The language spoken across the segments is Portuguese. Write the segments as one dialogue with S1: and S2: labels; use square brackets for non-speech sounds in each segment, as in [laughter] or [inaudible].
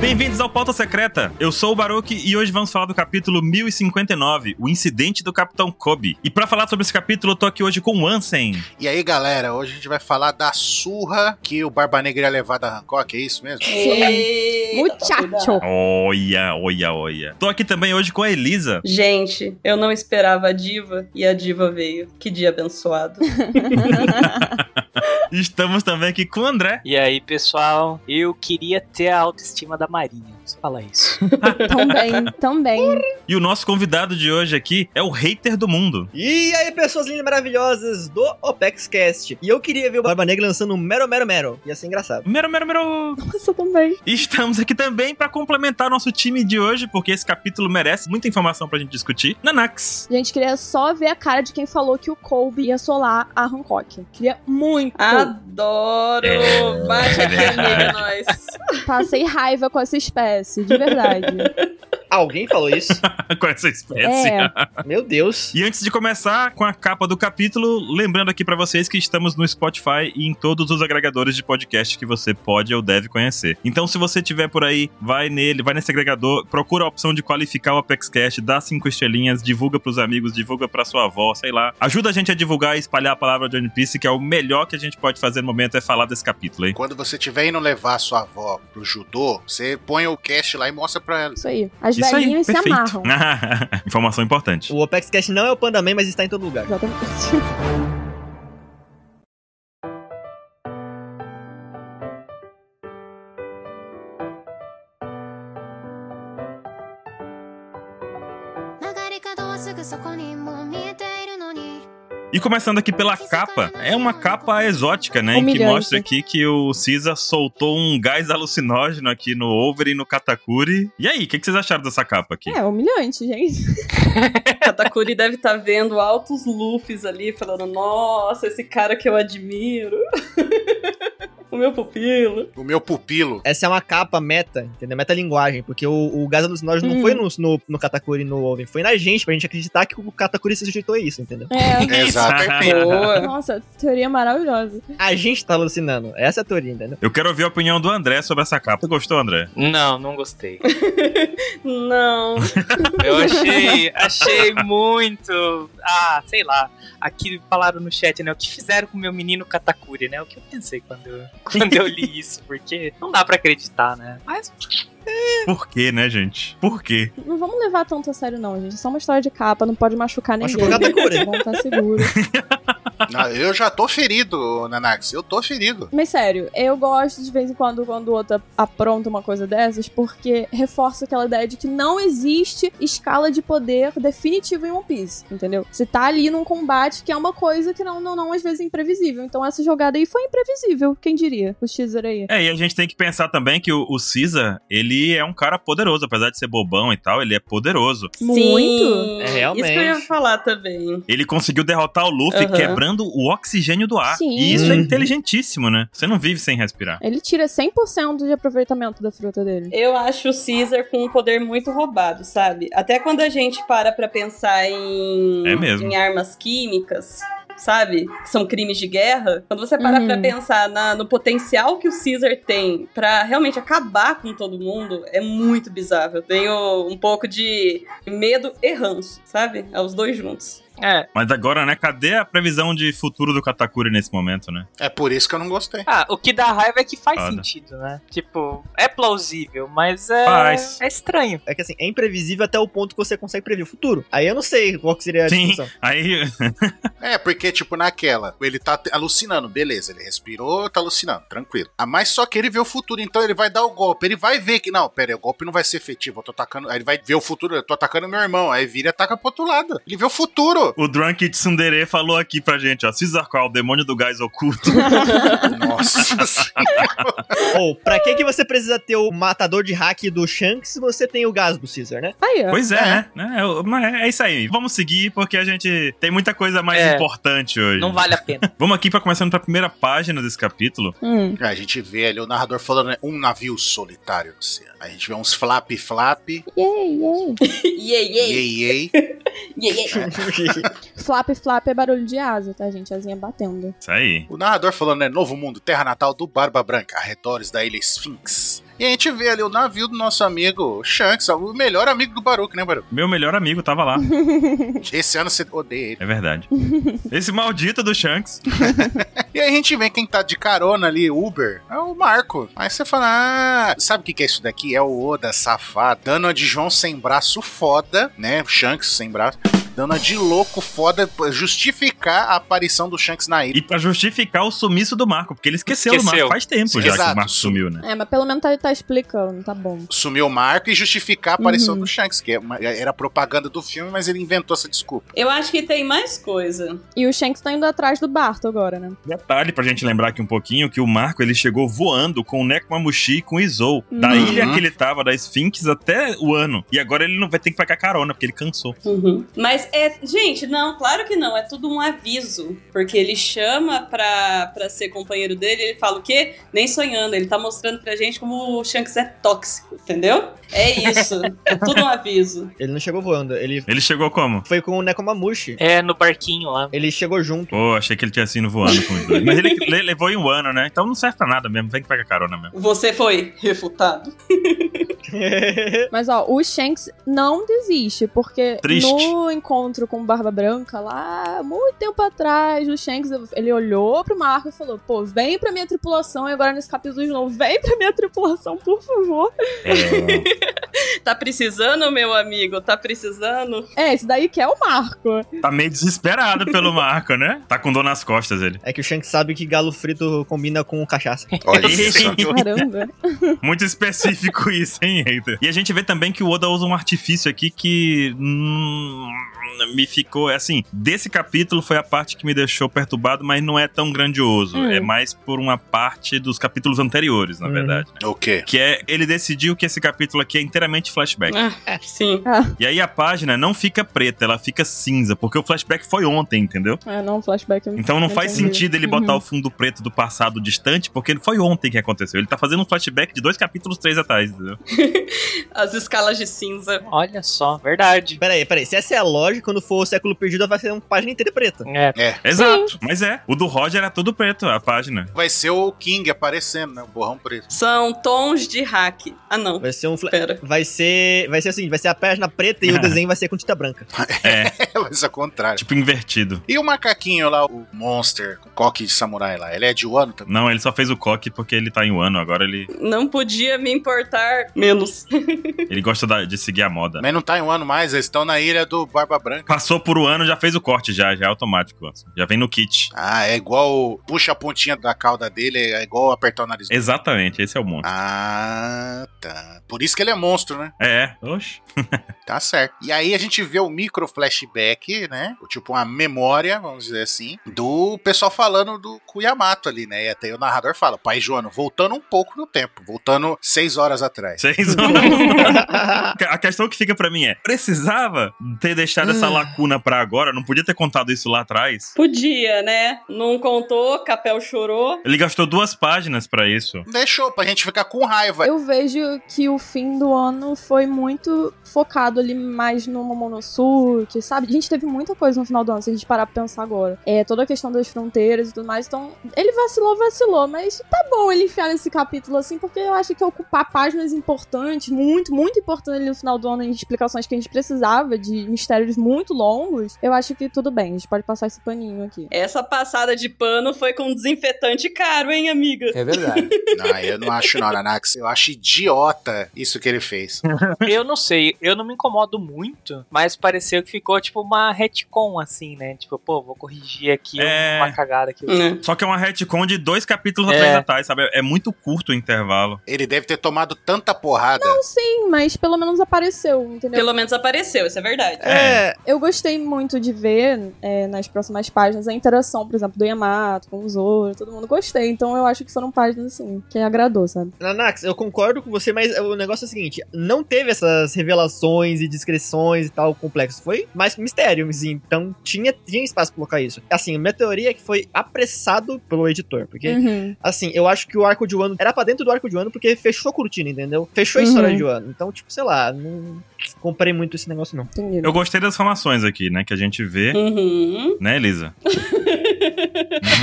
S1: Bem-vindos ao Pauta Secreta. Eu sou o Baroque e hoje vamos falar do capítulo 1059, o incidente do Capitão Kobe. E para falar sobre esse capítulo, eu tô aqui hoje com o Ansem.
S2: E aí, galera, hoje a gente vai falar da surra que o Barba Negra ia levar da Hancock, é isso mesmo?
S3: Muchacho.
S1: Olha, olha, olha. Tô aqui também hoje com a Elisa.
S4: Gente, eu não esperava a diva e a diva veio. Que dia abençoado.
S1: Estamos também aqui com o André.
S5: E aí, pessoal, eu queria ter a autoestima da Marinha. Só fala isso.
S3: Também, também.
S1: E o nosso convidado de hoje aqui é o hater do mundo.
S6: E aí, pessoas lindas e maravilhosas do OpexCast. E eu queria ver o Barba Negra lançando um Mero Mero Mero. Ia ser engraçado.
S1: Mero, mero, mero.
S3: Nossa, também.
S1: E Estamos aqui também para complementar nosso time de hoje, porque esse capítulo merece muita informação pra gente discutir. Nanax. [laughs]
S3: Gente, queria só ver a cara de quem falou que o Colby ia solar a Hancock. Queria muito.
S4: Adoro!
S6: É.
S4: Bate
S6: [laughs]
S4: aqui, amiga, é nós.
S3: Passei raiva com essa espécie, de verdade.
S6: Alguém falou isso?
S1: com essa espécie.
S3: [laughs] É,
S6: Meu Deus.
S1: E antes de começar com a capa do capítulo, lembrando aqui pra vocês que estamos no Spotify e em todos os agregadores de podcast que você pode ou deve conhecer. Então, se você tiver por aí, vai nele, vai nesse agregador, procura a opção de qualificar o ApexCast, dá cinco estrelinhas, divulga pros amigos, divulga pra sua avó, sei lá. Ajuda a gente a divulgar e espalhar a palavra de One Piece, que é o melhor que a gente pode fazer no momento é falar desse capítulo, hein?
S2: Quando você tiver indo levar sua avó pro judô, você põe o cast lá e mostra pra ela.
S3: isso aí. As velhinhas se amarram.
S1: [laughs] Informação importante.
S6: O OpexCast não é o Pandaman, mas está em todo lugar.
S3: Exatamente.
S1: E começando aqui pela capa, é uma capa exótica, né? Em que
S3: Humilhante.
S1: mostra aqui que o Cisa soltou um gás alucinógeno aqui no Over e no Katakuri. E aí, o que, que vocês acharam dessa capa aqui?
S3: É humilhante, gente.
S4: Katakuri deve estar vendo altos Luffys ali, falando: Nossa, esse cara que eu admiro. [laughs] o meu pupilo.
S2: O meu
S6: [laughs]
S2: pupilo.
S6: Essa é uma capa meta, entendeu? Meta linguagem, porque o, o gás alucinógeno não
S3: Hum.
S6: foi no, no, no Katakuri e no Oven, foi na gente, pra gente acreditar que o Katakuri suscitou isso, entendeu?
S3: É.
S5: tá
S2: Exato.
S4: Boa.
S3: Nossa, teoria maravilhosa.
S6: A gente tá alucinando. Essa é a teoria, entendeu?
S1: [laughs] Eu quero ouvir a opinião do André sobre essa capa. Você gostou, André?
S5: Não, não gostei.
S4: Não.
S5: Eu achei, achei muito. Ah, sei lá. Aqui falaram no chat, né? O que fizeram com o meu menino Katakuri, né? O que eu pensei quando [laughs] eu, quando eu li isso? Porque não dá pra acreditar, né? Mas
S1: Por quê, né, gente? Por quê?
S3: Não vamos levar tanto a sério, não, gente. É só uma história de capa, não pode machucar ninguém.
S6: Machucou o Katakuri.
S3: Vamos estar seguro.
S2: Não, eu já tô ferido, Nanax. Eu tô ferido.
S3: Mas sério, eu gosto de vez em quando quando o outro apronta uma coisa dessas, porque reforça aquela ideia de que não existe escala de poder definitiva em One Piece, entendeu? Você tá ali num combate que é uma coisa que não, não, não às vezes é imprevisível. Então essa jogada aí foi imprevisível, quem diria? O Xer aí.
S1: É, e a gente tem que pensar também que o, o Cisa, ele é um cara poderoso. Apesar de ser bobão e tal, ele é poderoso.
S3: Muito?
S4: Sim.
S6: É,
S4: Isso
S6: realmente.
S4: que eu ia falar também.
S1: Ele conseguiu derrotar o Luffy
S4: Aham.
S1: quebrando o oxigênio do ar.
S3: Sim.
S1: E isso é
S6: Uhum.
S1: inteligentíssimo, né? Você não vive sem respirar.
S3: Ele tira 100% de aproveitamento da fruta dele.
S4: Eu acho o Caesar com um poder muito roubado, sabe? Até quando a gente para pra pensar em,
S1: É mesmo.
S4: em armas químicas, sabe? Que são crimes de guerra. Quando você para
S3: Uhum.
S4: pra pensar na- no potencial que o Caesar tem pra realmente acabar com todo mundo, é muito bizarro. Eu tenho um pouco de medo e ranço, sabe? É os dois juntos. [laughs]
S5: é,
S1: Mas agora, né? Cadê a previsão de futuro do Katakuri nesse momento, né?
S2: É por isso que eu não gostei.
S5: Ah, o que dá raiva é que faz
S1: Foda.
S5: sentido, né? Tipo, é plausível, mas é,
S1: Faz.
S5: é estranho.
S6: É que assim, é imprevisível até o ponto que você consegue prever o futuro. Aí eu não sei qual que seria a
S1: Sim.
S6: discussão.
S1: Aí
S2: É, porque, tipo, naquela, ele tá te- alucinando, beleza, ele respirou, tá alucinando, tranquilo. Ah, mas só que ele vê o futuro, então ele vai dar o golpe, ele vai ver que, não, pera aí, o golpe não vai ser efetivo, eu tô atacando, aí ele vai ver o futuro, eu tô atacando meu irmão, aí vira e ataca pro outro lado. Ele vê o futuro.
S1: O Drunk Tsundere falou aqui pra gente, ó. Caesar Call, demônio do gás
S5: [laughs]
S1: oculto.
S2: Nossa [laughs] senhora.
S6: Ou, pra que que você precisa ter o matador de hack do Shanks se você tem o gás do Caesar, né?
S3: Aí, ó.
S1: pois é, né? né? É, o- mas é isso aí. Vamos seguir, porque a gente tem muita coisa mais
S5: É.
S1: importante hoje.
S5: Não vale
S1: [laughs]
S5: a pena.
S1: Vamos aqui pra começando pra primeira página desse capítulo.
S3: Hum.
S2: A gente vê ali o narrador falando, né, um navio solitário no oceano. Aí A gente vê uns flap-flap,
S3: Yay, yay.
S4: Yay, yay.
S2: yei-yei.
S4: Yeah, yeah.
S7: Flap flap é barulho de asa, tá, gente? Asinha batendo.
S1: Isso aí.
S2: O narrador falando, né? Novo mundo, terra natal do Barba Branca, arredores da ilha Sphinx. E a gente vê ali o navio do nosso amigo Shanks, o melhor amigo do Baruch, né, Baruch?
S1: Meu melhor amigo tava
S5: [laughs]
S1: lá.
S2: Esse ano você odeia ele.
S1: É verdade. Esse maldito do Shanks.
S2: E aí a gente vê quem tá de carona ali, Uber, é o Marco. Aí você fala, ah, sabe o que, que é isso daqui? É o Oda safado, dando uma de João sem braço foda, né? O Shanks sem braço. Dando uma de louco foda pra justificar a aparição do Shanks na ilha.
S1: E pra justificar o sumiço do Marco, porque ele esqueceu, do
S5: Esqueceu.
S1: Marco. Faz tempo já que
S2: Exato.
S1: o Marco sumiu, né?
S7: É, mas pelo menos tá, tá explicando, tá bom.
S2: Sumiu o Marco e justificar a aparição
S7: Uhum.
S2: do Shanks, que é uma- era propaganda do filme, mas ele inventou essa
S4: [laughs]
S2: desculpa.
S4: Eu acho que tem mais coisa.
S7: E o Shanks tá indo atrás do Barto agora, né?
S1: Detalhe pra gente lembrar aqui um pouquinho que o Marco ele chegou voando com o Nekomamushi e com o Izou. Da
S7: Uhum.
S1: ilha que ele tava, da Sphinx até o ano. E agora ele não vai ter que pagar carona, porque ele cansou.
S4: Mas é. Gente, não, claro que não. É tudo um aviso. Porque ele chama pra, pra ser companheiro dele, ele fala o quê? Nem sonhando. Ele tá mostrando pra gente como o Shanks é tóxico, entendeu? É isso. é tudo um aviso.
S6: [laughs] Ele não chegou voando, ele
S1: Ele chegou como?
S6: foi com o Nekomamushi.
S5: É, no barquinho lá.
S6: Ele
S1: [laughs]
S6: chegou junto.
S1: Pô, achei que ele tinha sido voando com os dois. Mas ele le- levou em um ano, né? Então não serve pra nada mesmo, tem que pagar carona mesmo.
S4: Você foi refutado.
S7: Mas ó, o Shanks não desiste, porque
S1: Triste.
S7: no encontro com o Barba Branca lá, muito tempo atrás, o Shanks, ele olhou pro Marco e falou: "Pô, vem pra minha tripulação". E agora nesse capítulo de novo, "Vem pra minha tripulação, por favor".
S1: É,
S4: Tá precisando, meu amigo? Tá precisando?
S7: É, esse daí que é o Marco.
S1: Tá meio desesperado pelo Marco, né? Tá com dor nas costas ele.
S6: É que o Shanks sabe que galo frito combina com cachaça.
S2: Olha
S1: isso. [laughs]
S7: Caramba.
S1: Muito específico [laughs] isso, hein, Eita? E a gente vê também que o Oda usa um artifício aqui que. hum, me ficou. Assim, desse capítulo foi a parte que me deixou perturbado, mas não é tão grandioso.
S7: Hum.
S1: É mais por uma parte dos capítulos anteriores, na
S6: Uhum.
S1: verdade. né?
S2: O quê?
S1: Que é. Ele decidiu que esse capítulo aqui é inteiramente flashback.
S4: Ah, sim.
S1: E aí a página não fica preta, ela fica cinza, porque o flashback foi ontem, entendeu?
S7: É, não, flashback.
S1: Então não faz
S7: Entendi. Uhum.
S1: sentido ele botar o fundo preto do passado distante, porque ele foi ontem que aconteceu. Ele tá fazendo um flashback de dois capítulos três atrás, entendeu?
S4: As escalas de cinza.
S5: Olha só, verdade.
S6: Peraí, peraí. Se essa é a lógica, quando for o século perdido, vai ser uma página inteira preta.
S5: É,
S1: Exato. Mas é, o do Roger era todo preto, a página.
S2: Vai ser o King aparecendo, né? O borrão [laughs] preto.
S4: São tons de hack. Ah, não.
S6: Vai ser um. fla-
S4: Pera.
S6: Vai ser. Vai ser assim, vai ser a página preta e o desenho vai ser com tinta branca.
S1: É,
S2: Mas ao contrário.
S1: tipo invertido.
S2: E o macaquinho lá, o Monster, o coque de samurai lá, ele é de Wano também?
S1: Não, ele só fez o coque porque ele tá em um ano, agora ele,
S4: Não podia me importar menos.
S1: ele gosta da- de seguir a moda.
S2: Mas não tá em Wano mais, eles estão na ilha do Barba Branca.
S1: Passou por um ano, já fez o corte, já, já é automático. assim. Já vem no kit.
S2: Ah, é igual o- puxa a pontinha da cauda dele, é igual apertar o nariz.
S1: Exatamente, esse é o monte.
S2: Ah, tá. Por isso que ele é monstro, né?
S1: É, oxe.
S2: Tá certo. E aí a gente vê o micro flashback, né? O Tipo uma memória, vamos dizer assim, do pessoal falando do Kuyamato ali, né? E até o narrador fala, pai Joano, voltando um pouco no tempo, voltando seis horas atrás.
S1: Seis horas. a questão que fica pra mim é: precisava ter deixado essa lacuna pra agora? Não podia ter contado isso lá atrás?
S4: Podia, né? Não contou, Capel chorou.
S1: Ele gastou duas páginas pra isso.
S2: Deixou pra gente ficar com raiva.
S7: Eu vejo que o fim do ano foi muito focado ali mais no Momonosuke, sabe? A gente teve muita coisa no final do ano, se a gente parar pra pensar agora. É, toda a questão das fronteiras e tudo mais. Então, ele vacilou, vacilou, mas tá bom ele enfiar nesse capítulo assim, porque eu acho que ocupar páginas importantes, muito, muito importantes ali no final do ano, em explicações que a gente precisava, de mistérios muito longos, eu acho que tudo bem, a gente pode passar esse paninho aqui.
S4: Essa passada de pano foi com desinfetante caro, hein, amiga?
S8: É verdade.
S2: Não, eu não acho não, Nanax. Eu acho idiota isso que ele fez.
S5: [laughs] eu não sei, eu não me incomodo muito, mas pareceu que ficou tipo uma retcon, assim, né? Tipo, pô, vou corrigir aqui
S1: É.
S5: uma cagada que eu
S4: Né?
S1: Só que é uma retcon de dois capítulos
S5: É.
S1: atrás atrás, sabe? É muito curto o intervalo.
S2: Ele deve ter tomado tanta porrada.
S7: Sim, mas pelo menos apareceu, entendeu?
S4: Pelo menos apareceu, isso é verdade.
S1: É.
S7: Eu gostei muito de ver é, nas próximas páginas a interação, por exemplo, do Yamato com o Zoro, todo mundo gostei. Então eu acho que foram páginas assim, que agradou, sabe?
S6: Nanax, eu concordo com você, mas o negócio é o seguinte: não teve essas revelações revelações e descrições e tal complexo. Foi mais mistérios, então tinha, tinha espaço pra colocar isso. Assim, minha teoria é que foi apressado pelo editor, porque
S3: Uhum.
S6: Assim, eu acho que o arco de Wano era pra dentro do arco de Wano porque fechou a cortina, entendeu? Fechou a
S3: Uhum.
S6: história de Wano. Então, tipo, sei lá, não comprei muito esse negócio, não.
S3: Entendi.
S1: Eu gostei das formações aqui, né? Que a gente vê,
S4: Uhum.
S3: [laughs]
S1: né, Elisa?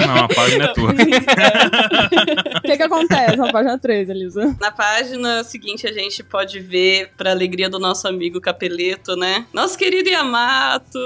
S1: Não, a página é [laughs] tua.
S3: O que que acontece na página 3, Elisa?
S4: [laughs] Na página seguinte, a gente pode ver, pra alegria do nosso amigo Capeleto, né? Nosso querido Yamato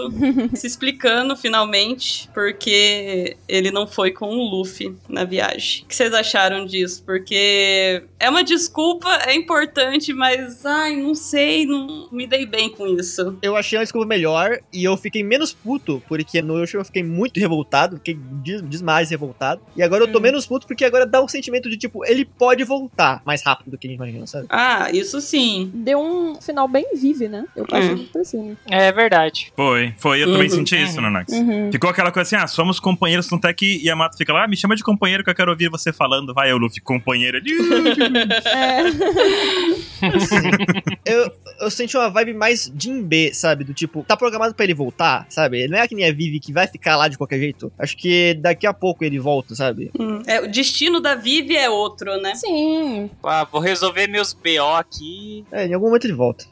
S4: se explicando finalmente porque ele não foi com o Luffy na viagem. O que vocês acharam disso? Porque é uma desculpa, é importante, mas ai, não sei, não me dei bem com isso.
S6: Eu achei uma desculpa melhor e eu fiquei menos puto, porque no Yoshima eu fiquei muito revoltado, fiquei des- demais revoltado. E agora eu tô
S4: Hum.
S6: menos puto porque agora dá um sentimento de, tipo, ele pode voltar mais rápido do que a gente imagina, sabe?
S4: Ah, isso sim.
S3: Deu um final bem vive, né? Eu
S4: É.
S3: achei muito parecido.
S5: É verdade.
S1: Foi, foi. Eu também
S4: Uhum.
S1: senti isso,
S5: Uhum.
S1: Nanax.
S3: Uhum.
S1: Ficou aquela coisa assim, ah, somos companheiros, tanto é que Yamato fica lá, ah, me chama de companheiro que eu quero ouvir você falando. Vai, eu, Luffy,
S3: [laughs]
S1: companheiro. Ele,
S3: É. [laughs]
S6: Eu, eu senti uma vibe mais Jim B, sabe? Do tipo, tá programado pra ele voltar, sabe? Não é que nem a Vivi que vai ficar lá de qualquer jeito. Acho que daqui a pouco ele volta, sabe?
S4: Hum. É, o destino da Vivi é outro, né?
S3: Sim.
S5: Ah, vou resolver meus BO aqui.
S6: É, em algum momento ele volta.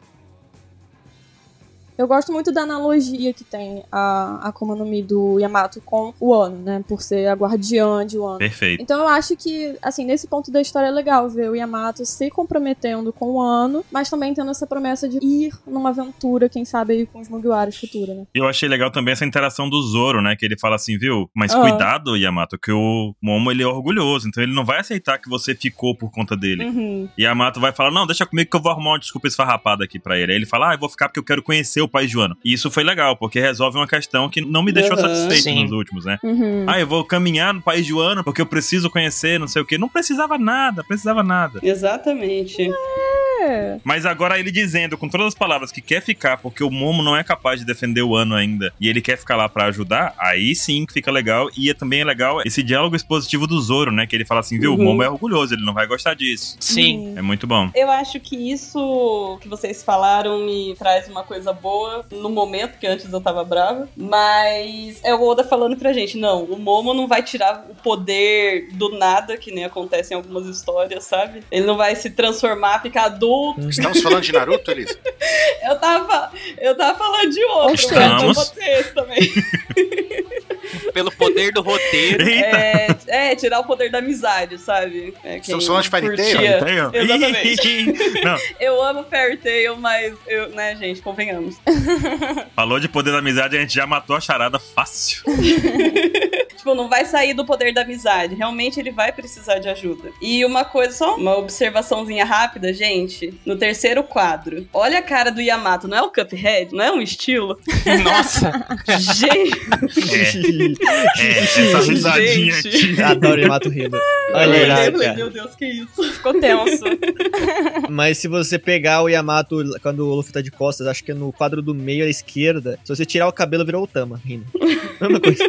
S3: Eu gosto muito da analogia que tem a, a Akuma no Mi do Yamato com o Ano, né? Por ser a guardiã de Wano.
S1: Perfeito.
S3: Então eu acho que, assim, nesse ponto da história é legal ver o Yamato se comprometendo com o ano, mas também tendo essa promessa de ir numa aventura, quem sabe aí com os Mugiwaras futura, né?
S1: E eu achei legal também essa interação do Zoro, né? Que ele fala assim, viu? Mas
S3: Ah.
S1: cuidado, Yamato, que o Momo ele é orgulhoso, então ele não vai aceitar que você ficou por conta dele.
S3: Uhum.
S1: E Yamato vai falar: não, deixa comigo que eu vou arrumar uma desculpa esfarrapada aqui pra ele. Aí ele fala: ah, eu vou ficar porque eu quero conhecer o pai Joano. E isso foi legal, porque resolve uma questão que não me deixou
S4: Uhum.
S1: satisfeito
S5: Sim.
S1: nos últimos, né?
S3: Uhum.
S1: Ah, eu vou caminhar no país Joano porque eu preciso conhecer, não sei o quê. Não precisava nada, precisava nada.
S4: Exatamente.
S3: É.
S1: Mas agora ele dizendo com todas as palavras que quer ficar, porque o Momo não é capaz de defender o ano ainda, e ele quer ficar lá pra ajudar, aí sim que fica legal. E é também legal esse diálogo expositivo do Zoro, né? Que ele fala assim, viu, o
S4: Uhum.
S1: Momo é orgulhoso, ele não vai gostar disso.
S5: Sim.
S3: Uhum.
S1: É muito bom.
S4: Eu acho que isso que vocês falaram me traz uma coisa boa no momento, que antes eu tava brava. Mas é o Oda falando pra gente: não, o Momo não vai tirar o poder do nada, que nem acontece em algumas histórias, sabe? Ele não vai se transformar, ficar adulto.
S2: Estamos falando de Naruto, Elisa?
S4: Eu tava, eu tava falando de outro,
S3: Estamos.
S4: né? Então vocês também.
S5: hum, Pelo poder do roteiro.
S1: Eita!
S4: É, é, tirar o poder da amizade, sabe? É, quem
S2: Estamos falando de Fairy Tail?
S4: curtia-
S1: Aí, ó.
S4: Exatamente.
S1: não,
S4: Eu amo Fairy Tail, mas, eu, né, gente, convenhamos.
S1: falou de poder da amizade, a gente já matou a charada fácil.
S4: Tipo, não vai sair do poder da amizade. Realmente ele vai precisar de ajuda. E uma coisa, só uma observaçãozinha rápida, gente. No terceiro quadro, olha a cara do Yamato. Não é o Cuphead? Não é
S1: [laughs]
S4: um estilo?
S5: [laughs] Nossa.
S4: gente,
S1: É, é, essa risadinha
S4: Gente.
S1: aqui.
S6: [laughs] Adoro Yamato rindo. Olha
S4: eu
S6: lá,
S4: falei,
S6: cara.
S4: meu Deus, que isso?
S3: Ficou tenso.
S4: [laughs]
S6: Mas se você pegar o Yamato quando o Luffy tá de costas, acho que é no quadro do meio à esquerda, se você tirar o cabelo, virou o Tama rindo. Mesma coisa.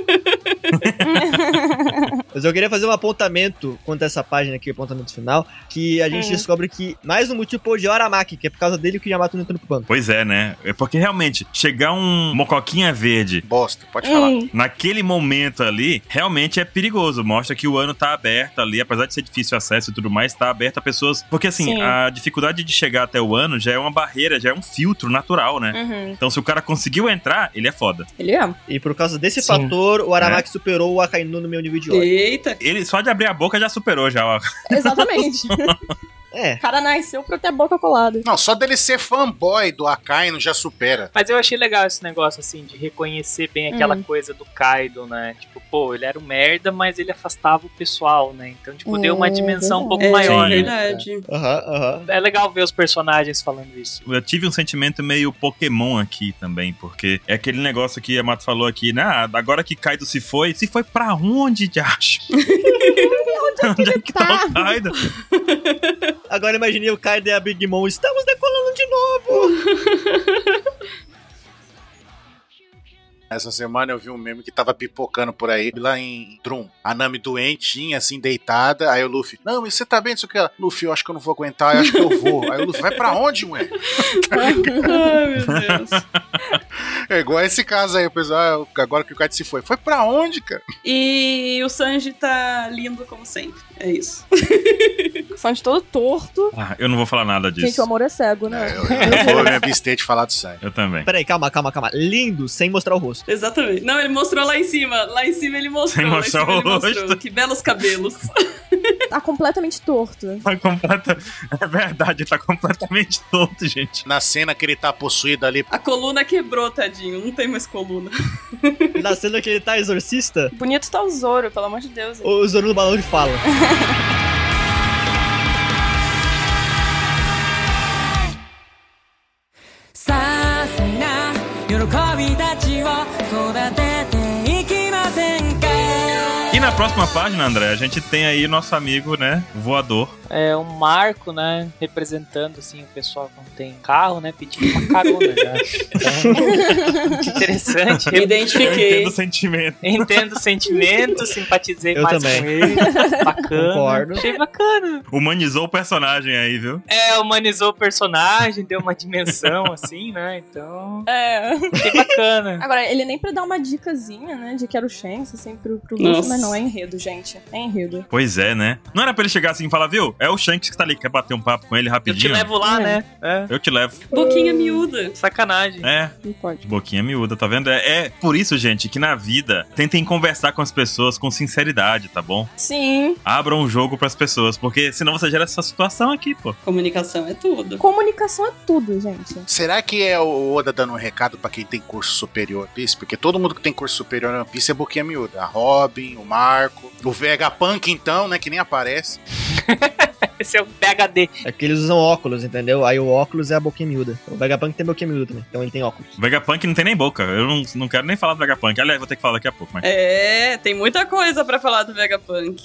S6: Mas eu queria fazer um apontamento quanto a essa página aqui, apontamento final, que a gente
S4: Hum.
S6: descobre que mais um motivo foi o de Aramaki, que é por causa dele que o Yamato não entrou pro bando.
S1: Pois é, né? É porque realmente, chegar um mocoquinha verde
S2: Bosta,
S4: É.
S2: pode falar.
S3: Uhum.
S1: naquele momento ali, realmente é perigoso. Mostra que o ano tá aberto ali, apesar de ser difícil o acesso e tudo mais, tá aberto a pessoas. Porque assim,
S3: Sim.
S1: a dificuldade de chegar até o ano já é uma barreira, já é um filtro natural, né?
S3: Uhum.
S1: Então, se o cara conseguiu entrar, ele é foda.
S3: Ele é.
S6: E por causa desse
S5: Sim.
S6: fator, o Aramaki superou o Akainu no meu nível de ódio.
S4: Eita.
S1: Ele só de abrir a boca já superou já. ó.
S3: [laughs] Exatamente. o
S6: É.
S3: cara nasceu pra ter a boca colada.
S2: Não, só dele ser fanboy do Akainu já supera.
S5: Mas eu achei legal esse negócio, assim, de reconhecer bem aquela
S3: Hum.
S5: coisa do Kaido, né? Tipo, pô, ele era um merda, mas ele afastava o pessoal, né? Então, tipo, deu uma
S3: É,
S5: dimensão um pouco
S4: É,
S5: maior. né?
S4: verdade.
S3: [laughs]
S6: Aham, aham.
S5: É legal ver os personagens falando isso.
S1: Eu tive um sentimento meio Pokémon aqui também, porque é aquele negócio que a Mato falou aqui, né? Ah, agora que Kaido se foi, se foi pra [laughs] onde, de acho? onde é que tá o Kaido?
S6: Agora imaginei o Kaido e a Big Mom. Estamos decolando de novo!
S2: Essa semana eu vi um meme que tava pipocando por aí, lá em Drum. A Nami doentinha, assim, deitada. Aí o Luffy, não, mas você tá bem, isso que ela. Luffy, eu acho que eu não vou aguentar, eu acho que eu vou. Aí o Luffy, vai pra onde, ué?
S4: Ai, meu Deus.
S2: É igual esse caso aí, o pessoal, ah, agora que o Kite se foi. Foi pra onde, cara?
S4: E o Sanji tá lindo como sempre. É isso.
S3: Sanji todo torto.
S1: Ah, eu não vou falar nada disso.
S3: Gente, o amor é cego,
S2: É,
S3: né?
S2: eu, eu vou me abster de falar do Sanji.
S1: Eu também.
S6: Peraí, calma, calma, calma. Lindo, sem mostrar o rosto.
S4: Exatamente. Não, ele mostrou lá em cima. Lá em cima ele mostrou.
S1: Sem
S4: lá em
S1: mostrar
S4: cima
S1: o
S4: ele mostrou.
S1: rosto.
S4: Que belos
S7: [laughs]
S4: cabelos.
S3: Tá completamente torto.
S1: Tá completa... É verdade, tá completamente tonto, gente.
S2: Na cena que ele tá possuído ali.
S4: A coluna quebrou, tadinho. Não tem mais coluna.
S6: Na cena que ele tá exorcista,
S7: Bonito tá o Zoro, pelo amor de Deus.
S6: o Zoro do balão de fala.
S1: E na próxima página, André, a gente tem aí nosso amigo, né? Voador.
S5: É um marco, né? Representando assim o pessoal que não tem carro, né? Pedindo uma carona já. Então, [laughs] que interessante.
S4: Me
S5: Eu
S1: Eu entendo
S4: identifiquei.
S1: o sentimento.
S5: entendo o sentimento, simpatizei
S6: Eu
S5: mais
S6: também.
S5: com ele. Bacana.
S6: Concordo.
S5: Achei bacana.
S1: Humanizou o personagem aí, viu?
S5: É, humanizou o personagem, deu uma dimensão assim, né? Então,
S7: É.
S5: achei bacana.
S3: Agora, ele nem pra dar uma dicasinha, né? De quero chance, assim, pro, pro
S4: Nossa.
S3: Luffy, mas não, é enredo, gente. É enredo.
S1: Pois é, né? Não era pra ele chegar assim e falar, viu? É o Shanks que tá ali, quer bater um papo com ele
S5: Eu te
S1: rapidinho?
S5: levo lá, né? É.
S1: Eu te levo.
S4: Boquinha miúda.
S5: Sacanagem.
S1: É,
S3: Não pode.
S1: boquinha miúda, tá vendo? É, é por isso, gente, que na vida tentem conversar com as pessoas com sinceridade, tá bom?
S3: Sim.
S1: Abram o jogo pras pessoas, porque senão você gera essa situação aqui, pô.
S4: Comunicação é tudo.
S3: Comunicação é tudo, [laughs] gente.
S2: Será que é o Oda dando um recado pra quem tem curso superior One Piece? Porque todo mundo que tem curso superior One Piece é boquinha miúda. A Robin, o Marco, o Vegapunk, então, né? Que nem aparece.
S5: Esse é o PHD.
S6: É que eles usam óculos, entendeu? Aí o óculos é a boquinha miúda. O Vegapunk tem boquinha miúda também, então ele tem óculos. [laughs]
S1: Vegapunk não tem nem boca. Eu não, não quero nem falar do Vegapunk. Aliás, vou ter que falar daqui a pouco, mas.
S4: É, tem muita coisa pra falar do Vegapunk.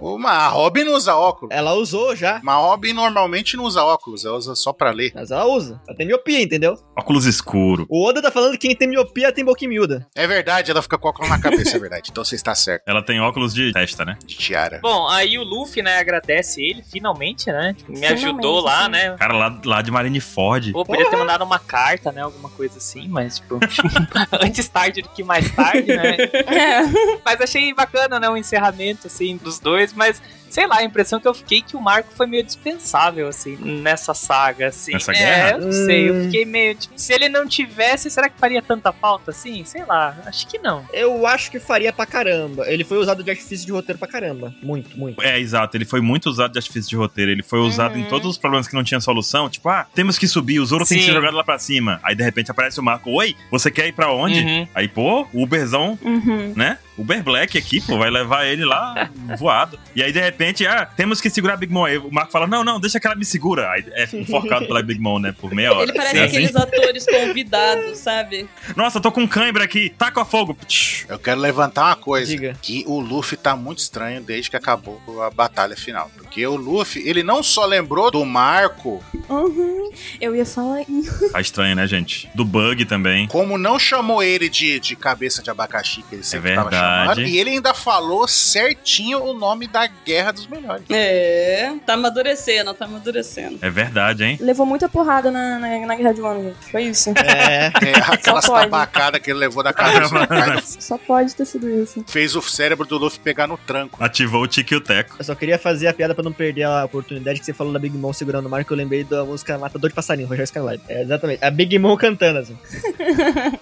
S2: Uma, a Robin não usa óculos.
S6: Ela usou já,
S2: Mas a Robin normalmente não usa óculos, ela usa só pra ler.
S6: mas ela usa. Ela tem miopia, entendeu?
S1: Óculos escuro.
S6: O Oda tá falando que quem tem miopia tem boquinha miúda.
S2: É verdade, ela fica com óculos na cabeça, é verdade. Então você está certo,
S1: Ela tem óculos de testa, né?
S2: de tiara.
S5: Bom, aí o Luffy, né, agradece ele, finalmente, né? Me ajudou
S3: Finalmente,
S5: lá,
S3: sim.
S5: né?
S1: Cara, lá, lá de Marineford.
S5: Pô, podia ter mandado uma carta, né? Alguma coisa assim, mas, tipo, [laughs] antes tarde do que mais tarde, né?
S3: É.
S5: Mas achei bacana, né? O encerramento, assim, dos dois, mas. Sei lá, a impressão que eu fiquei é que o Marco foi meio dispensável, assim, nessa saga, assim.
S1: Nessa
S5: é,
S1: guerra?
S5: eu não sei, eu
S6: Hum.
S5: fiquei meio, tipo, se ele não tivesse, será que faria tanta falta, assim? Sei lá, acho que não.
S6: Eu acho que faria pra caramba. Ele foi usado de artifício de roteiro pra caramba.
S1: [laughs]
S6: Muito, muito.
S1: É, exato. Ele foi muito usado de artifício de roteiro. Ele foi usado em todos os problemas que não tinha solução. Tipo, ah, temos que subir, o Zoro tem que
S5: Sim.
S1: ser jogado lá pra cima. Aí, de repente, aparece o Marco. Oi, você quer ir pra onde?
S5: Uhum.
S1: Aí, pô, o Uberzão,
S3: Uhum.
S1: né? Uber Black aqui, pô, vai levar ele lá voado. E aí, de repente, ah, temos que segurar a Big Mom. Aí o Marco fala, não, não, deixa que ela me segura. Aí é enforcado pela Big Mom, né, por meia hora.
S4: Ele parece
S1: É assim.
S4: aqueles atores convidados, sabe?
S1: Nossa, tô com cãibra aqui, taca fogo. Psh.
S2: Eu quero levantar uma coisa.
S6: Diga.
S2: Que o Luffy tá muito estranho desde que acabou a batalha final. Porque o Luffy, ele não só lembrou do Marco,
S3: Uhum. Eu ia falar isso.
S1: Tá estranho, né, gente? Do bug também.
S2: como não chamou ele de, de cabeça de abacaxi, que ele sempre tava
S1: verdade.
S2: chamando. E ele ainda falou certinho o nome da Guerra dos Melhores.
S3: [laughs]
S4: É, tá amadurecendo, tá amadurecendo.
S1: É verdade, hein?
S3: Levou muita porrada na, na, na guerra de Wano, gente. Foi
S7: [laughs]
S3: isso.
S6: É.
S2: É, aquelas
S3: Só pode.
S2: tabacadas que ele levou da cabeça do cara.
S3: Só pode ter sido isso.
S2: Fez o cérebro do Luffy pegar no tranco.
S1: Ativou o tique e o teco.
S6: Eu só queria fazer a piada pra não perder a oportunidade que você falou da Big Mom segurando o Marco. Eu lembrei da música Matador de Passarinho, Roger Skyline. É, exatamente. A Big Mom cantando, assim.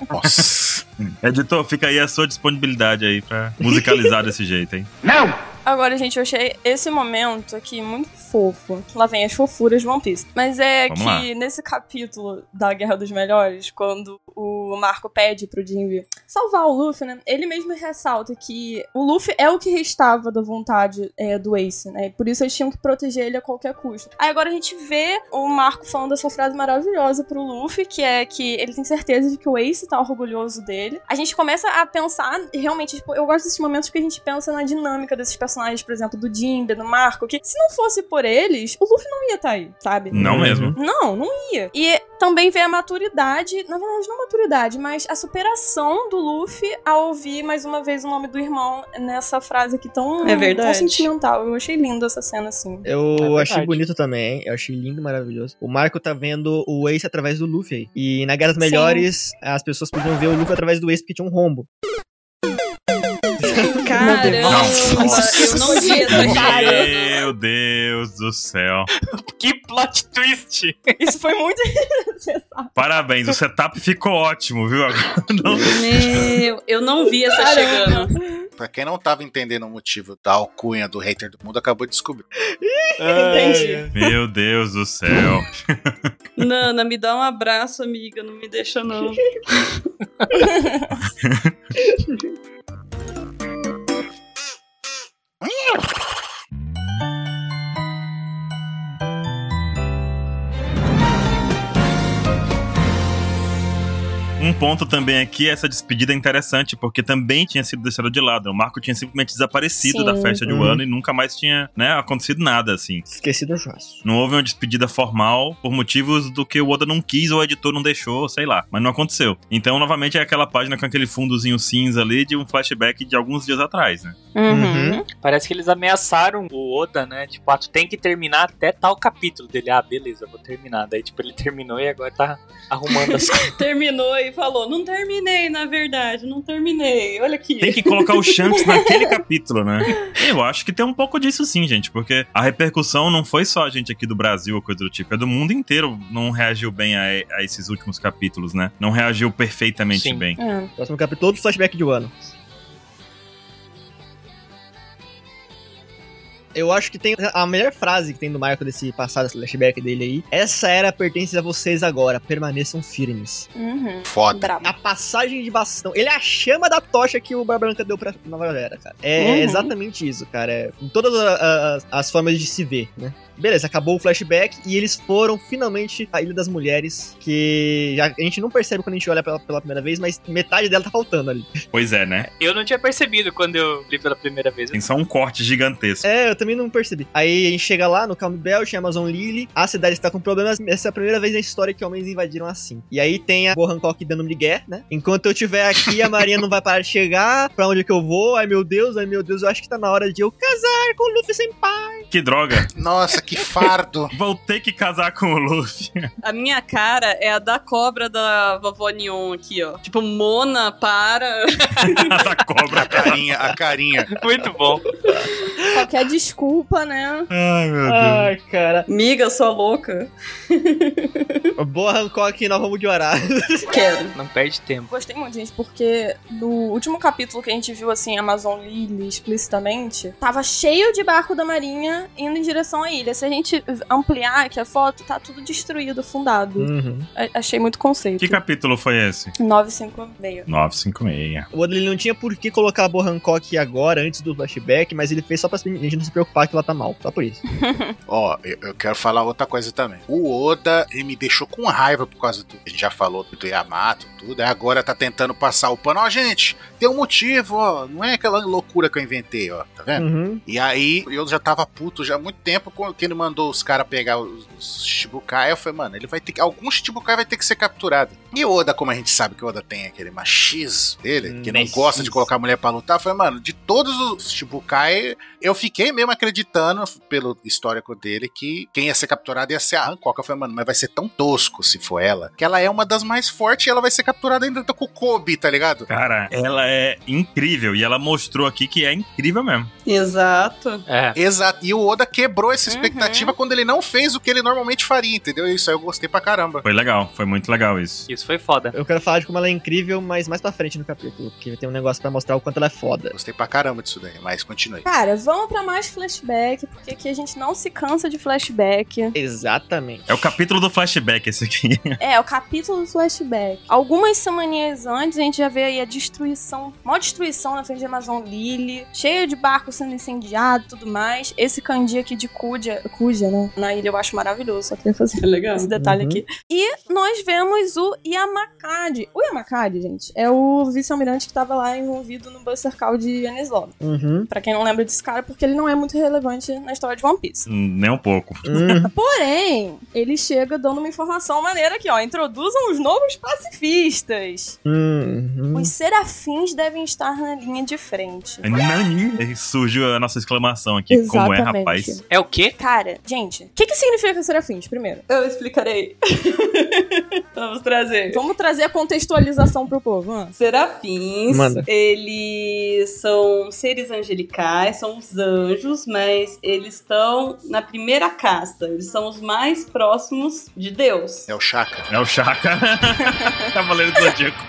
S2: Nossa.
S1: Editor, fica aí a sua disponibilidade aí pra musicalizar desse jeito, hein?
S7: Agora, gente, eu achei esse momento aqui muito fofo. Lá vem as fofuras de One Piece. Mas é
S1: Vamos
S7: que
S1: lá.
S7: nesse capítulo da Guerra dos Melhores, quando o Marco pede pro Jinbe salvar o Luffy, né? Ele mesmo ressalta que o Luffy é o que restava da vontade é, do Ace, né? Por isso eles tinham que proteger ele a qualquer custo. Aí agora a gente vê o Marco falando essa frase maravilhosa pro Luffy, que é que ele tem certeza de que o Ace tá orgulhoso dele. A gente começa a pensar, e realmente, tipo, eu gosto desses momentos que a gente pensa na dinâmica desses personagens, por exemplo, do Jinbe, do Marco, que se não fosse por eles, o Luffy não ia estar tá aí, sabe?
S1: Não
S6: Uhum.
S1: mesmo.
S7: Não, não ia. E também ver a maturidade, na verdade, não maturidade, mas a superação do Luffy ao ouvir mais uma vez o nome do irmão nessa frase aqui tão,
S4: É verdade.
S7: tão sentimental. Eu achei linda essa
S4: [laughs]
S7: cena, assim.
S6: Eu
S5: É
S6: achei
S5: verdade.
S6: bonito também, eu achei lindo, maravilhoso. O Marco tá vendo o Ace através do Luffy aí. E na Guerra das Melhores, as pessoas podiam ver o Luffy através do Ace porque tinha um rombo.
S4: Caramba, eu não vi essa cara.
S1: Meu Deus do céu.
S5: Que plot twist!
S7: Isso foi muito necessário.
S1: Parabéns, o setup ficou ótimo, viu?
S4: Meu, eu não vi essa chegando.
S2: Pra quem não tava entendendo o motivo da alcunha do hater do mundo, acabou de descobrir.
S7: Entendi.
S1: Meu Deus do céu.
S4: Nana, me dá um abraço, amiga. Não me deixa, não.
S1: Um ponto também aqui, essa despedida é interessante, porque também tinha sido deixada de lado. O Marco tinha simplesmente desaparecido
S7: Sim.
S1: da festa de
S6: Uhum.
S1: Wano e nunca mais tinha né, acontecido nada, assim.
S6: Esqueci do churrasco.
S1: Não houve uma despedida formal por motivos do que o Oda não quis ou o editor não deixou, sei lá. Mas não aconteceu. Então, novamente, é aquela página com aquele fundozinho cinza ali de um flashback de alguns dias atrás, né?
S6: Uhum.
S5: Parece que eles ameaçaram o Oda, né? Tipo, ah, tu tem que terminar até tal capítulo dele. Ah, beleza, vou terminar. Daí, tipo, ele terminou e agora tá arrumando as coisas.
S4: Terminou e falou: Não terminei, na verdade, não terminei. Olha aqui.
S1: Tem que colocar o Shanks naquele capítulo, né? Eu acho que tem um pouco disso sim, gente, porque a repercussão não foi só a gente aqui do Brasil ou coisa do tipo, é do mundo inteiro não reagiu bem a, a esses últimos capítulos, né? Não reagiu perfeitamente
S5: Sim.
S1: bem.
S7: É,
S6: Próximo capítulo, todo flashback de Wano. Eu acho que tem a melhor frase que tem do Marco desse passado, esse flashback dele aí. Essa era pertence a vocês agora, permaneçam firmes.
S7: Uhum.
S2: Foda.
S7: Brabo.
S6: A passagem de bastão. Ele é a chama da tocha que o Barba Branca deu pra Nova Era, cara. É
S7: Uhum.
S6: exatamente isso, cara. É, em todas a- a- as formas de se ver, né? Beleza, acabou o flashback e eles foram finalmente à Ilha das Mulheres, que já- a gente não percebe quando a gente olha pela, pela primeira vez, mas metade dela tá faltando ali.
S1: Pois é, né?
S5: Eu não tinha percebido quando eu li pela primeira vez. [laughs]
S1: Tem só um corte gigantesco.
S6: É, eu também não percebi. Aí a gente chega lá no Calm Belt, em Amazon Lily, a cidade está com problemas. Essa é a primeira vez na história que homens invadiram assim. E aí tem a Bo Hancock dando migué, né? Enquanto eu estiver aqui, a Marinha não vai parar de chegar. [laughs] Pra onde que eu vou? Ai meu Deus, ai meu Deus, eu acho que tá na hora de eu casar com o Luffy sem pai.
S1: Que droga!
S2: Nossa, que fardo.
S1: Vou ter que casar com o Luffy.
S4: A minha cara é a da cobra da vovó Neon aqui, ó. Tipo, Mona, para.
S1: da
S2: A
S1: cobra. tá
S2: carinha, a carinha.
S5: Muito bom.
S7: Qualquer desculpa, né?
S1: Ai, meu Deus.
S6: Ai, cara.
S4: Miga, sua louca.
S6: Boa Hancock, nós vamos de orar. [laughs]
S4: Quero.
S5: Não perde tempo.
S7: Gostei muito, gente, porque no último capítulo que a gente viu, assim, Amazon Lily explicitamente, tava cheio de barco da marinha indo em direção à ilha. Se a gente ampliar aqui a foto, tá tudo destruído,
S6: Hum.
S7: afundado.
S1: Uhum.
S7: A- Achei muito conceito.
S1: Que capítulo foi esse?
S7: 956.
S1: 956.
S6: O Oda ele não tinha por que colocar a Bo Hancock agora, antes do flashback, mas ele fez só pra gente não se preocupar que ela tá mal. Só por isso.
S2: Ó, eu, eu quero falar outra coisa também. O Oda, ele me deixou com raiva por causa do. A gente já falou do Yamato, tudo. Aí agora tá tentando passar o pano. Ó, gente, tem um motivo, ó. Não é aquela loucura que eu inventei, ó. Tá vendo?
S6: Uhum.
S2: E aí, eu já tava puto já há muito tempo quando ele mandou os caras pegar os, os Shibukai. Eu falei, mano, ele vai ter que. Alguns Shibukai vai ter que ser capturado. E o Oda, como a gente sabe que o Oda tem aquele machismo dele,
S6: Hum,
S2: que não
S6: machismo.
S2: gosta de colocar mulher pra lutar, eu falei, mano, de todos os Shibukai, eu fiquei mesmo acreditando, pelo histórico dele, que quem ia ser capturado ia ser a Hancock. Eu falei, mano, mas vai ser tão tosco se for ela, que ela é uma das mais fortes e ela vai ser capturada ainda com o Kobe, tá ligado?
S1: Cara, ela é incrível e ela mostrou aqui que é incrível mesmo.
S4: Exato.
S5: É.
S2: Exato. E o Oda quebrou essa
S7: Uhum.
S2: expectativa quando ele não fez o que ele normalmente faria, entendeu? Isso aí eu gostei pra caramba.
S1: Foi legal, foi muito legal isso.
S5: Isso foi foda.
S6: Eu quero falar de como ela é incrível, mas mais pra frente no capítulo, porque tem um negócio pra mostrar o quanto ela é foda.
S2: Gostei pra caramba disso daí, mas continue.
S7: Cara, vamos pra mais flashback, porque aqui a gente não se cansa de flashback.
S6: Exatamente.
S1: É o capítulo do flashback esse aqui. [laughs]
S7: É, o capítulo do flashback. Algumas semaninhas antes, a gente já vê aí a destruição destruíram. Mó destruição na frente de Amazon Lily. Cheia de barco sendo incendiado e tudo mais. Esse Kandi aqui de Cuja, Cuja, né? Na ilha eu acho maravilhoso. Só
S4: [laughs]
S7: queria fazer
S4: É legal.
S7: esse detalhe
S6: Uhum.
S7: aqui. E nós vemos o Yamakade. O Yamakade, gente, é o vice-almirante que tava lá envolvido no Buster Call de Anislow.
S6: Uhum.
S7: Pra quem não lembra desse cara, porque ele não é muito relevante na história de One Piece.
S1: Hum, Nem um pouco.
S6: Uhum.
S7: Porém, ele chega dando uma informação maneira aqui, ó. Introduzam os novos pacifistas.
S1: [laughs]
S6: Uhum.
S7: Os serafins devem estar na linha de frente.
S1: Nani, surgiu a nossa exclamação aqui. Como é, rapaz?
S5: É o quê?
S7: Cara, gente, o que, que significa serafins, primeiro?
S4: Eu explicarei. [laughs] Vamos trazer.
S7: Vamos trazer a contextualização pro povo. hã?
S4: Serafins,
S6: Manda.
S4: eles são seres angelicais, são os anjos, mas eles estão na primeira casta. Eles são os mais próximos de Deus.
S2: É o Chaka.
S1: É o Chaka. [laughs] Cavaleiro do Zodíaco.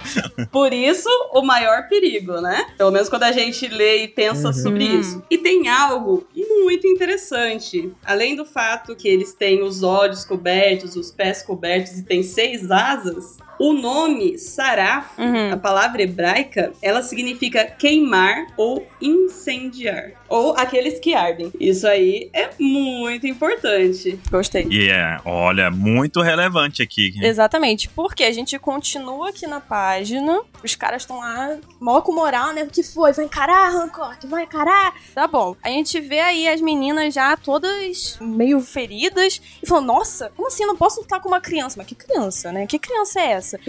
S4: Por isso, o maior perigo, né? Pelo menos quando a gente lê e pensa
S6: Uhum.
S4: sobre
S7: Hum.
S4: isso. E tem algo muito interessante. Além do fato que eles têm os olhos cobertos, os pés cobertos e têm seis asas, o nome Saraf,
S7: Uhum.
S4: a palavra hebraica, ela significa queimar ou incendiar. Ou aqueles que ardem. Isso aí é muito importante.
S7: Gostei.
S1: E é, olha, muito relevante aqui.
S7: Exatamente, porque a gente continua aqui na página, os caras estão lá, mó com moral, né? O que foi? Vai encarar, Hancock, vai encarar. Tá bom. A gente vê aí as meninas já todas meio feridas e falam: Nossa, como assim? Eu não posso lutar com uma criança. Mas que criança, né? Que criança é essa?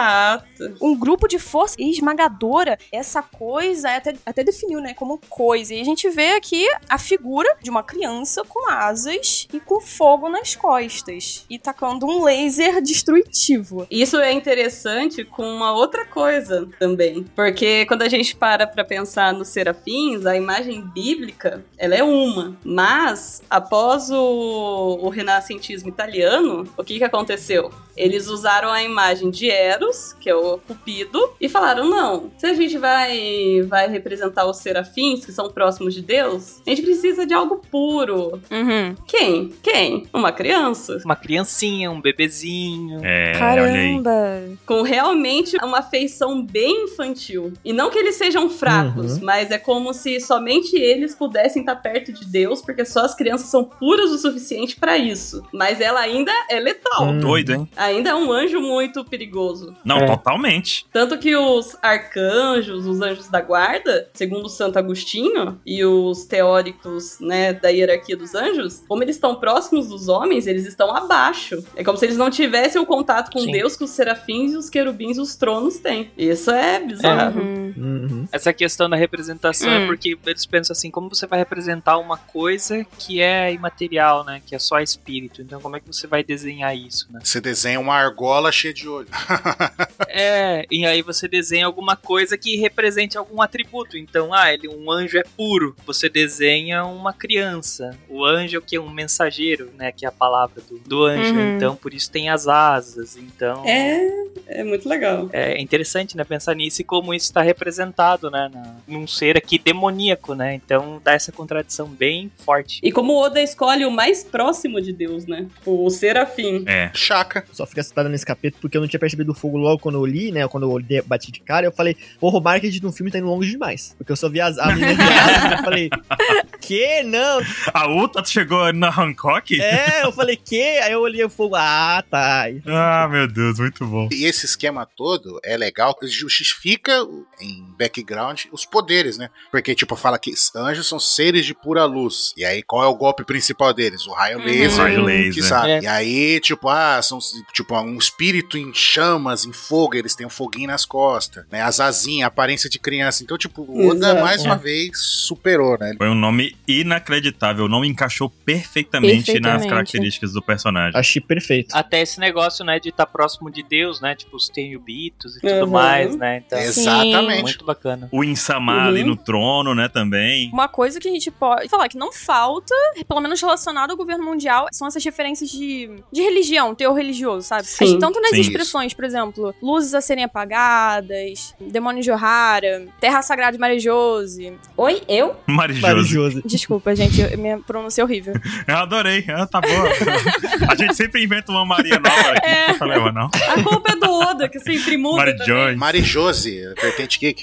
S4: Exato.
S7: Um grupo de força esmagadora, essa coisa, é até, até definiu, né? Como coisa. E a gente vê aqui a figura de uma criança com asas e com fogo nas costas e tacando um laser destrutivo.
S4: Isso é interessante com uma outra coisa também, porque quando a gente para pra pensar nos serafins, a imagem bíblica, ela é uma, mas após o, o renascentismo italiano, o que que aconteceu? Eles usaram a imagem de Eros, que é o Cupido, e falaram: não, se a gente vai, vai representar os serafins, que são próximos de Deus, a gente precisa de algo puro.
S7: Uhum.
S4: Quem? Quem? Uma criança.
S5: Uma criancinha, um bebezinho.
S1: É, olha aí.
S7: Caramba!
S4: com realmente uma feição bem infantil. E não que eles sejam fracos,
S6: Uhum.
S4: mas é como se somente eles pudessem estar perto de Deus, porque só as crianças são puras o suficiente pra isso. Mas ela ainda é letal.
S6: Hum.
S1: Doido, hein?
S4: Ainda é um anjo muito perigoso.
S1: Não,
S6: É.
S1: totalmente.
S4: Tanto que os arcanjos, os anjos da guarda, segundo Santo Agostinho e os teóricos, né, da hierarquia dos anjos, como eles estão próximos dos homens, eles estão abaixo. É como se eles não tivessem o contato com
S5: Sim.
S4: Deus que os serafins, os querubins e os tronos têm. Isso é bizarro.
S6: Uhum.
S5: Essa questão da representação
S7: Hum.
S5: é porque eles pensam assim, como você vai representar uma coisa que é imaterial, né? Que é só espírito. Então como é que você vai desenhar isso, né?
S2: Você desenha uma argola cheia de olho.
S5: É, e aí você desenha alguma coisa que represente algum atributo. Então, ah, ele, um anjo é puro. Você desenha uma criança. O anjo é o que? Um mensageiro, né? Que é a palavra do, do anjo.
S7: Uhum.
S5: Então, por isso tem as asas. Então.
S4: É, é muito legal.
S5: É interessante, né, pensar nisso e como isso está representado, né, na- num ser aqui demoníaco, né? Então dá essa contradição bem forte.
S4: E como o Oda escolhe o mais próximo de Deus, né? O serafim.
S1: É.
S2: Chaka.
S6: Só fica citada nesse capítulo porque eu não tinha percebido o fogo logo quando eu li, né? Quando eu li- bati de cara, eu falei, porra, o marketing do filme tá indo longe demais. Porque eu só vi as, a menina
S1: [laughs]
S6: de asas, eu falei, que não?
S1: A Uta chegou na Hancock?
S6: É, eu falei, que? Aí eu olhei o fogo, ah, tá.
S1: Ah, meu Deus, muito bom.
S2: E esse esquema todo é legal, justifica em background os poderes, né? Porque, tipo, fala que anjos são seres de pura luz. E aí, qual é o golpe principal deles? O raio
S7: Uhum.
S2: laser.
S1: Raio
S2: Que
S1: laser.
S2: sabe.
S5: É.
S2: E aí, tipo, ah, são tipo um espírito em chamas, em fogo, eles têm um foguinho nas costas, né? As asinhas, a aparência de criança. Então, tipo, o Oda
S4: Exato.
S2: mais
S5: É.
S2: uma vez superou, né?
S1: Foi um nome inacreditável. O nome encaixou perfeitamente, nas
S7: Perfeitamente.
S1: características do personagem.
S6: Achei perfeito.
S5: Até esse negócio, né, de estar próximo de Deus, né? Tipo, os tenryubitos e tudo
S4: Uhum.
S5: mais, né? Então,
S2: Exatamente.
S5: muito bacana.
S1: O Insama ali
S4: Uhum.
S1: no trono, né, também.
S7: Uma coisa que a gente pode falar que não falta, pelo menos relacionado ao governo mundial, são essas referências de, de religião, teor religioso, sabe?
S4: Sim.
S7: A gente- Tanto nas
S2: Sim,
S7: expressões, por exemplo, luzes a serem apagadas, demônio de Ohara, terra sagrada de Marejose.
S4: Oi, eu?
S1: Marijoso.
S6: Maravilhoso.
S7: Desculpa, gente, eu- minha pronúncia é horrível.
S1: Eu adorei. Ah, tá bom. A gente sempre inventa uma Maria nova aqui.
S7: É.
S1: Não tem problema, não.
S4: A culpa é do Oda, que sempre muda. também.
S1: Marijones.
S5: [laughs]
S2: Mari Jose, vertente geek.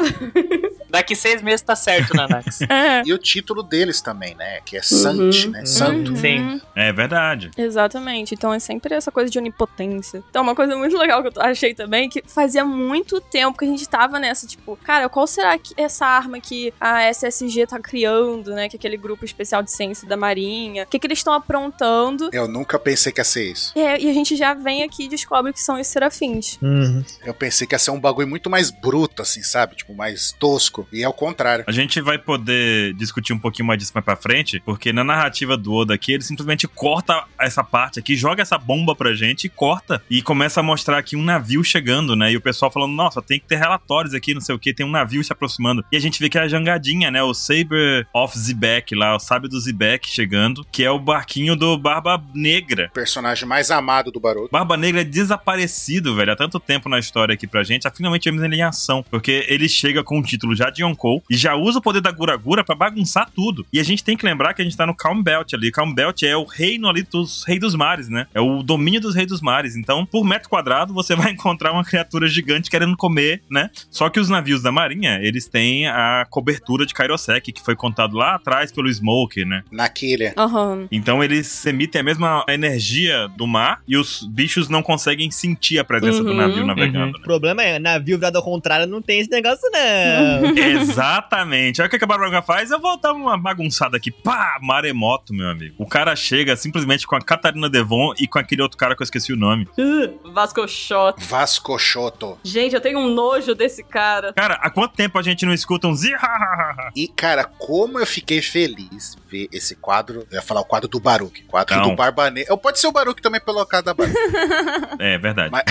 S5: Daqui seis meses tá certo, Nanax.
S7: É.
S2: E o título deles também, né? Que é
S5: Uhum,
S2: Sante, né? Santo.
S7: Uhum.
S5: Sim.
S1: É verdade.
S7: Exatamente. Então é sempre essa coisa de onipotência. Então, uma coisa muito [laughs] legal que eu t- achei também, é que fazia muito tempo que a gente tava nessa, tipo, cara, qual será que essa arma que a SSG tá criando, né? Que é aquele grupo especial de ciência da Marinha. O que, que eles estão aprontando?
S2: Eu nunca pensei que ia ser isso.
S7: É, e a gente já vem aqui e descobre que são os serafins.
S6: Uhum.
S2: Eu pensei que ia ser um bagulho muito mais bruto, assim, sabe? Tipo, mais tosco. E é o contrário.
S1: A gente vai poder discutir um pouquinho mais disso mais pra frente, porque na narrativa do Oda aqui, ele simplesmente corta essa parte aqui, joga essa bomba pra gente e corta. E começa a mostrar aqui um navio chegando, né? E o pessoal falando, nossa, tem que ter relatórios aqui, não sei o que, tem um navio se aproximando. E a gente vê que é a jangadinha, né? O Saber of Zebek lá, o sábio do Zebek chegando, que é o barquinho do Barba Negra.
S2: O personagem mais amado do Baroto.
S1: Barba Negra é desaparecido, velho, há tanto tempo na história aqui pra gente. Ah, finalmente vemos ele em ação. Porque ele chega com o título já de Yonkou e já usa o poder da Guragura pra bagunçar tudo. E a gente tem que lembrar que a gente tá no Calm Belt ali. Calm Belt é o reino ali dos Reis dos Mares, né? É o domínio dos Reis dos Mares. Então, por metro quadrado, você [laughs] vai encontrar uma criatura gigante querendo comer, né? Só que os navios da Marinha, eles têm a cobertura de Kairosek, que foi contado lá atrás pelo Smoke, né?
S2: Naquele.
S7: Aham.
S1: Então eles emitem a mesma energia do mar e os bichos não conseguem sentir a presença do
S4: Uhum.
S1: navio navegando.
S6: O problema é, navio virado ao contrário não tem esse negócio,
S1: [laughs]
S6: não.
S1: né? Exatamente. Olha o que que a Barbaga faz. Eu vou dar uma bagunçada aqui. Pá! Maremoto, meu amigo. O cara chega simplesmente com a Catarina Devon e com aquele outro cara que eu esqueci o nome.
S4: Uh, Vasco Shot.
S2: Vasco Choto.
S4: Gente, eu tenho um nojo desse cara.
S1: Cara, há quanto tempo a gente não escuta um
S2: [laughs]
S1: zihahaha?
S2: E, cara, como eu fiquei feliz ver esse quadro. Eu ia falar o quadro do Baruque. Quadro
S1: Não.
S2: do Barba Negra. Pode ser o Baruque também pelo caso da Barba [laughs]
S1: É verdade.
S2: Mas-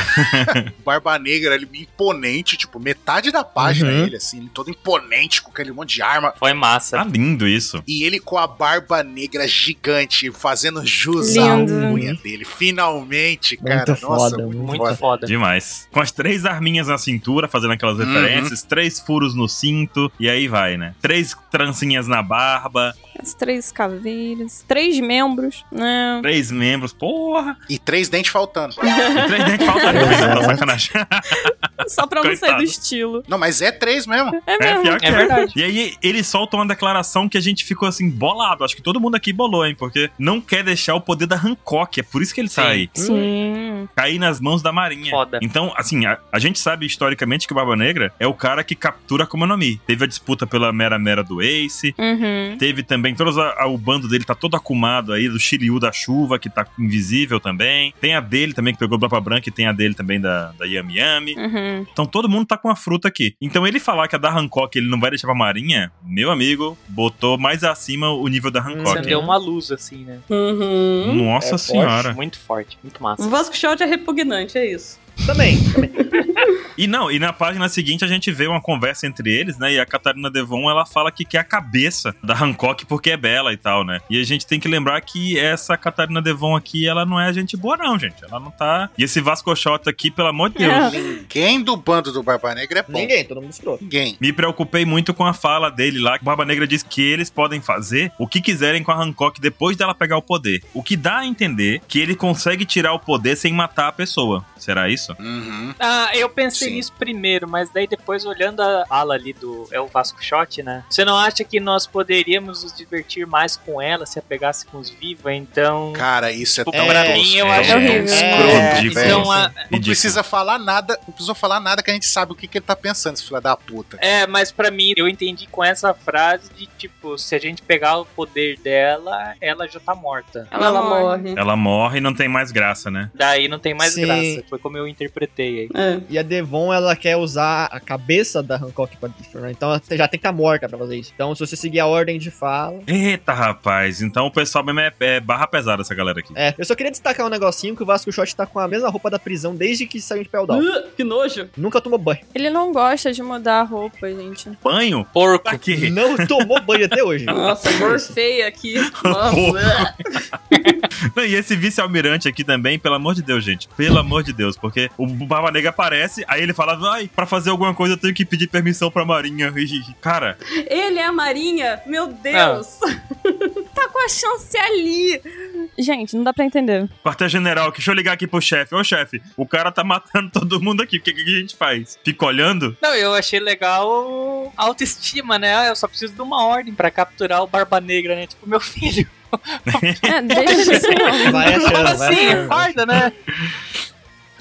S2: O Barba Negra, ele imponente, tipo, metade da página
S6: Uhum.
S2: ele, assim, ele todo imponente com aquele monte de arma.
S5: [laughs] Foi massa.
S1: Tá lindo isso.
S2: E ele com a barba negra gigante, fazendo jus
S7: Lindo.
S2: à unha dele. Finalmente,
S6: Muito
S2: cara. nossa,
S6: foda,
S2: muito,
S5: Muito
S2: foda.
S5: foda.
S1: Demais. Com as três arminhas na cintura, fazendo aquelas
S2: Uhum.
S1: referências, três furos no cinto, e aí vai, né? Três trancinhas na barba,
S7: As três caveiras, três membros, né?
S1: [laughs] três membros, porra!
S2: E três dentes faltando.
S1: [laughs] E três dentes
S7: É
S1: faltando, tá sacanagem.
S7: Só pra não sair
S1: Coitado.
S7: do estilo.
S2: Não, mas é três mesmo.
S7: É
S1: [laughs] É,
S7: mesmo.
S1: pior que
S5: É
S1: é.
S5: verdade.
S1: E aí ele solta uma declaração que a gente ficou assim bolado. Acho que todo mundo aqui bolou, hein? Porque não quer deixar o poder da Hancock. É por isso que ele tá
S5: Sim.
S1: aí.
S7: Sim.
S1: Cair nas mãos da Marinha.
S5: Foda.
S1: Então, assim, a, a gente sabe historicamente que o Barba Negra é o cara que captura a Akuma no Mi. Teve a disputa pela Mera Mera do Ace.
S7: Uhum.
S1: Teve também, todos a- a- o bando dele tá todo acumado aí, do Shiryu da chuva, que tá invisível também. Tem a dele também, que pegou o Blapa Branca, e tem a dele também da, da Yami Yami.
S7: Uhum.
S1: Então todo mundo tá com a fruta aqui. Então ele falar que a da Hancock ele não vai deixar pra Marinha, meu amigo, botou mais acima o nível da Hancock.
S5: Acendeu uma luz, assim, né?
S4: Uhum.
S1: Nossa
S5: É forte,
S1: senhora.
S5: muito forte, muito
S4: O
S5: massa.
S4: Vasco Shot é repugnante, é isso.
S6: Também.
S1: E não, e na página seguinte a gente vê uma conversa entre eles, né? E a Catarina Devon ela fala que quer a cabeça da Hancock porque é bela e tal, né? E a gente tem que lembrar que essa Catarina Devon aqui, ela não é gente boa, não, gente. Ela não tá. E esse Vasco Shot aqui, pelo amor de Deus.
S7: É.
S2: Ninguém do bando do Barba Negra é bom. Ninguém.
S6: Ninguém, todo mundo escroto.
S1: Me preocupei muito com a fala dele lá, que o Barba Negra diz que eles podem fazer o que quiserem com a Hancock depois dela pegar o poder. O que dá a entender que ele consegue tirar o poder sem matar a pessoa. Será isso?
S2: Uhum.
S5: Ah, eu pensei
S2: Sim.
S5: nisso primeiro, mas daí depois olhando a ala ali do é o Vasco Shot, né? Você não acha que nós poderíamos nos divertir mais com ela se a pegasse com os vivos? Então,
S2: Cara, isso é
S5: Tipo,
S2: tão
S5: pra
S2: tosco.
S5: mim eu
S1: é
S5: acho
S1: tão
S5: que
S6: escroto,
S5: é,
S1: ridículo.
S5: então, a-
S1: E
S2: Não precisa falar nada, não precisa falar nada que a gente sabe o que, que ele tá pensando, esse filho da puta.
S5: é, mas pra mim eu entendi com essa frase de tipo, se a gente pegar o poder dela, ela já tá morta.
S4: Ela, morre.
S1: Ela morre e não tem mais graça, né?
S5: Daí não tem mais
S6: Sim.
S5: graça. Foi como eu interpretei aí.
S4: É.
S6: E a Devon, ela quer usar a cabeça da Hancock pra transformar. Então ela já tem que estar morta pra fazer isso. Então, se você seguir a ordem de fala.
S1: Eita, rapaz. Então o pessoal mesmo é, é barra pesada, essa galera aqui.
S6: É, eu só queria destacar um negocinho que o Vasco Shot tá com a mesma roupa da prisão desde que saiu de Pell Down.
S4: Uh, que nojo.
S6: Nunca tomou banho.
S7: Ele não gosta de mudar a roupa, gente.
S1: Banho?
S5: Porco.
S1: Pra quê?
S6: Não tomou banho até
S1: [laughs]
S6: hoje.
S4: Nossa, morfei aqui. Nossa.
S1: Porco. E esse vice-almirante aqui também, pelo amor de Deus, gente. Pelo amor de Deus, porque o Barba Negra aparece, aí ele fala, vai, pra fazer alguma coisa eu tenho que pedir permissão pra Marinha. E, cara,
S4: Ele é a Marinha? Meu Deus!
S7: Tá com a chance ali. Gente, não dá pra entender.
S1: quartel-general, aqui, deixa eu ligar aqui pro chefe. Ô, chefe, o cara tá matando [laughs] todo mundo aqui. O que, que a gente faz? Fica olhando? [laughs]
S5: Não, eu achei legal a autoestima, né? Ah, Eu só preciso de uma ordem pra capturar o Barba Negra, né? Tipo, meu filho.
S7: É, deixa isso.
S6: [laughs] Vai
S5: Como
S6: achando, vai
S5: assim?
S6: achando.
S5: Acorda, né?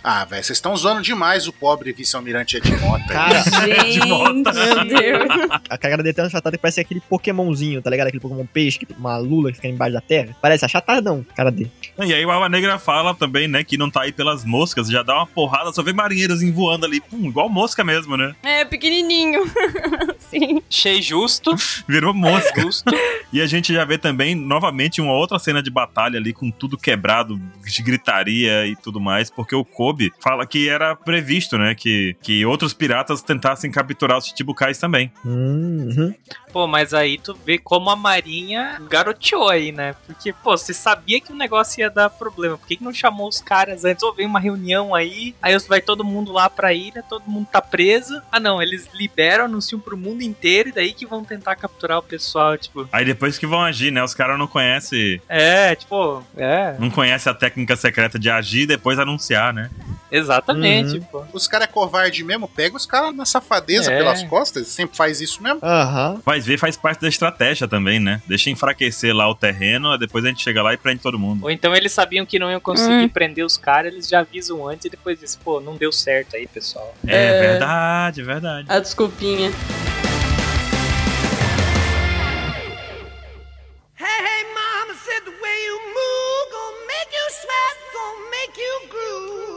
S2: Ah, velho, vocês estão zoando demais o pobre vice-almirante Edmota. aí.
S6: Cara,
S1: De volta.
S4: meu Deus!
S6: a cara dele é tão achatada que parece aquele pokémonzinho, tá ligado? Aquele pokémon peixe, que, uma lula que fica embaixo da terra. Parece achatadão, a cara dele.
S1: E aí o Alma Negra fala também, né, que não tá aí pelas moscas, já dá uma porrada, só vê marinheiros em voando ali, pum, igual mosca mesmo, né?
S7: É, pequenininho. [laughs] Sim.
S5: Achei justo.
S1: Virou mosca.
S5: Justo.
S1: E a gente já vê também, novamente, uma outra cena de batalha ali com tudo quebrado, de gritaria e tudo mais, porque o Kobe fala que era previsto, né, que, que outros piratas tentassem capturar os Chichibukais também.
S6: Hum, uhum.
S5: Pô, mas aí tu vê como a Marinha garoteou aí, né? Porque, pô, você sabia que o negócio ia dar problema. Por que, que não chamou os caras antes? Ou vem uma reunião aí, aí vai todo mundo lá pra ilha, todo mundo tá preso. Ah, não, eles liberam, anunciam pro mundo inteiro e daí que vão tentar capturar o pessoal, tipo.
S1: Aí depois que vão agir, né, os caras não conhecem
S5: É, tipo, é.
S1: não conhece a técnica secreta de agir e depois anunciar, né?
S5: Exatamente,
S9: Uhum.
S5: pô.
S2: Os caras é covarde mesmo, pega os caras na safadeza
S5: É.
S2: pelas costas, sempre faz isso mesmo.
S6: Aham.
S1: Mas ver faz parte da estratégia também, né? Deixa enfraquecer lá o terreno, aí depois a gente chega lá e prende todo mundo.
S5: Ou então eles sabiam que não iam conseguir prender os caras, eles já avisam antes e depois dizem, pô, não deu certo aí, pessoal.
S1: É
S4: É.
S1: verdade, verdade.
S4: A desculpinha.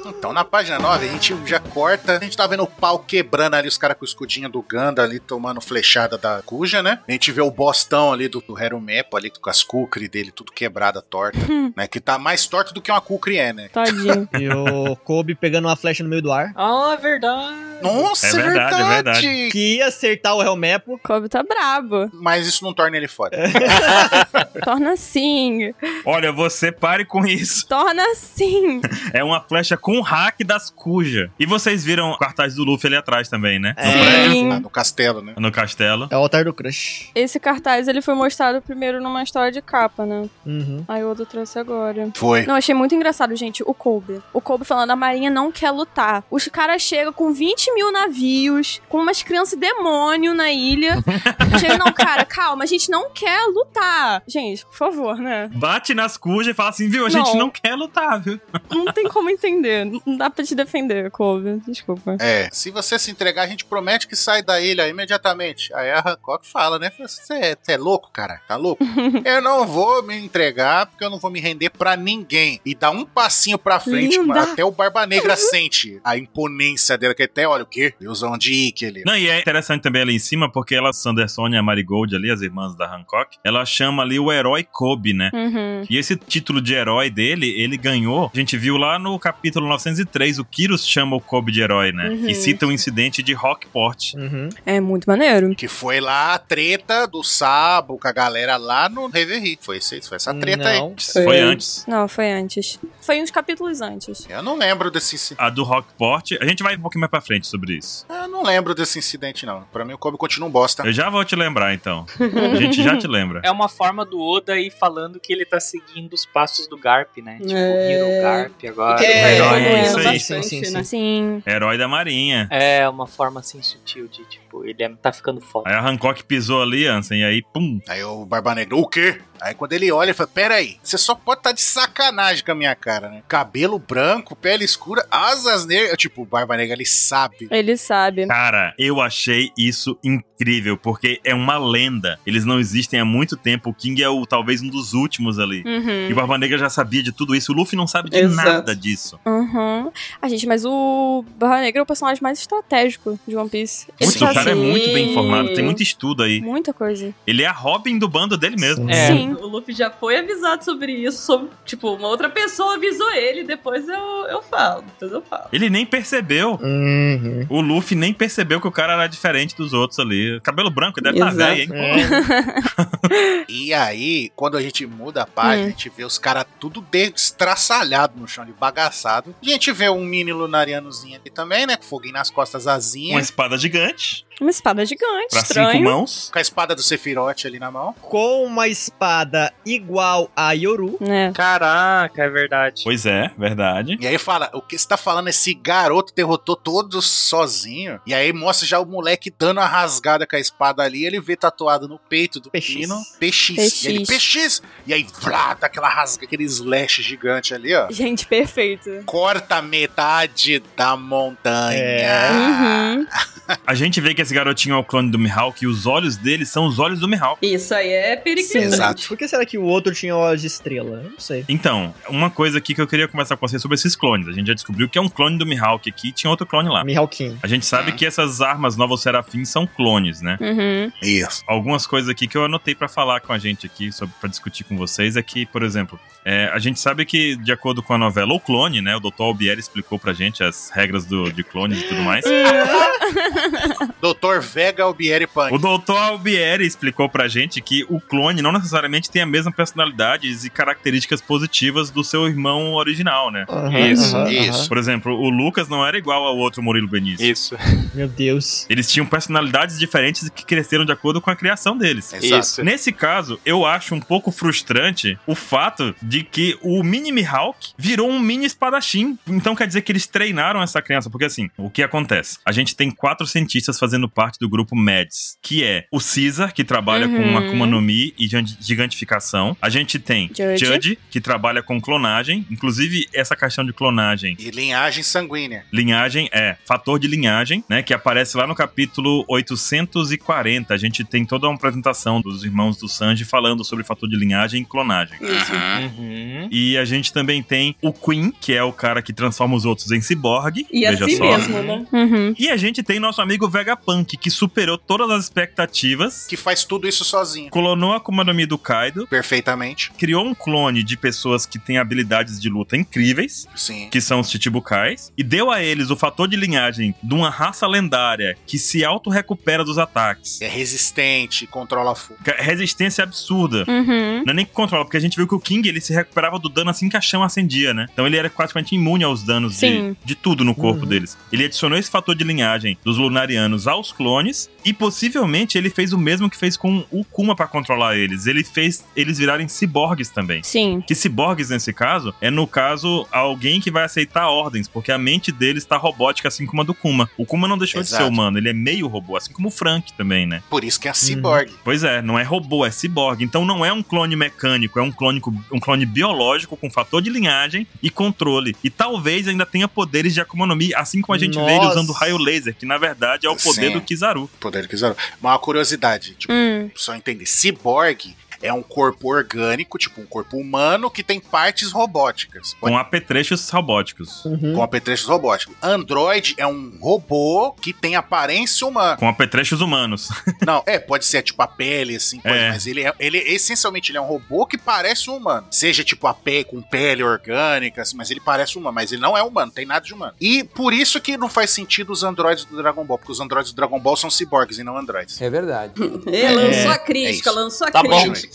S2: Então, na página 9, a gente já corta. A gente tá vendo o pau quebrando ali, os caras com o escudinho do Ganda ali, tomando flechada da cuja, né? A gente vê o bostão ali do, do Hero Mepo ali, com as cucre dele, tudo quebrada, torta, né? Que tá mais torta do que uma cucre é, né?
S7: Tadinho.
S6: E o Kobe pegando uma flecha no meio do ar.
S5: Ah, é verdade.
S2: Nossa,
S1: É
S2: é
S1: verdade,
S2: verdade!
S1: é
S6: Que ia acertar o Helmepo.
S7: O Kobe tá brabo.
S2: Mas isso não torna ele foda.
S7: Torna assim.
S1: Olha, você pare com isso.
S7: Torna assim.
S1: É uma flecha com hack das cuja. E vocês viram o cartaz do Luffy ali atrás também, né?
S7: Sim.
S2: Ah, no castelo, né?
S1: No castelo.
S6: É o altar do crush.
S7: Esse cartaz ele foi mostrado primeiro numa história de capa, né?
S6: Uhum.
S7: Aí o Oda trouxe agora.
S2: Foi.
S7: Não, achei muito engraçado, gente, o Kobe. O Kobe falando, a marinha não quer lutar. Os caras chegam com 20 mil navios, com umas crianças demônio na ilha. Chega, não, cara, calma, a gente não quer lutar. Gente, por favor, né?
S1: Bate nas cujas e fala assim, viu? A gente não,
S7: Não.
S1: quer lutar, viu?
S7: Não tem como entender. Não dá pra te defender, Kobe. Desculpa.
S2: É. Se você se entregar, a gente promete que sai da ilha imediatamente. Aí a Hancock fala, né? Você é, cê é louco, cara? Tá louco? eu não vou me entregar porque eu não vou me render pra ninguém. E dá um passinho pra frente,
S7: Linda.
S2: mano, até o Barba Negra sente a imponência dela, que até, olha o quê? Deusão de Ike ele.
S1: Não, e é interessante também ali em cima, porque ela, Sanderson e a Marigold ali, as irmãs da Hancock, ela chama ali o herói Kobe, né?
S7: Uhum.
S1: E esse título de herói dele, ele ganhou. A gente viu lá no capítulo 903, o Kyrus chama o Kobe de herói, né?
S7: Uhum.
S1: E cita o incidente de Rockport.
S6: Uhum.
S7: É muito maneiro.
S2: Que foi lá a treta do Sabo com a galera lá no Reverie. Foi, esse- foi essa treta aí.
S6: Não.
S1: Foi
S4: Sei.
S1: antes.
S7: Não, foi antes. Foi uns capítulos antes.
S2: Eu não lembro desse incidente.
S1: A do Rockport, a gente vai um pouquinho mais pra frente sobre isso.
S2: Eu não lembro desse incidente, não. Pra mim, o Kobe continua um bosta.
S4: Tá.
S1: Eu já vou te lembrar,
S7: [laughs]
S1: então. A gente já te lembra.
S5: É uma forma do Oda aí falando que ele tá seguindo os passos do Garp, né? Tipo,
S4: É.
S5: Hero Garp agora.
S4: Que
S1: é,
S4: foi
S1: é,
S4: doendo
S1: isso aí,
S4: bastante,
S6: sim, sim,
S4: né?
S7: Sim.
S1: Herói da Marinha.
S5: É, uma forma assim sutil de, tipo, ele é- tá ficando foda.
S1: Aí a Hancock pisou ali, Ansem, e aí, pum.
S2: Aí o Barba Negra, o quê? Aí quando ele olha, ele fala, peraí, você só pode estar de sacanagem com a minha cara, né? Cabelo branco, pele escura, asas negras. Tipo, o Barba Negra, ele sabe.
S7: Ele sabe.
S1: Cara, eu achei isso incrível, porque é uma lenda. Eles não existem há muito tempo. O King é o talvez um dos últimos ali.
S7: Uhum.
S1: E o Barba Negra já sabia de tudo isso. O Luffy não sabe de
S4: Exato.
S1: nada disso.
S3: Aham. Ah, gente, mas o Barra Negra é o personagem mais estratégico de One Piece. Ele
S1: Muito,
S3: tá
S1: o cara é
S3: assim,
S1: muito bem informado, tem muito estudo aí.
S3: Muita coisa.
S1: Ele é a Robin do bando dele mesmo.
S5: É.
S3: Sim.
S4: O Luffy já foi avisado sobre isso. sobre- tipo, uma outra pessoa avisou ele. Depois eu, eu falo. Depois eu falo.
S1: Ele nem percebeu.
S6: Uhum.
S1: O Luffy nem percebeu que o cara era diferente dos outros ali. Cabelo branco, deve estar tá
S4: Exato.
S1: velho, hein?
S6: É.
S2: E aí, quando a gente muda a página, a gente vê os caras tudo destraçalhado no chão, de bagaçado. E a gente vê um mini lunarianozinho ali também, né? Com foguinho nas costas,
S1: Uma
S2: asinhas,
S1: espada gigante,
S3: Uma espada gigante,
S1: pra cinco
S3: estranho.
S1: mãos.
S2: com a espada do Sefirote ali na mão.
S6: Com uma espada igual a Yoru.
S3: É.
S5: Caraca, é verdade.
S1: Pois é, verdade.
S2: E aí fala, o que você tá falando? Esse garoto derrotou todos sozinho. E aí mostra já o moleque dando a rasgada com a espada ali. Ele vê tatuado no peito do
S6: Peixes.
S2: menino. Peixes.
S3: Peixes.
S2: E ele, peixes! E aí, vlá, dá aquela rasga, aquele slash gigante ali, ó.
S3: Gente, perfeito.
S2: Corta metade da montanha.
S6: É.
S3: Uhum.
S1: A gente vê que esse garotinho é o clone do Mihawk e os olhos dele são os olhos do Mihawk.
S4: Isso aí é periclitante.
S2: Exato.
S6: Por que será que o outro tinha olhos de estrela? Eu Não sei.
S1: Então, uma coisa aqui que eu queria conversar com vocês sobre esses clones. A gente já descobriu que é um clone do Mihawk aqui e tinha outro clone lá.
S6: Mihawkin.
S1: A gente sabe
S2: Hum.
S1: que essas armas novos serafins são clones, né?
S3: Uhum.
S2: Isso.
S1: Algumas coisas aqui que eu anotei pra falar com a gente aqui, sobre, pra discutir com vocês, é que, por exemplo, é, a gente sabe que, de acordo com a novela O Clone, né? O Dr. Albieri explicou pra gente as regras do, de clones e tudo mais.
S2: Doutor Vega Albieri Punk.
S1: O Dr. Albieri explicou pra gente que o clone não necessariamente tem a mesma personalidade e características positivas do seu irmão original, né?
S5: Isso,
S2: isso.
S1: Por exemplo, o Lucas não era igual ao outro Murilo Benício.
S5: Isso,
S6: Meu Deus.
S1: Eles tinham personalidades diferentes que cresceram de acordo com a criação deles.
S5: isso.
S1: Nesse caso, eu acho um pouco frustrante o fato de que o mini Mihawk virou um mini espadachim. Então quer dizer que eles treinaram essa criança, porque assim, o que acontece? A gente tem quatro cientistas fazendo parte do grupo MEDS, que é o Caesar, que trabalha com
S3: Uhum.
S1: Akuma no Mi e gigan- gigantificação. A gente tem
S3: Judge.
S1: Judge, que trabalha com clonagem. Inclusive, essa questão de clonagem
S2: E linhagem sanguínea.
S1: Linhagem é fator de linhagem, né? Que aparece lá no capítulo 840. A gente tem toda uma apresentação dos irmãos do Sanji falando sobre fator de linhagem e clonagem.
S4: Isso.
S5: Uhum.
S1: E a gente também tem o Queen, que é o cara que transforma os outros em ciborgue.
S4: E
S1: veja
S4: assim
S1: só.
S4: mesmo, né?
S3: Uhum.
S1: E a gente tem nosso amigo Vegapunk, que superou todas as expectativas,
S2: Que faz tudo isso sozinho.
S1: clonou a Akuma no Mi do Kaido,
S2: Perfeitamente.
S1: criou um clone de pessoas que têm habilidades de luta incríveis.
S2: Sim.
S1: que são os Chichibukais, e deu a eles o fator de linhagem de uma raça lendária que se auto-recupera dos ataques.
S2: É resistente, controla a fogo.
S1: Ca- Resistência absurda.
S3: Uhum.
S1: Não é nem que controla, porque a gente viu que o King ele se recuperava do dano assim que a chama acendia, né? Então ele era praticamente imune aos danos de,
S3: Sim.
S1: de tudo no corpo
S6: Uhum.
S1: deles. Ele adicionou esse fator de linhagem dos Lunarianos aos clones e possivelmente ele fez o mesmo que fez com o Kuma pra controlar eles. Ele fez eles virarem ciborgues também.
S3: Sim.
S1: Que ciborgues, nesse caso, é no caso alguém que vai aceitar ordens, porque a mente dele está robótica, assim como a do Kuma. O Kuma não deixou de
S2: Exato.
S1: ser humano, ele é meio robô, assim como o Frank também, né?
S2: Por isso que é a cyborg.
S1: Pois é, não é robô, é ciborgue. Então não é um clone mecânico, é um clone, um clone biológico com fator de linhagem e controle. E talvez ainda tenha poderes de Akuma no Mi, assim como a gente vê ele
S6: Nossa.
S1: usando o raio laser, que na verdade é o poder
S2: Sim.
S1: do Kizaru.
S2: Poder que zero. Mas uma curiosidade, tipo,
S3: Hum.
S2: só entender. Cyborg é um corpo orgânico, tipo um corpo humano que tem partes robóticas.
S1: Com apetrechos robóticos.
S6: Uhum.
S2: Com apetrechos robóticos. Android é um robô que tem aparência
S1: [laughs]
S2: humana.
S1: Com apetrechos humanos.
S2: Não, é, pode ser tipo a pele, assim, coisa,
S1: É.
S2: mas ele é, ele essencialmente ele é um robô que parece um humano. Seja tipo a pele com pele orgânica, assim, mas ele parece um humano, mas ele não é humano, tem nada de humano. E por isso que não faz sentido os androides do Dragon Ball, porque os androides do Dragon Ball são ciborgues e não androides.
S9: É verdade.
S4: Ele lançou a
S2: é
S4: crítica,
S2: isso.
S4: lançou a
S5: Tá bom.
S4: crítica.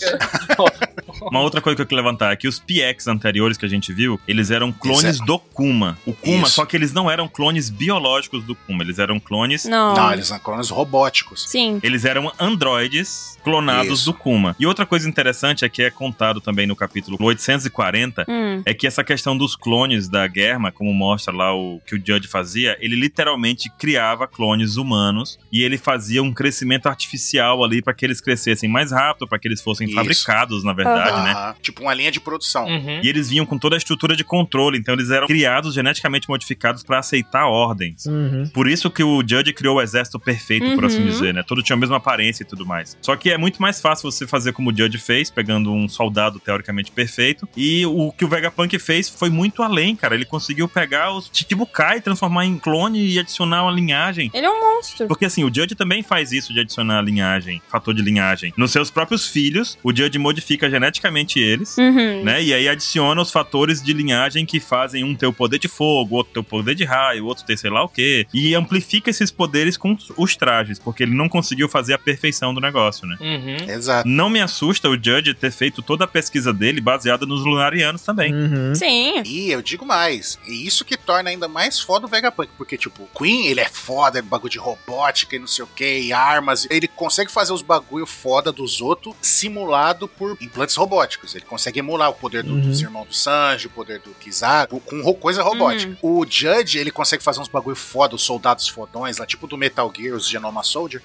S1: Uma outra coisa que eu queria levantar é que os PX anteriores que a gente viu, eles eram clones
S2: Exato.
S1: do Kuma. O Kuma,
S2: é- Isso.
S1: só que eles não eram clones biológicos do Kuma, eles eram clones.
S3: Não.
S2: Não, eles são clones robóticos.
S3: Sim.
S1: Eles eram androides clonados
S2: Isso.
S1: do Kuma. E outra coisa interessante é que é contado também no capítulo 840
S3: Hum.
S1: é que essa questão dos clones da Germa, como mostra lá o que o Judge fazia, ele literalmente criava clones humanos e ele fazia um crescimento artificial ali para que eles crescessem mais rápido, para que eles fossem assim,
S2: Isso.
S1: fabricados, na verdade, né?
S2: Aham. Tipo uma linha de produção.
S5: Uhum.
S1: E eles vinham com toda a estrutura de controle, então eles eram criados geneticamente modificados pra aceitar ordens.
S6: Uhum.
S1: Por isso que o Judge criou o exército perfeito, por assim
S7: Uhum.
S1: dizer, né? Tudo tinha a mesma aparência e tudo mais. Só que é muito mais fácil você fazer como o Judge fez, pegando um soldado teoricamente perfeito. E o que o Vegapunk fez foi muito além, cara. Ele conseguiu pegar os Chichibukai, transformar em clone e adicionar uma linhagem.
S7: Ele é um monstro.
S1: Porque assim, o Judge também faz isso de adicionar linhagem, fator de linhagem. Nos seus próprios filhos, o Judge modifica geneticamente eles
S7: Uhum.
S1: né? E aí adiciona os fatores de linhagem que fazem um ter o poder de fogo, outro ter o poder de raio, outro ter sei lá o quê. E amplifica esses poderes com os trajes, porque ele não conseguiu fazer a perfeição do negócio, né?
S5: Uhum.
S2: Exato.
S1: Não me assusta o Judge ter feito toda a pesquisa dele baseada nos lunarianos também.
S6: Uhum.
S7: Sim.
S2: E eu digo mais, e isso que torna ainda mais foda o Vegapunk, porque, tipo, o Queen, ele é foda, é bagulho de robótica e não sei o que, e armas, ele consegue fazer os bagulho foda dos outros simulado por implantes robóticos. Ele consegue emular o poder do-
S6: Uhum.
S2: dos irmãos do Sanji, o poder do Kizaru, com ro- coisa robótica.
S5: Uhum.
S2: O Judge, ele consegue fazer uns bagulho foda, os soldados fodões lá, tipo do Metal Gear, os Genoma Soldier,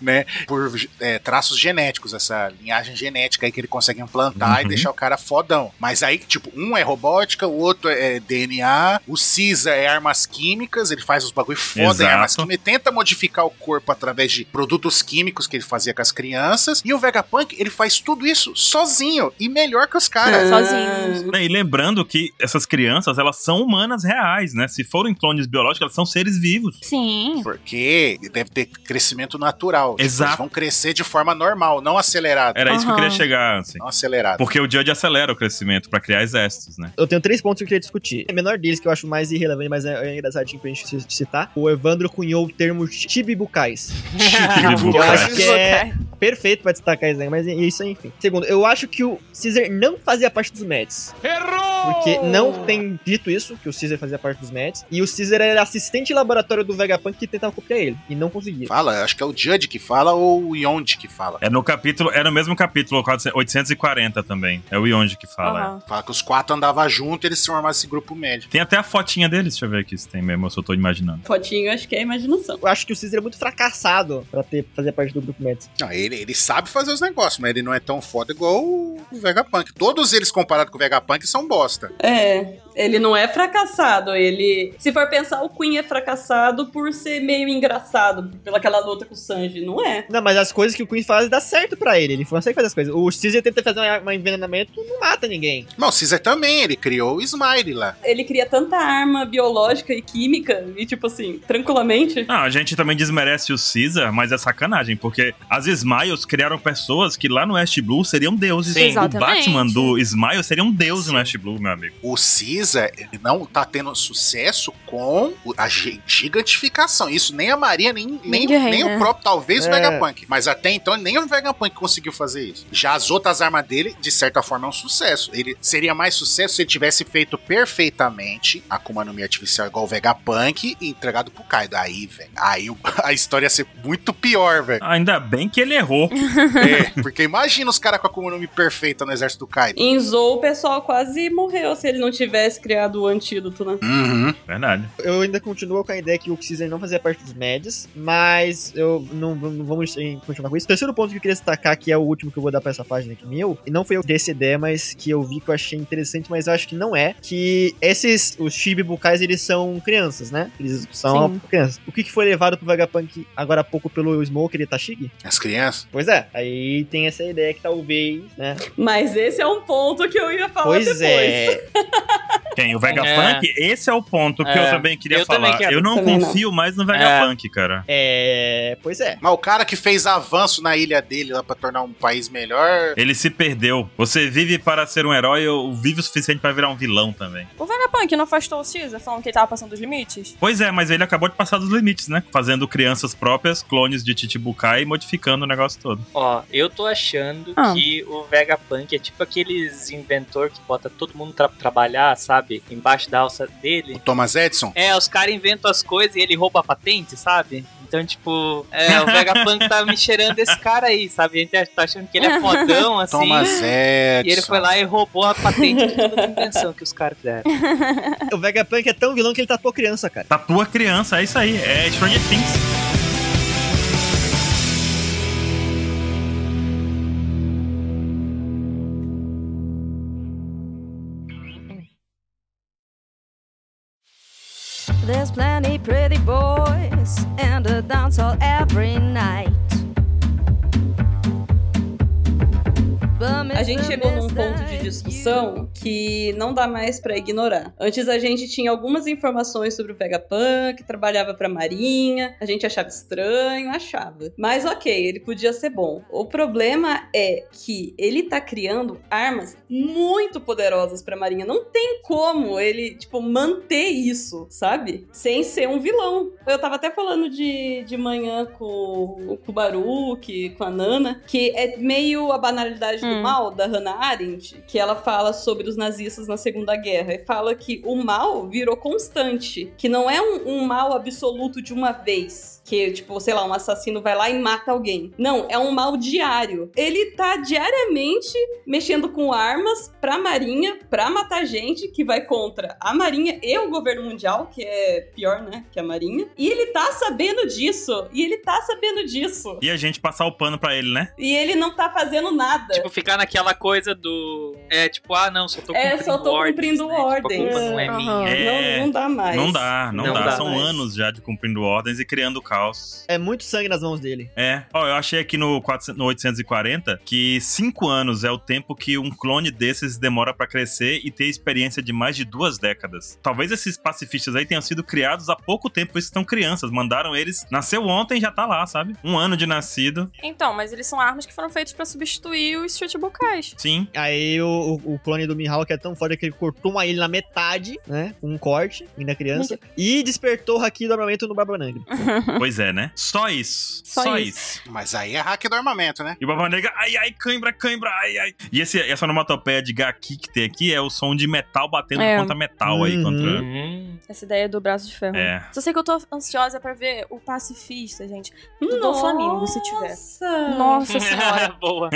S2: né? Por é, traços genéticos, essa linhagem genética aí que ele consegue implantar e
S1: Uhum.
S2: deixar deixar o cara fodão. Mas aí, tipo, um é robótica, o outro é DNA, o Cisa é armas químicas, ele faz os bagulho foda em
S1: Exato.
S2: armas químicas, ele tenta modificar o corpo através de produtos químicos que ele fazia com as crianças. E o Vegapunk, ele faz tudo isso sozinho e melhor que os
S7: Ah.
S2: caras.
S4: Sozinho.
S1: Né, E lembrando que essas crianças, elas são humanas reais, né? Se forem clones biológicos, elas são seres vivos.
S6: É.
S7: Sim.
S2: Porque deve ter crescimento natural. Tipo,
S1: Exato.
S2: Eles vão crescer de forma normal, não acelerada.
S1: Era isso que eu
S7: Aham.
S1: queria chegar, assim.
S2: Não acelerada.
S1: Porque o Judge acelera o crescimento pra criar exércitos, né?
S6: Eu tenho três pontos que eu queria discutir. O menor deles, que eu acho mais irrelevante, mas é é engraçadinho pra gente c- citar. O Evandro cunhou o termo chibibucais.
S2: [laughs]
S6: Eu acho que é perfeito pra destacar isso aí, mas é isso aí, enfim. Segundo, eu acho que o Caesar não fazia parte dos Mets. Errou! Porque não tem dito isso, que o Caesar fazia parte dos Mets. E o Caesar era assistente laboratório do Vegapunk que tentava copiar ele. E não conseguia.
S2: Fala, acho que é o Judge que fala ou o Yonde que fala.
S1: É no capítulo, é no mesmo capítulo 400 840 também. É o Yonji que fala.
S7: Aham.
S2: Fala que os quatro andavam junto e eles se formaram esse grupo médio.
S1: Tem até a fotinha deles, deixa eu ver aqui se tem mesmo, se eu tô imaginando.
S4: Fotinho, acho que é imaginação.
S6: Eu acho que o Caesar é muito fracassado pra ter, fazer parte do grupo Mets.
S2: Não, ele, ele sabe fazer os negócios, mas ele não é tão foda igual o Vegapunk. Todos eles, comparado com o Vegapunk, são bosta.
S4: É, ele não é fracassado, ele... Se for pensar, o Queen é fracassado por ser meio engraçado, pela aquela luta com o Sanji, não é?
S6: Não, mas as coisas que o Queen faz dá certo pra ele. Ele consegue fazer as coisas. O Caesar tenta fazer um envenenamento, não mata ninguém.
S2: Não, o Caesar também, ele criou o Smile lá.
S4: Ele cria tanta arma biológica e química, e tipo assim, tranquilamente...
S1: Não, a gente também desmerece o Caesar, mas é sacanagem, porque as Smiles criaram pessoas que lá no West Blue seriam deuses.
S5: Sim.
S1: O
S7: Exatamente.
S1: Batman do Smile seria um deus no West Blue, meu amigo.
S2: O Caesar, ele não tá tendo sucesso com o- a gi- gigantificação. Isso nem a Maria, nem, nem,
S7: Ninguém,
S2: nem o
S7: né?
S2: próprio, talvez o
S6: É.
S2: Vegapunk. Mas até então, nem o Vegapunk conseguiu fazer isso. Já as outras armas dele, de certa forma, é um sucesso. Ele seria mais sucesso se ele tivesse feito perfeitamente a Akuma no Mi artificial igual o Vegapunk e entregado pro Kaido. Aí, velho, aí o- [laughs] a história ia ser muito pior,
S7: [laughs]
S2: velho.
S1: Ainda bem que ele errou.
S2: É, porque imagina os caras com a Akuma no Mi perfeita no exército do Kaido.
S4: Em Zou, o pessoal quase morreu se ele não tivesse criado o antídoto, né?
S2: Uhum.
S1: Verdade.
S6: Eu ainda continuo com a ideia que o Caesar não fazia parte dos médios, mas eu não, não vamos em- continuar com isso. Terceiro ponto que eu queria destacar, que é o último que eu vou dar pra essa página aqui, meu, e não foi eu que dei essa ideia, mas que eu vi que eu achei interessante, mas eu acho que não é, que esses, os chibibucais, eles são crianças, né? Eles são
S7: Sim.
S6: crianças. O que, que foi levado pro Vegapunk agora há pouco pelo Smoker e Tashigi?
S2: As crianças.
S6: Pois é, aí tem essa ideia que talvez, né?
S4: Mas esse é um ponto que eu ia falar
S6: pois
S4: depois.
S6: é.
S1: Quem? O Vegapunk? Esse é o ponto que eu
S5: É.
S1: também queria
S5: Eu
S1: falar.
S5: também quero.
S1: eu não
S4: Também não.
S1: confio mais no Vegapunk, cara.
S6: É. Pois é.
S2: Mas o cara que fez avanço na ilha dele lá pra tornar um país melhor.
S1: Ele se perdeu. Você vive para ser um herói, eu vive o suficiente para virar um vilão também.
S7: O Vegapunk não afastou o Caesar É falando que ele tava passando dos limites?
S1: Pois é, mas ele acabou de passar dos limites, né? Fazendo crianças próprias, clones de Titibukai e modificando o negócio todo.
S5: Ó, eu tô achando
S7: Ah.
S5: que o Vegapunk é tipo aqueles inventor que bota todo mundo pra trabalhar, sabe? Embaixo da alça
S2: O
S5: dele.
S2: Thomas Edison.
S5: É, os caras inventam as coisas e ele rouba a patente, sabe? Então, tipo, é, o Vegapunk tá me cheirando esse cara aí, sabe? A gente tá achando que ele é fodão, assim.
S2: Thomas Edison.
S5: E ele foi lá e roubou a patente de toda a invenção que os caras fizeram.
S6: O Vegapunk é tão vilão que ele tapou criança, cara.
S1: Tatua criança, é isso aí. É Stranger Things.
S9: There's plenty pretty boys in the dance hall every night.
S4: A gente chegou num ponto de discussão que não dá mais pra ignorar. Antes a gente tinha algumas informações sobre o Vegapunk, trabalhava pra Marinha, a gente achava estranho, achava. Mas ok, ele podia ser bom. O problema é que ele tá criando armas muito poderosas pra Marinha. Não tem como ele, tipo, manter isso, sabe? Sem ser um vilão. Eu tava até falando de, de manhã com, com o Baruque, com a Nana, que é meio a banalidade do
S7: Hum.
S4: mal da Hannah Arendt, que ela fala sobre os nazistas na Segunda Guerra e fala que o mal virou constante, que não é um, um mal absoluto de uma vez, que tipo, sei lá, um assassino vai lá e mata alguém. Não, é um mal diário. Ele tá diariamente mexendo com armas pra marinha, pra matar gente que vai contra a marinha e o governo mundial, que é pior, né, que a marinha. E ele tá sabendo disso, e ele tá sabendo disso.
S1: E a gente passar o pano pra ele, né?
S4: E ele não tá fazendo nada.
S5: [laughs] Tipo, ficar naquela coisa do. É, tipo, ah, não, só tô cumprindo
S4: É, só tô cumprindo
S5: ordens, né? Tipo, a culpa
S4: ordens.
S5: não é
S7: Aham.
S5: minha.
S1: É,
S4: Não, não dá mais.
S1: Não dá, não,
S5: Não
S1: dá.
S5: dá
S1: São
S4: mais.
S1: anos já de cumprindo ordens e criando caos.
S6: É muito sangue nas mãos dele.
S1: É. Ó, eu achei aqui no, 400 no 840 que 5 anos é o tempo que um clone desses demora pra crescer e ter experiência de mais de duas décadas. Talvez esses pacifistas aí tenham sido criados há pouco tempo, pois estão crianças. Mandaram eles. Nasceu ontem já tá lá, sabe? Um ano de nascido.
S7: Então, mas eles são armas que foram feitas pra substituir os chutibukais.
S1: Sim.
S6: Aí o, o- o clone do Mihawk é tão foda que ele cortou uma ilha na metade, né? Com um corte, ainda criança. E despertou o Haki do armamento no Barba Negra.
S4: Ah.
S1: Pois é, né? Só isso. Só,
S7: Só
S1: isso.
S2: Mas aí é hack do armamento, né?
S1: E o Barba Negra, ai, ai, cãibra, cãibra, ai, ai. E esse, essa onomatopeia de gaki que tem aqui é o som de metal batendo
S7: É.
S1: contra metal aí,
S6: Uhum.
S1: contra...
S5: Hum.
S7: Essa ideia do braço de ferro.
S1: É.
S7: Só sei que eu tô ansiosa pra ver o pacifista, gente. Do Doflamingo, se tiver.
S4: Nossa!
S5: [laughs]
S7: Nossa senhora.
S5: Boa.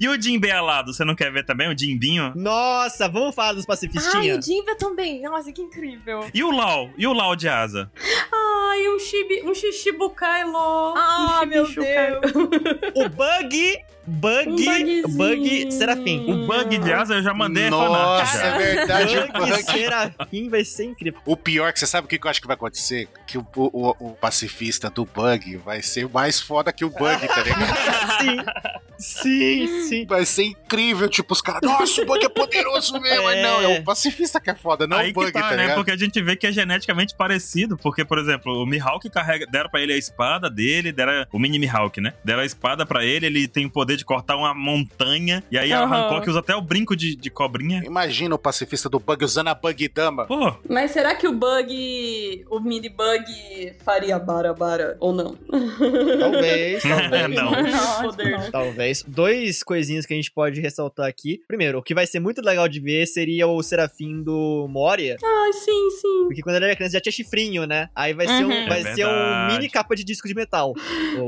S1: e o Jim Bealado, você não quer ver também? O Jimbinho?
S6: Nossa, vamos falar dos
S7: Ai, o
S6: pacifistinhas.
S7: Jinbe também. Nossa, que incrível.
S1: E o Lau? E o Lau de asa?
S4: Ai, um chibi, um xixibukai, lo.
S7: Ah,
S4: um
S7: meu
S4: xibichukai.
S6: o Bug,
S4: Um
S6: Bug,
S4: bugzinho.
S6: Bug Serafim.
S1: O bug de asa eu já mandei
S2: Nossa,
S1: essa
S2: é verdade. o
S6: Bug
S2: Bug-
S6: Serafim vai ser incrível.
S2: O pior é que você sabe o que que eu acho que vai acontecer? Que o, o, o- o pacifista do Bug vai ser mais foda que o
S5: [laughs]
S2: Bug, tá ligado?
S6: Sim, sim, sim.
S2: Vai ser incrível, tipo, os caras, nossa, o Bug é poderoso mesmo. Mas não, é
S6: É.
S2: o pacifista que é foda, não
S1: Aí
S2: o
S1: que
S2: Bug,
S1: tá,
S2: tá,
S1: né?
S2: ligado?
S1: Porque a gente vê que é geneticamente parecido. Porque, por exemplo, o Mihawk carrega. Deram pra ele a espada dele, deram. O mini Mihawk, né? Deram a espada pra ele, ele tem o poder de cortar uma montanha. E aí a
S7: Aham.
S1: Hancock usa até o brinco de, de cobrinha.
S2: Imagina o pacifista do Bug usando a Bug Dama.
S1: Pô,
S4: Mas será que o bug, o mini bug faria barabara ou não?
S6: Talvez,
S1: É,
S6: talvez.
S1: [laughs] não.
S4: Não, [laughs] poder.
S6: Talvez. Dois coisinhas que a gente pode ressaltar aqui. Primeiro, o que vai ser muito legal de ver seria o Serafim do Moria.
S4: Ai, sim, sim.
S6: Porque quando ele era criança já tinha chifrinho, né? Aí vai ser um,
S7: Uhum.
S6: vai
S1: É
S6: ser um
S1: verdade.
S6: mini capa de disco
S4: [laughs]
S6: de metal.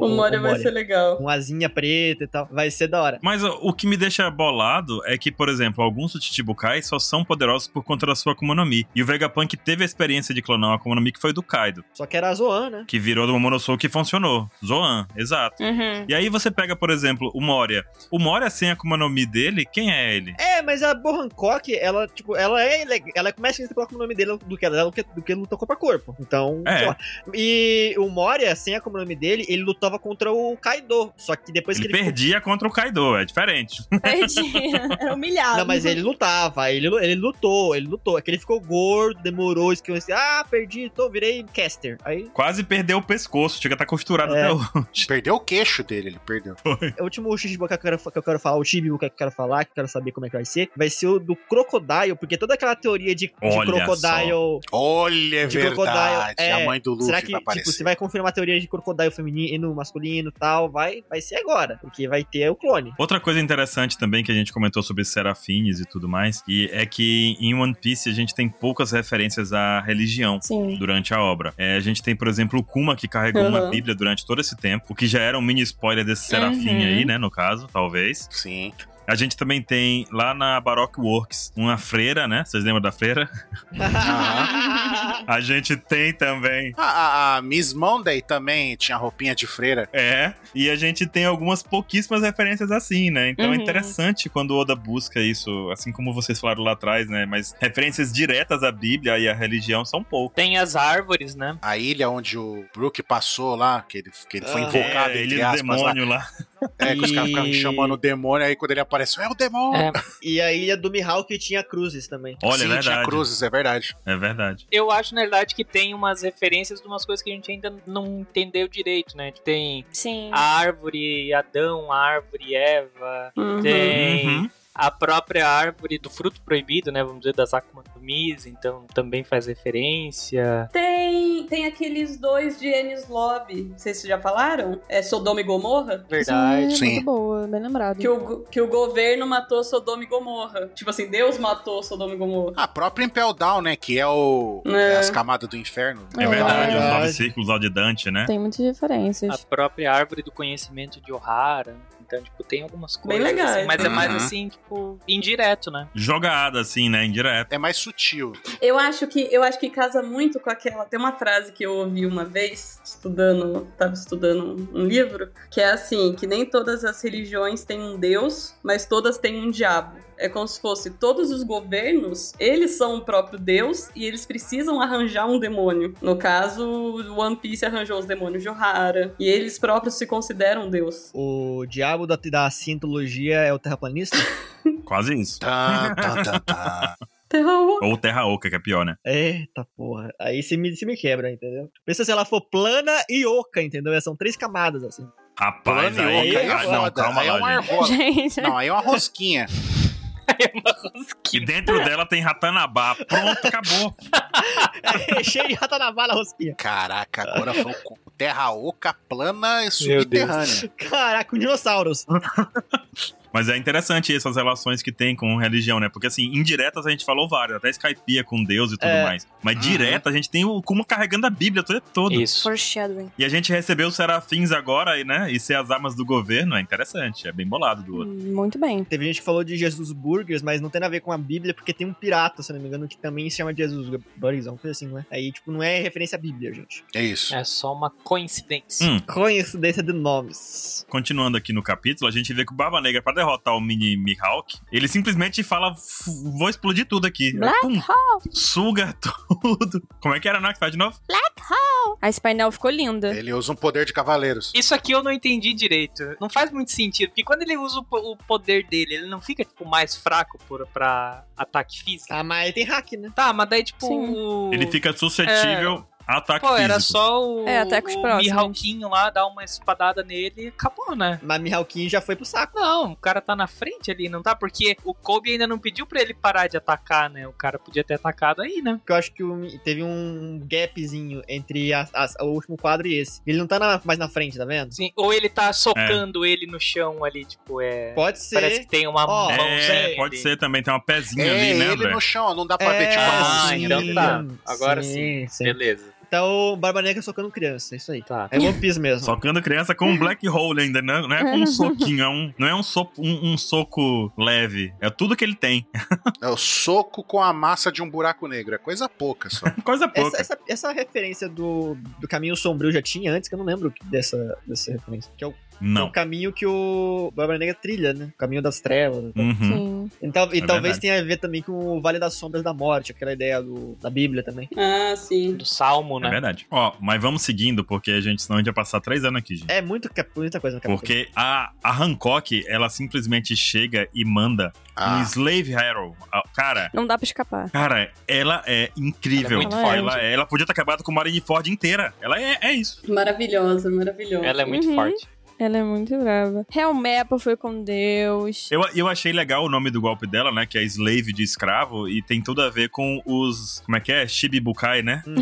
S4: O Moria vai ser legal.
S6: Com asinha preta e tal. Vai ser da hora.
S1: Mas ó, o que me deixa bolado é que, por exemplo, alguns Chichibukais só são poderosos por conta da sua Akuma no Mi. E o Vegapunk teve a experiência de clonar uma Akuma no Mi que foi do Kaido,
S6: Só que era a Zoan, né?
S1: que virou do Momonosuke e funcionou. Zoan, exato.
S7: Uhum.
S1: E aí você pega, por exemplo, o Moria. O Moria sem a Akuma no Mi dele, quem é ele?
S6: É, mas a Bo Hancock, ela, tipo, ela é. ileg- Ela começa a coloca o nome dele do que ela do que, do que luta corpo a corpo. Então,
S1: É.
S6: sei lá. E o Moria, sem a como nome dele, ele lutava contra o Kaido. Só que depois
S1: Ele
S6: que ele. ficou-
S1: perdia contra o Kaido, é diferente.
S7: [laughs] Perdi. Era humilhado.
S6: Não, mas ele lutava, ele, lu- ele lutou, ele lutou. É que ele ficou gordo, demorou, esqueceu assim, ah, perdi, tô, virei caster. Aí,
S1: Quase perdeu o pescoço, chega a estar costurado
S6: É.
S1: até hoje.
S2: Perdeu o queixo dele, ele perdeu.
S6: o último Shichibuka que eu quero, que eu quero falar, o Shichibuka que eu quero falar, que eu quero saber como é que vai ser, vai ser o do Crocodile, porque toda aquela teoria de, de
S1: Olha
S6: Crocodile.
S2: Olha, é
S6: De
S2: verdade.
S6: Crocodile,
S2: a
S6: é.
S2: mãe do Luffy tá
S6: Será que
S2: vai
S6: tipo,
S2: aparecer.
S6: você vai confirmar a teoria de crocodilo feminino, masculino e tal? Vai, vai ser agora, porque vai ter o clone.
S1: Outra coisa interessante também que a gente comentou sobre serafins e tudo mais, e é que em One Piece a gente tem poucas referências à religião.
S7: Sim.
S1: durante a obra. É, a gente tem, por exemplo, o Kuma, que carregou uma
S4: Aham.
S1: Bíblia durante todo esse tempo, o que já era um mini spoiler desse Serafim
S7: Uhum.
S1: aí, né, no caso, talvez.
S2: Sim.
S1: A gente também tem lá na Baroque Works uma freira, né? Vocês lembram da freira? A gente tem também.
S2: A, a- a Miss Monday também tinha roupinha de freira.
S1: É, e a gente tem algumas pouquíssimas referências assim, né? Então é
S4: Uhum.
S1: interessante quando o Oda busca isso, assim como vocês falaram lá atrás, né? Mas referências diretas à Bíblia e à religião são poucas.
S5: Tem as árvores, né?
S2: A ilha onde o Brook passou lá, que ele, que ele foi
S6: Ah.
S1: é,
S2: invocado, entre
S1: ele e o
S2: aspas, lá.
S1: demônio lá.
S2: É, que os caras ficavam
S6: E-
S2: chamando o demônio, aí quando ele apareceu, é o demônio!
S5: É.
S6: [laughs] E a ilha do Mihawk tinha cruzes também.
S1: Olha, é
S2: Sim, tinha
S1: verdade.
S2: cruzes, é verdade.
S1: É verdade.
S5: Eu acho, na verdade, que tem umas referências de umas coisas que a gente ainda não entendeu direito, né? Tem
S7: Sim.
S5: a árvore Adão, a árvore Eva,
S4: Uhum.
S5: tem
S1: Uhum.
S5: a própria árvore do fruto proibido, né? Vamos dizer, das Akuma no Mis, então também faz referência.
S4: Tem, tem aqueles dois de Enes Lobby, vocês já falaram? É Sodoma e Gomorra?
S7: é
S5: Verdade.
S3: Sim,
S2: Sim.
S3: Muito boa, bem lembrado.
S4: Que o, go- que o governo matou Sodoma e Gomorra. Tipo assim, Deus matou Sodoma e Gomorra.
S2: A própria Impel Down, né? Que é o.
S4: É.
S2: é as camadas do inferno.
S1: É verdade, os nove
S6: verdade.
S1: círculos ao de Dante, né?
S3: Tem muitas
S5: A
S3: diferenças.
S5: própria árvore do conhecimento de Ohara. Então, tipo, tem algumas
S4: Bem
S5: coisas.
S4: legais.
S5: assim, mas é mais
S2: Uhum.
S5: assim, tipo, indireto, né?
S1: Jogada, assim, né? Indireta.
S2: É mais sutil.
S4: Eu acho que eu acho que casa muito com aquela. Tem uma frase que eu ouvi uma vez estudando, tava estudando um livro, que é assim, que nem todas as religiões têm um deus, mas todas têm um diabo. É como se fosse todos os governos, eles são o próprio deus e eles precisam arranjar um demônio. No caso, o One Piece arranjou os demônios de Ohara e eles próprios se consideram deus.
S6: O diabo da, da cientologia é o terraplanista?
S1: Quase isso.
S2: Tan, tan, tan, tan.
S4: Então,
S1: Ou Terra Oca, que é pior, né?
S6: Eita porra. Aí se me, se me quebra, entendeu? Pensa se ela for plana e oca, entendeu? São três camadas, assim. [laughs]
S1: Rapaz,
S2: Plano e
S1: aí...
S2: oca, aí
S1: ah,
S2: é
S1: não,
S2: foda,
S1: calma
S2: aí é uma
S1: lá, gente.
S2: argola.
S7: [laughs] Gente,
S2: Não, aí é uma rosquinha.
S1: E dentro dela tem Ratanabá. Pronto, acabou.
S6: É cheio de rata na bala, rosquinha.
S2: Caraca, agora
S1: Ah.
S2: foi o cu- terra oca, plana e
S5: Meu Deus.
S2: subterrânea.
S6: Caraca, com dinossauros.
S1: Mas é interessante essas relações que tem com religião, né? Porque, assim, indiretas a gente falou várias, até Skypeia com Deus e tudo
S6: É.
S1: mais. Mas
S2: Uhum.
S1: direta a gente tem o Kuma carregando a Bíblia toda. toda.
S5: Isso.
S7: foreshadowing.
S1: E a gente recebeu os serafins agora, e, né? E ser as armas do governo é interessante, é bem bolado do outro.
S7: Muito bem.
S6: Teve gente que falou de Jesus Burgers, mas não tem a ver com a Bíblia, porque tem um pirata, se eu não me engano, que também se chama Jesus Burgers, uma coisa assim, não é? Aí, tipo, não é referência à Bíblia, gente.
S2: É isso.
S5: É só uma coincidência.
S1: Hum.
S6: Coincidência de nomes.
S1: Continuando aqui no capítulo, a gente vê que o Barba Negra, pra derrotar o mini Mihawk, ele simplesmente fala: "F- vou explodir tudo aqui.
S7: Black
S1: Pum, suga [laughs] tudo. Como é que era, não? Que faz de novo?
S7: Ah, esse painel ficou lindo.
S2: Ele usa um poder de cavaleiros.
S5: Isso aqui eu não entendi direito. Não faz muito sentido. Porque quando ele usa o po- o poder dele, ele não fica, tipo, mais fraco por, pra ataque físico.
S6: Ah, mas tem hack, né?
S5: Tá, mas daí, tipo,
S7: Sim.
S5: o...
S1: Ele fica suscetível a ataque
S5: Pô, era
S1: físico.
S5: só o,
S7: É, ataques
S5: o
S7: próximos.
S5: Mihawkinho lá dar uma espadada nele e acabou, né?
S6: Mas Mihawkin já foi pro saco.
S5: Não, o cara tá na frente ali, não tá? Porque o Kobe ainda não pediu pra ele parar de atacar, né? O cara podia ter atacado aí, né?
S6: Porque eu acho que o- teve um gapzinho entre as- as- o último quadro e esse. Ele não tá na- mais na frente, tá vendo?
S5: Sim, ou ele tá socando ele no chão ali, tipo, é.
S6: Pode ser.
S5: Parece que tem uma
S6: Ó,
S5: mão.
S1: É,
S6: Sério?
S1: pode ser também, tem uma pezinha
S2: É,
S1: ali, né,
S2: ele
S1: velho?
S2: no chão, não dá pra ver, tipo,
S5: Ah,
S2: assim.
S5: então tá. Agora sim.
S6: É, sim.
S5: Beleza.
S6: Então, Barba Negra socando criança, é isso aí.
S5: Tá.
S6: É One Piece mesmo.
S1: Socando criança com um black hole ainda, né? Não é com um soquinho, é um, não é um, so, um, um soco leve. É tudo que ele tem.
S2: É o soco com a massa de um buraco negro. É coisa
S1: [laughs]
S2: pouca só.
S1: Coisa pouca.
S6: Essa, essa, essa referência do, do caminho sombrio já tinha antes, que eu não lembro dessa, dessa referência. Que é o, o
S1: Não.
S6: caminho que o Barba Negra trilha, né? O caminho das trevas. né?
S1: Uhum.
S7: Sim.
S6: E tal- e
S1: É
S6: talvez
S1: verdade.
S6: tenha a ver também com o Vale das Sombras da Morte, aquela ideia do, da Bíblia também.
S4: ah, sim.
S5: Do Salmo,
S1: É
S5: né?
S1: verdade. Ó, mas vamos seguindo, porque a gente, senão a gente vai passar três anos aqui, gente.
S6: É muito, cap- muita coisa no capítulo.
S1: Porque a, a Hancock, ela simplesmente chega e manda um
S2: Ah,
S1: Slave Arrow. Ah, Cara,
S7: Não dá pra escapar.
S1: cara, ela é incrível.
S5: Ela é muito
S1: ela,
S5: forte.
S1: ela, podia ter acabado com Marineford inteira. Ela é, é isso.
S4: Maravilhosa, maravilhosa.
S5: Ela é muito
S7: Uhum.
S5: forte.
S7: Ela é muito brava. Real Mepa foi com Deus.
S1: Eu, eu achei legal o nome do golpe dela, né? Que é Slave de escravo. E tem tudo a ver com os. Como é que é? Shibibukai, né?
S6: Uhum.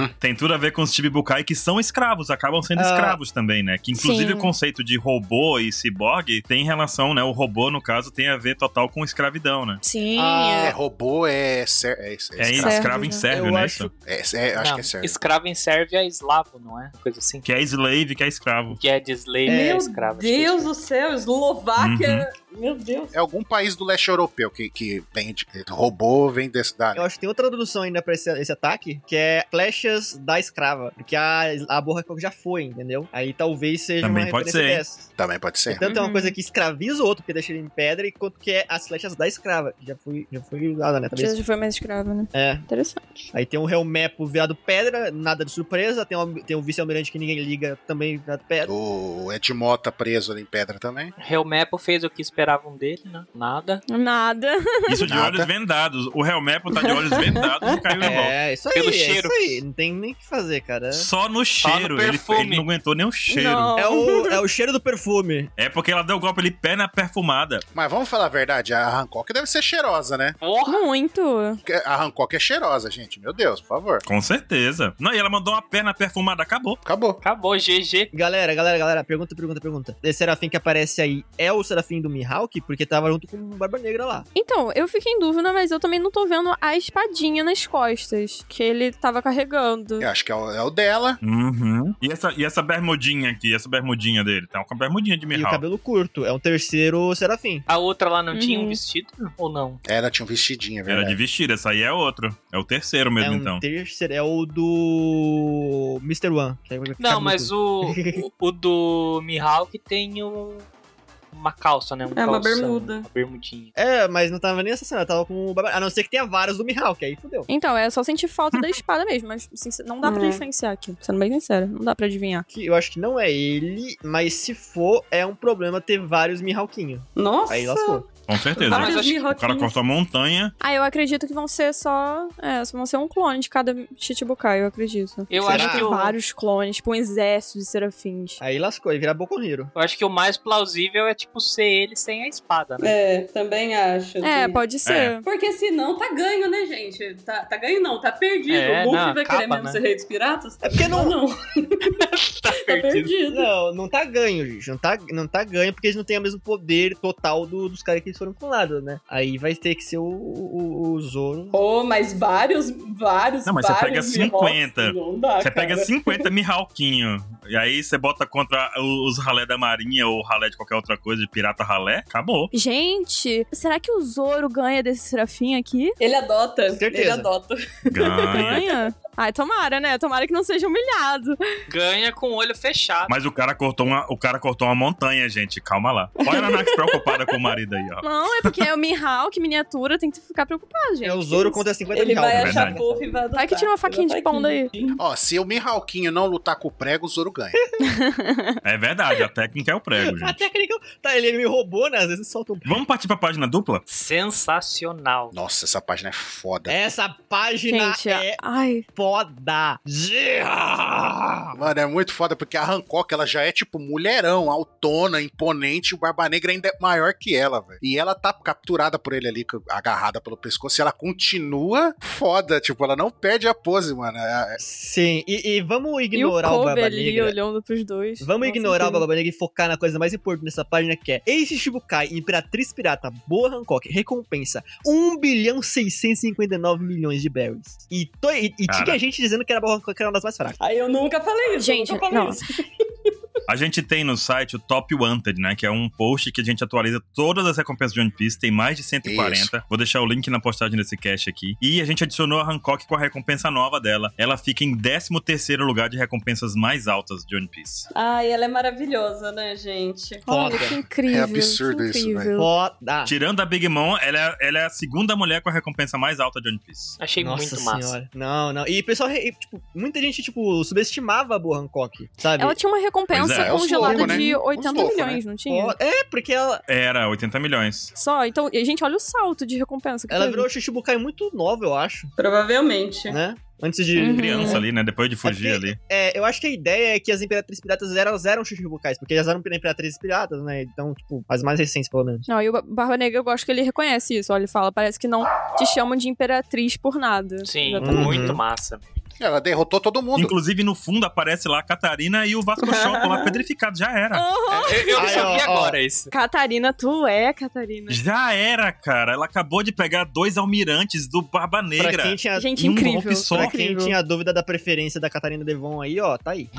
S2: uhum.
S1: Tem tudo a ver com os Shibibukai que são escravos, acabam sendo
S6: Ah.
S1: escravos também, né? Que inclusive
S7: Sim.
S1: o conceito de robô e ciborgue tem relação, né? O robô, no caso, tem a ver total com escravidão, né?
S7: Sim.
S2: É
S6: Ah,
S2: robô, é. Ser, é, é,
S1: É
S2: escravo.
S7: Servo,
S1: escravo em
S7: né?
S1: sérvio,
S6: Eu
S1: né?
S6: acho
S1: Isso?
S2: É, é, acho
S5: Não,
S2: que é sério.
S5: Escravo em Sérvia é eslavo, não é? Uma coisa assim.
S1: Que é slave, que é escravo.
S5: Que é de Slayer
S6: É,
S5: é
S4: Meu
S5: escrava. de
S4: Deus
S5: Slayer.
S4: do céu, Eslováquia.
S1: Uhum.
S4: Meu Deus.
S2: É algum país do leste europeu que, que vende robô, vem desse da
S6: Eu acho que tem outra tradução ainda pra esse, esse ataque, que é flechas da escrava. Porque a, a Borracão já foi, entendeu? Aí talvez seja
S1: Também
S6: uma
S1: pode
S6: referência
S1: ser, hein?
S6: dessa.
S2: Também pode ser.
S6: Tanto é uma
S4: Uhum.
S6: coisa que escraviza o outro, porque deixa ele em pedra, e quanto que é as flechas da escrava, que já foi, já foi usada, né? Talvez.
S7: Jesus foi mais escrava, né?
S6: É.
S7: Interessante.
S6: Aí tem um Helmepo virado pedra, nada de surpresa. Tem, um, tem um vice-almirante que ninguém liga também virado pedra.
S2: O Ed Mota preso ali em pedra também.
S5: Helmepo fez o que esperavam dele, né? Nada.
S7: Nada.
S1: Isso de
S2: Nada.
S1: olhos vendados. O Helmepo tá de olhos vendados e caiu no golpe.
S6: É, isso aí,
S5: Pelo
S6: é
S5: cheiro.
S6: isso aí. Não tem nem o que fazer, cara.
S1: Só no cheiro. ele,
S5: perfume.
S1: ele não aguentou nem o cheiro.
S7: Não.
S6: É o, é o cheiro do perfume.
S1: É porque ela deu o golpe ali, pé na perfumada.
S2: Mas vamos falar a verdade, a Hancock deve ser cheirosa, né?
S5: Porra!
S7: [laughs] Muito.
S2: Porque A Hancock é cheirosa, gente. Meu Deus, por favor.
S1: Com certeza. Não, e ela mandou uma perna perfumada, acabou.
S2: Acabou.
S5: Acabou, GG.
S6: Galera, galera, galera, pergunta, pergunta, pergunta. Esse serafim que aparece aí é o serafim do Mihawk? Porque tava junto com o Barba Negra lá.
S7: Então, eu fiquei em dúvida, mas eu também não tô vendo a espadinha nas costas que ele tava carregando.
S2: Eu acho que é o, é o dela.
S1: Uhum. E essa, e essa bermudinha aqui, essa bermudinha dele? Tá com a bermudinha de
S6: E o
S1: Mihawk.
S6: cabelo curto. É um terceiro serafim.
S5: A outra lá não tinha um
S7: Uhum.
S5: vestido? Ou não?
S2: Ela tinha um vestidinho, é
S1: Era
S2: verdade.
S1: de vestir, essa aí é outro. É o terceiro
S6: né? é
S1: mesmo,
S6: um
S1: então.
S6: terceiro. É o do. Mr. One. que é o cabelo
S5: Não, mas
S6: curto.
S5: o, o, o do Mihawk tem um, uma calça, né? Um
S4: É, uma
S5: calção,
S4: bermuda.
S5: Uma bermudinha.
S6: É, mas não tava nem assassinado, tava com o Barba A não ser que tenha vários do Mihawk, aí fudeu.
S7: Então, é só sentir falta da espada mesmo, mas assim, não dá pra
S4: É.
S7: diferenciar aqui. Sendo bem sincera, não dá pra adivinhar.
S6: Que eu acho que não é ele, mas se for, é um problema ter vários Mihawkinhos.
S4: Nossa.
S6: Aí lascou.
S1: Com certeza.
S5: Ah, mas acho que
S1: O cara cortou a montanha.
S7: Ah, eu acredito que vão ser só. É, vão ser um clone de cada Chichibukai, eu acredito.
S5: Eu
S6: Será?
S5: acho que o,
S7: Vários clones, tipo um exército de serafins.
S6: Aí lascou, aí vira Boku Hero.
S5: eu acho que o mais plausível é, tipo, ser ele sem a espada, [laughs] né?
S4: É, também acho.
S7: É,
S4: que-
S7: pode ser.
S4: Porque senão tá ganho, né, gente? Tá, tá ganho não, tá perdido.
S5: É,
S4: o Luffy
S5: não,
S4: vai
S5: acaba,
S4: querer mesmo
S5: né?
S4: ser rei dos piratas?
S6: É porque não-
S4: não. tá perdido.
S6: Não, não tá ganho, gente. Não tá, não tá ganho porque eles não têm o mesmo poder total do- dos caras que eles foram com lado, né? Aí vai ter que ser o, o, o Zoro.
S4: Oh, mas vários, vários,
S1: Não, mas você pega
S4: vários
S1: 50.
S4: Mihawks, Não dá,
S1: Você pega
S4: cara.
S1: 50 Mihawkinho. E aí você bota contra o- os ralé da marinha ou ralé de qualquer outra coisa, de pirata ralé, acabou.
S7: Gente, será que o Zoro ganha desse serafim aqui?
S4: Ele adota.
S6: Certeza.
S4: Ele adota.
S1: Ganha.
S7: Ganha? Ai, tomara, né? Tomara que não seja humilhado.
S5: Ganha com o olho fechado.
S1: Mas o cara cortou uma, o cara cortou uma montanha, gente. Calma lá. Olha a Nanax preocupada com o marido aí, ó.
S7: Não, é porque é o Mihawk, miniatura, tem que ficar preocupado, gente.
S6: É o Zoro contra 50
S4: Ele vai
S1: Mihawks,
S6: Mihawk.
S1: é
S4: achar
S1: verdade.
S4: fofo e vai adotar.
S7: Vai que tira uma faquinha de
S4: Vai
S7: pão
S4: que-
S7: daí.
S2: Ó, se o Mihawkinho não lutar com o prego, o
S1: [laughs]
S2: Zoro ganha.
S1: É verdade, a técnica é o prego,
S6: A
S1: gente.
S6: técnica. Tá, ele me roubou, né? Às vezes solta um.
S1: Vamos partir pra página dupla?
S5: Sensacional.
S2: Nossa, essa página é foda.
S6: Essa página
S7: Gente,
S6: é
S7: ai.
S6: foda. Gia!
S2: Mano, é muito foda porque a Hancock, ela já é tipo mulherão, autona, imponente. O Barba Negra ainda é maior que ela, velho. E ela tá capturada por ele ali, agarrada pelo pescoço. E ela continua foda. Tipo, ela não perde a pose, mano. É- é-
S6: Sim, e, e vamos
S7: E o
S6: ignorar o,
S7: Kobe
S6: Barba
S7: ali
S6: Negra.
S7: olhando pros dois.
S6: Vamos
S7: Nossa,
S6: ignorar o
S7: incrível.
S6: Baba Negra e focar na coisa mais importante dessa página que é Ace Shibukai, Imperatriz Pirata, Boa Hancock, recompensa 1 bilhão 659 milhões de berries. E, to- e- e
S1: Cara.
S6: tinha gente dizendo que era Boa Hancock era uma das mais fracas.
S4: Aí eu nunca falei isso.
S7: Gente,
S4: eu nunca falei
S7: não.
S4: isso.
S1: A gente tem no site o Top Wanted, né? Que é um post que a gente atualiza todas as recompensas de One Piece. Tem mais de 140. Vou deixar o link na postagem desse cache aqui. E a gente adicionou a Hancock com a recompensa nova dela. Ela fica em 13º lugar de recompensas mais altas de One Piece.
S4: Ai, ela é maravilhosa, né, gente?
S7: Olha,
S6: Foda.
S7: que incrível.
S2: É absurdo
S7: que
S2: isso,
S7: incrível.
S6: Foda.
S1: Tirando a Big Mom, ela é, ela é a segunda mulher com a recompensa mais alta de One Piece.
S5: Achei muito massa.
S6: Não, não. E o pessoal, re- e, tipo, muita gente, tipo, subestimava a Boa Hancock, sabe?
S7: Ela tinha uma recompensa
S1: Pois é, é
S2: os
S7: congelada
S2: loucos, né?
S7: de
S2: Os
S7: 80
S2: loucos,
S7: milhões, não tinha?
S6: Foda. É, porque ela,
S1: Era 80 milhões.
S7: Só, então, e, gente, olha o salto de recompensa que
S6: ela
S7: teve. É.
S6: virou Shichibukai muito nova, eu acho,
S4: Provavelmente.
S6: né? Antes de...
S7: Uhum.
S1: Criança ali, né? Depois de
S6: É
S1: fugir
S6: porque,
S1: ali.
S6: É, eu acho que a ideia é que as Imperatriz Piratas eram, eram Shichibukais, porque elas eram Imperatrizes Piratas, né? Então, tipo, as mais recentes, pelo menos.
S7: Não, e o Ba- Barba Negra, eu gosto que ele reconhece isso. Olha, ele fala, parece que não te chamam de imperatriz por nada.
S5: Sim,
S7: Exatamente.
S6: Uhum.
S5: muito massa.
S2: Ela derrotou todo mundo.
S1: Inclusive, no fundo aparece lá a Catarina e o Vasco Choco
S6: [laughs]
S1: lá pedrificado. Já era.
S7: Uhum.
S5: Eu, eu
S6: Aí,
S5: sabia
S6: ó, ó.
S5: agora isso.
S7: Catarina, tu é, Catarina.
S1: É. Né? Já era, cara. Ela acabou de pegar dois almirantes do Barba
S6: Pra
S1: Negra.
S6: quem, tinha,
S7: Gente,
S1: Num
S7: incrível.
S1: um golpe só.
S6: pra quem
S7: incrível.
S6: tinha dúvida da preferência da Catarina Devon aí, ó, tá aí.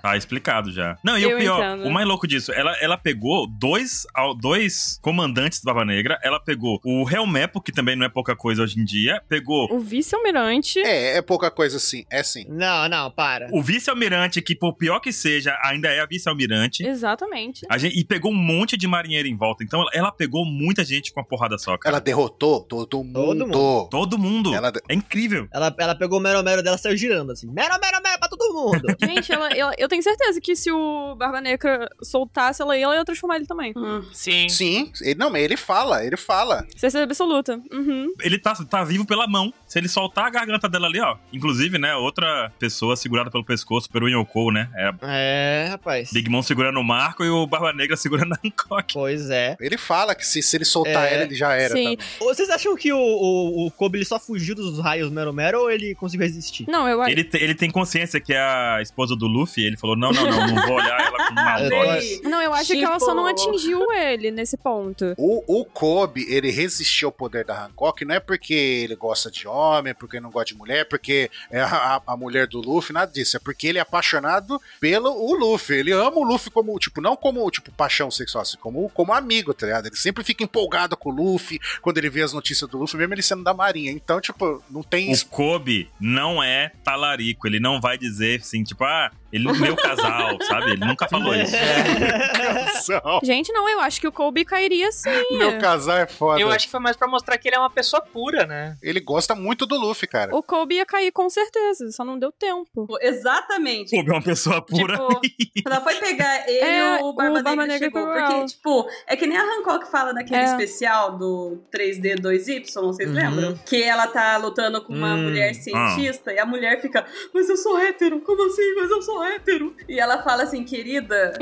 S1: Tá explicado já. Não, e o
S7: Eu
S1: pior,
S7: entendo.
S1: o mais louco disso, ela, ela pegou dois, ao- dois comandantes do Barba Negra. Ela pegou o Helmepo, que também não é pouca coisa hoje em dia. Pegou
S7: O vice-almirante.
S2: É, é pouca coisa assim. É sim.
S6: Não, não, para.
S1: o vice-almirante, que por pior que seja, ainda é a vice-almirante.
S7: Exatamente.
S1: A gente- e pegou um monte de marinheiro em volta. Então ela, ela pegou muita gente com a porrada só, cara.
S2: Ela derrotou todo mundo.
S6: mundo.
S1: Todo mundo.
S2: Ela de-
S1: É incrível.
S6: Ela, ela pegou o mero mero dela e saiu girando assim. Mero mero mero pra todo mundo.
S1: [laughs]
S7: Gente, ela, ela- eu tenho certeza que se o Barba Negra soltasse ela, ela ia transformar ele também.
S4: Hum.
S5: [laughs] Sim.
S2: Sim, ele, não, mas ele fala, ele fala.
S7: Certeza absoluta. Uhum.
S1: Ele tá, tá vivo pela mão. Se ele soltar a garganta dela ali, ó. Inclusive, né? Outra pessoa segurada pelo pescoço, pelo Yoko, né? É a
S6: é, rapaz.
S1: Big Mom segurando o Marco e o Barba Negra segurando a Hancock.
S6: Pois é.
S2: Ele fala que se, se ele soltar
S6: É.
S2: ela, ele já era.
S7: Sim.
S2: tá bom.
S6: Vocês acham que o, o, o Kobe ele só fugiu dos raios mero mero ou ele conseguiu resistir?
S7: Não, eu acho.
S1: Ele, te- ele tem consciência que é a esposa do Luffy. Ele falou: não, não, não, não vou olhar ela com
S4: É
S1: maus
S6: Adorei.
S1: olhos.
S4: Adorei.
S7: Não, eu acho que ela
S4: Tipo-
S7: só não atingiu ele nesse ponto.
S2: O, o Kobe, ele resistiu ao poder da Hancock, não é porque ele gosta de homem, é porque ele não gosta de mulher, porque é a, a- a mulher do Luffy, nada disso. É porque ele é apaixonado pelo o Luffy. Ele ama o Luffy como, tipo, não como, tipo, paixão sexual, assim, como, como amigo, tá ligado? Ele sempre fica empolgado com o Luffy, quando ele vê as notícias do Luffy, mesmo ele sendo da Marinha. Então, tipo,
S1: [laughs]
S2: não tem
S1: O Kobe não é talarico. Ele não vai dizer assim, tipo, ah, ele meu casal, sabe? Ele nunca falou isso.
S2: explicação.
S7: Gente, não, eu acho que o Kobe cairia sim.
S2: [laughs] Meu casal é foda.
S5: Eu acho que foi mais pra mostrar que ele é uma pessoa pura, né?
S2: Ele gosta muito do Luffy, cara.
S7: O Kobe ia cair com certeza, só não deu tempo.
S4: Tipo, Exatamente.
S1: Kobe é uma pessoa pura.
S4: Tipo, ela foi pegar ele
S7: É,
S4: o Barba
S7: o Barba
S4: Negra
S7: Negra
S4: chegou.
S7: pegou ela.
S4: Porque, tipo, é que nem a Hancock fala naquele
S7: É.
S4: especial do 3D2Y, vocês
S6: Uhum.
S4: lembram? Que ela tá lutando com uma
S6: Hum,
S4: mulher cientista e a mulher fica, mas eu sou hétero, como assim? Mas eu sou hétero. E ela fala assim, querida.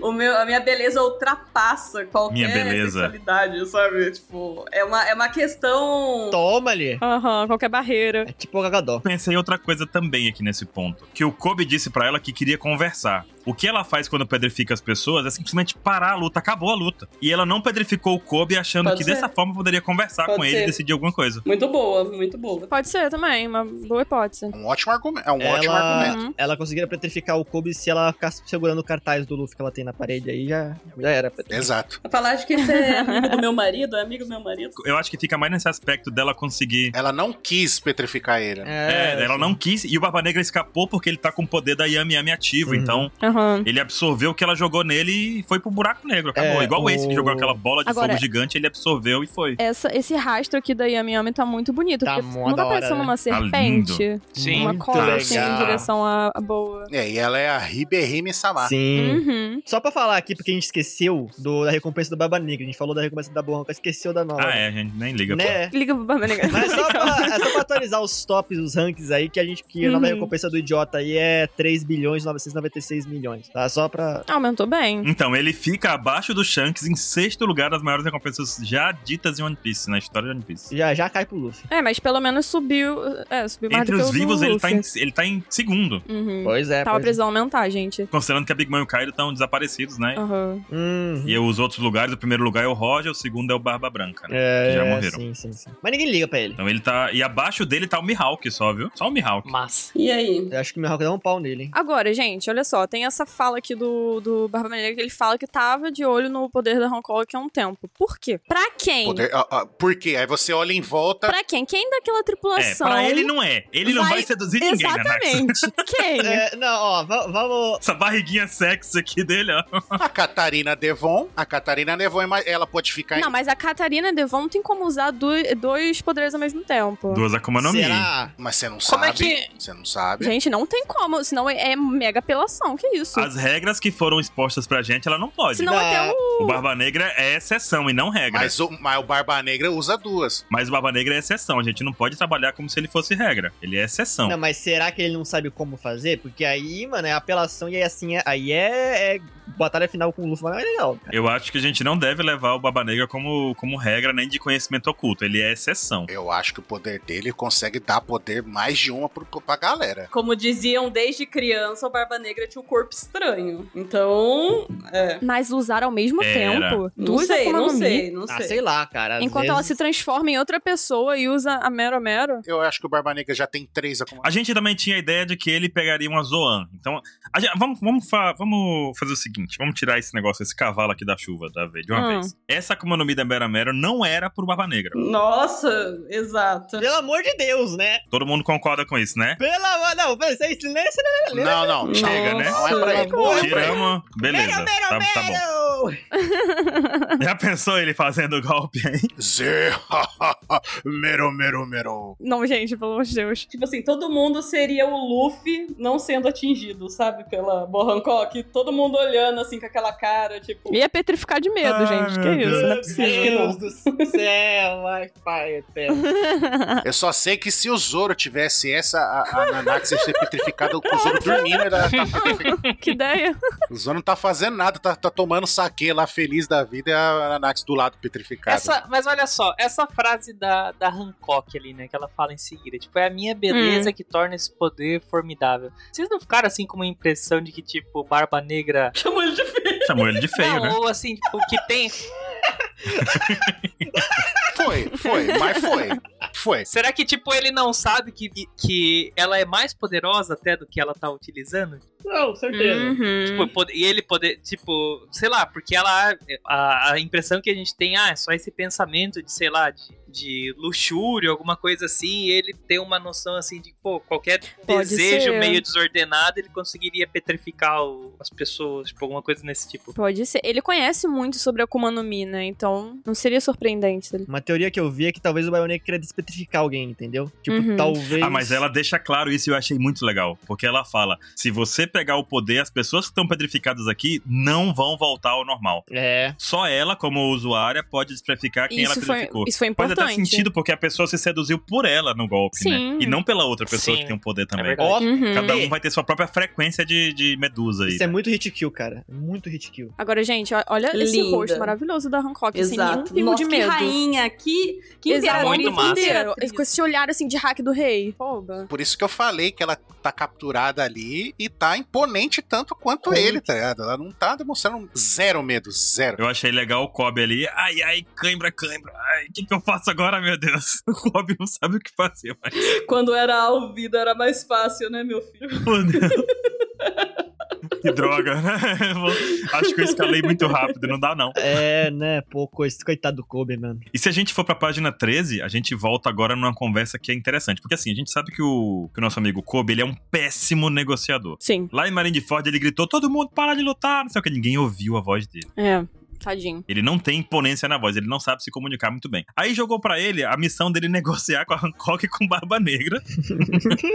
S4: O meu, a minha beleza ultrapassa qualquer
S1: Minha beleza.
S4: sexualidade, sabe? Tipo, é uma, é uma questão.
S6: Toma-lhe.
S7: Aham, qualquer barreira.
S6: É tipo o Gagadó.
S1: Pensei em outra coisa também aqui nesse ponto. Que o Kobe disse pra ela que queria conversar. O que ela faz quando pedrifica as pessoas é simplesmente parar a luta, acabou a luta. E ela não pedrificou o Kobe achando
S4: Pode
S1: que
S4: ser.
S1: dessa forma poderia conversar
S4: Pode
S1: com ele
S4: ser.
S1: e decidir alguma coisa.
S4: Muito boa, muito boa.
S7: Pode ser também, uma boa hipótese.
S2: Um ótimo argumento. É um ótimo
S6: Ela,
S7: Uhum.
S2: argumento.
S6: ela conseguiria petrificar o Kobe se ela ficasse segurando o cartaz do Luffy que ela tem na parede aí, já, já era.
S2: Exato.
S4: Falar de que esse é amigo do meu marido, é amigo do meu marido.
S1: Eu acho que fica mais nesse aspecto dela conseguir.
S2: Ela não quis petrificar ele. né?
S1: É, ela não quis. E o Barba Negra escapou porque ele tá com o poder da Yami Yami ativo.
S6: Uhum.
S1: Então,
S7: Aham.
S1: ele absorveu o que ela jogou nele e foi pro buraco negro. Acabou.
S6: É,
S1: Igual o Ace que
S6: o-
S1: jogou aquela bola de
S7: Agora-
S1: fogo gigante, ele absorveu e
S4: é,
S1: foi.
S7: Essa, esse rastro aqui da Yami Yami tá muito bonito.
S6: Tá
S7: porque
S6: mó
S7: nunca
S6: da hora,
S7: pareceu
S6: né?
S7: uma serpente.
S5: Sim.
S7: uma
S6: Muito
S7: cola assim em
S6: legal.
S7: direção à à boa.
S2: É, e ela é a Riberime Samar.
S6: Sim.
S7: Uhum.
S6: Só pra falar aqui, porque a gente esqueceu do- da recompensa do Baba Negra. A gente falou da recompensa da Borranca, esqueceu da nova.
S1: Ah, é, a gente nem liga. pô.
S6: Né?
S7: Liga pro Barba
S6: [laughs]
S7: Negra.
S6: Mas
S7: [laughs]
S6: só pra, é só pra atualizar os tops, os rankings aí, que a gente que a nova
S7: Uhum.
S6: recompensa do idiota aí é 3 bilhões 996 milhões, tá? Só pra.
S7: Aumentou bem.
S1: Então, ele fica abaixo do Shanks em sexto lugar das maiores recompensas já ditas em One Piece, na história de One Piece.
S6: Já, já cai pro Luffy.
S7: É, mas pelo menos subiu. É, subiu mais
S1: Entre
S7: do que
S1: os
S7: o do
S1: vivos, ele
S7: Luffy.
S1: tá, em, ele tá em segundo.
S7: Uhum.
S6: Pois é.
S7: Tava
S6: pois é.
S7: precisando aumentar, gente.
S1: Considerando que a Big Mom e o Kaido estão desaparecidos, né?
S7: Aham.
S6: Uhum.
S1: E os outros lugares, o primeiro lugar é o Roger, o segundo é o Barba Branca, né?
S6: É,
S1: que já
S6: é,
S1: morreram.
S6: Sim, sim, sim. Mas ninguém liga pra ele.
S1: Então ele tá. E abaixo dele tá o Mihawk só, viu? Só o Mihawk.
S5: Mas.
S4: E aí?
S6: Eu acho que o Mihawk dá um pau nele, hein?
S7: Agora, gente, olha só, tem essa fala aqui do, do Barba Negra que ele fala que tava de olho no poder da Hong Kong há um tempo. Por quê? Pra quem?
S2: Poder, ah, ah, por quê? Aí você olha em volta.
S7: Pra quem? Quem daquela
S1: É,
S7: tripulação?
S1: pra ele não é. Ele não
S7: Vai-
S1: vai seduzir ninguém, né, Nax?
S7: Exatamente. quem?
S6: É, não, ó, va- vamos.
S1: [laughs] Essa barriguinha sexy aqui dele, ó.
S2: A Catarina Devon. A Catarina Devon, é mais- ela pode ficar
S7: Não,
S2: em.
S7: mas a Catarina Devon não tem como usar do- dois poderes ao mesmo tempo.
S1: Duas Akuma no Mi.
S6: Será?
S2: Mas você não
S5: Como é
S2: sabe. Você não sabe.
S7: Gente, não tem como, senão é, é mega apelação, que isso.
S1: As regras que foram expostas pra gente, ela não pode. né?
S7: Senão até um, o...
S1: O Barba Negra é exceção e não regra. Mas...
S2: Mas o, mas o Barba Negra usa duas.
S1: o Barba Negra é exceção. A gente não pode trabalhar como se ele fosse regra. Ele é exceção.
S6: Não, mas será que ele não sabe como fazer? Porque aí, mano, é apelação e aí assim, é- aí é, é batalha final com o Luffy, mas é legal. cara.
S1: Eu acho que a gente não deve levar o Baba Negra como, como regra nem de conhecimento oculto. Ele é exceção.
S2: Eu acho que o poder dele consegue dar poder mais de uma pro, pra galera.
S4: Como diziam desde criança, o Barba Negra tinha um corpo estranho. Então, é.
S7: Mas usar ao mesmo
S1: Era.
S7: tempo.
S4: Não
S7: Duas
S4: sei,
S7: Akuma
S4: não
S7: no Mi.
S4: sei, não
S6: Ah,
S4: sei.
S6: sei lá, cara. às
S7: Enquanto ela se
S6: vezes-
S7: transforma em outra pessoa e usa a Mero Mero.
S2: Eu acho que o Barba Negra já tem três Akuma.
S1: A gente também tinha a ideia de que ele pegaria uma Zoan. Então, a gente- vamos, vamos, fa- vamos fazer o seguinte: vamos tirar esse negócio, esse cavalo aqui da chuva, da vez, de uma
S7: Hum.
S1: vez. Essa Akuma no Mi da Mera Mera não era pro Barba Negra.
S4: Nossa, exato.
S6: Pelo amor de Deus, né?
S1: Todo mundo concorda com isso, né?
S6: Pelo amor. Não, pensei em silêncio, né?
S2: Não, não,
S1: Chega, né?
S2: Não é pra ele.
S6: Porra,
S1: Tiramos. Beleza. Tá, tá bom. Já pensou ele fazendo o golpe aí?
S2: Zé, [laughs] mero, mero, mero.
S7: Não, gente, pelo amor de Deus.
S4: Tipo assim, todo mundo seria o Luffy não sendo atingido, sabe? Pela Bo Hancock. Todo mundo olhando assim com aquela cara, tipo.
S7: Ia é petrificar de medo,
S1: Ai,
S7: gente. Que
S1: meu
S7: isso, não é possível.
S6: Deus do céu, vai, pai eterno.
S2: Eu só sei que se o Zoro tivesse essa, a, a Nanatsu ia ser petrificada com o Zoro dormindo, ela tá petrificada.
S4: É.
S7: Que
S4: [laughs]
S7: ideia.
S2: O Zoro não tá fazendo nada, tá, tá tomando saque lá, feliz da vida, e a Nanatsu do lado petrificada.
S5: Essa, mas olha só, essa frase da, da Hancock ali, né? Que ela fala em seguida, tipo, é a minha beleza que torna esse poder formidável. Vocês não ficaram assim com uma impressão de que, tipo, Barba [laughs] Negra.
S4: Chamou ele de feio.
S1: Chamou ele de feio,
S5: Não,
S1: né?
S5: Ou assim, tipo, que tem.
S2: Foi, foi, mas foi. Foi.
S5: Será que, tipo, ele não sabe que, que ela é mais poderosa até do que ela tá utilizando?
S6: Não,
S4: É.
S1: Hum.
S6: certeza.
S7: Uhum.
S5: Tipo, pode- e ele poder, tipo, sei lá, porque ela. A, a impressão que a gente tem, ah, é só esse pensamento de, sei lá, de, de luxúria, alguma coisa assim, e ele tem uma noção assim de, pô, qualquer
S7: Pode
S5: desejo
S7: ser.
S5: meio desordenado, ele conseguiria petrificar o- as pessoas, tipo, alguma coisa nesse tipo.
S7: Pode ser. Ele conhece muito sobre a Kuma no Mi, né? Então não seria surpreendente se ele.
S6: Uma teoria que eu vi é que talvez o Bayonet queria despetrificar alguém, entendeu? Tipo,
S7: Uhum.
S6: talvez.
S1: Ah, mas ela deixa claro isso e eu achei muito legal. Porque ela fala: se você pegar o poder, as pessoas que estão petrificadas aqui não vão voltar ao normal.
S6: É.
S1: Só ela, como usuária, pode despreficar quem
S7: Isso
S1: ela
S7: foi,
S1: petrificou.
S7: isso foi
S1: Faz
S7: importante.
S1: até sentido, porque a pessoa se seduziu por ela no golpe,
S7: Sim.
S1: né? E não pela outra pessoa
S5: Sim.
S1: que tem o poder
S5: É
S1: também.
S5: verdade.
S6: Ó,
S7: Uhum.
S1: Cada um vai ter sua própria frequência de, de medusa aí.
S6: isso é muito hit kill, cara. Muito hit kill.
S7: Agora, gente, ó- olha esse
S4: Linda.
S7: rosto maravilhoso da Hancock. Sem nenhum
S4: Exato.
S7: pingo
S4: Nossa,
S7: de medo.
S4: que rainha, que, que
S7: Exato.
S5: Muito massa.
S4: imperatriz.
S7: Com esse olhar assim de hack do rei. Oba.
S2: Por isso que eu falei que ela tá capturada ali e tá imponente tanto quanto ele, tá ligado? Ela não tá demonstrando zero medo, zero.
S1: Eu achei legal o Kobe ali. Ai, ai, cãibra, cãibra. Ai, o que, que eu faço agora, meu Deus? [laughs] O Kobe não sabe o que fazer, mas.
S4: Quando era alvida era mais fácil, né, meu filho?
S1: Meu Deus. Que droga, né? Eu vou- Acho que eu escalei muito rápido, não dá não.
S6: É, né? Pô, coisa- coitado do Kobe, mano.
S1: E se a gente for pra página 13, a gente volta agora numa conversa que é interessante. Porque assim, a gente sabe que o, que o nosso amigo Kobe, ele é um péssimo negociador.
S7: Sim.
S1: Lá em Marineford, ele gritou, todo mundo para de lutar, não sei o que. Ninguém ouviu a voz dele.
S7: É. Tadinho.
S1: Ele não tem imponência na voz, ele não sabe se comunicar muito bem. Aí jogou pra ele a missão dele negociar com a Hancock e com Barba Negra. [laughs]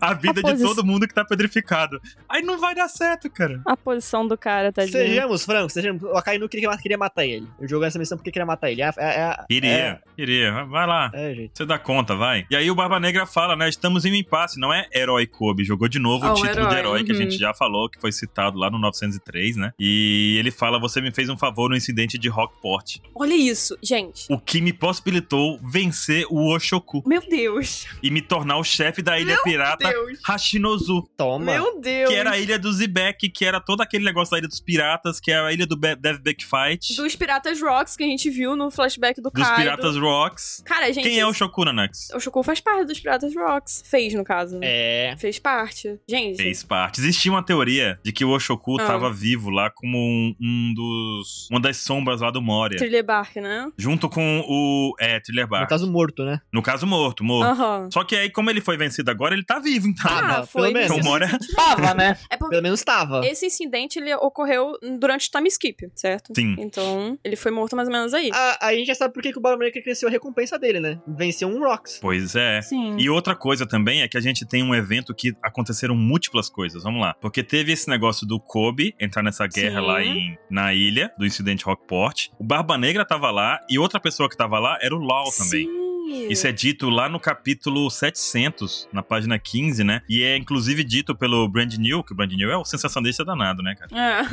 S1: a vida
S7: A
S1: de
S7: posi-
S1: todo mundo que tá pedrificado. Aí não vai dar certo, cara.
S7: A posição do cara, tadinho.
S6: Sejamos francos, sejamos. O Akainu queria, queria matar ele. Eu joguei essa missão porque queria matar ele. É, é, é,
S1: Iria, iria. Vai lá.
S6: É, é, gente.
S1: Você dá conta, vai. E aí o Barba Negra fala, né? Estamos em um impasse, não é herói Kobe. Jogou de novo
S7: Ah,
S1: o
S7: o
S1: título de
S7: herói,
S1: herói que a
S7: uhum.
S1: gente já falou, que foi citado lá no 903, né? E ele fala: Você me fez um favor no incidente de Rockport,
S7: Olha isso, gente.
S1: o que me possibilitou vencer o Oshoku
S7: Meu Deus.
S1: e me tornar o chefe da ilha pirata
S7: Deus.
S1: Hashinozu,
S6: Toma.
S7: Meu Deus.
S1: que era a ilha do Zibek, que era todo aquele negócio da ilha dos piratas, que é a ilha do Be- Deathback Fight,
S7: Dos Piratas Rocks que a gente viu no flashback do
S1: dos
S7: Kaido.
S1: piratas Rocks.
S7: Cara, gente.
S1: Quem é o Shoku, Nanax?
S7: O Shoko faz parte dos Piratas Rocks. Fez, no caso, né?
S6: É.
S7: Fez parte. Gente.
S1: Fez parte. Existia uma teoria de que o Oshoku
S7: Ah.
S1: tava vivo lá como um, um dos. uma das sombras lá do Moria.
S7: Thriller Bark, né?
S1: junto com o. É, Thriller Bark.
S6: No caso morto, né?
S1: No caso, morto, morto.
S7: Aham.
S1: Só que aí, como ele foi vencido agora, ele tá vivo, então.
S6: Ah, mas pelo menos.
S1: então, o Moria.
S5: Tava, né?
S7: É porque
S6: Pelo menos tava.
S7: esse incidente ele ocorreu durante o time skip, certo?
S1: Sim.
S7: Então, ele foi morto mais ou menos aí.
S6: A, a gente já sabe por que que o Barba Negra cresceu a recompensa dele, né? Venceu um Rox.
S1: Pois é.
S7: Sim.
S1: E outra coisa também é que a gente tem um evento que aconteceram múltiplas coisas. Vamos lá. Porque teve esse negócio do Kobe entrar nessa guerra
S7: Sim.
S1: lá em, na ilha, do incidente Rockport. O Barba Negra tava lá e outra pessoa que tava lá era o Law também.
S7: Sim.
S1: Isso é dito lá no capítulo 700, na página 15, né? E é inclusive dito pelo Brand New, que o Brand New é o sensacionalista danado, [laughs] né, cara?
S7: É.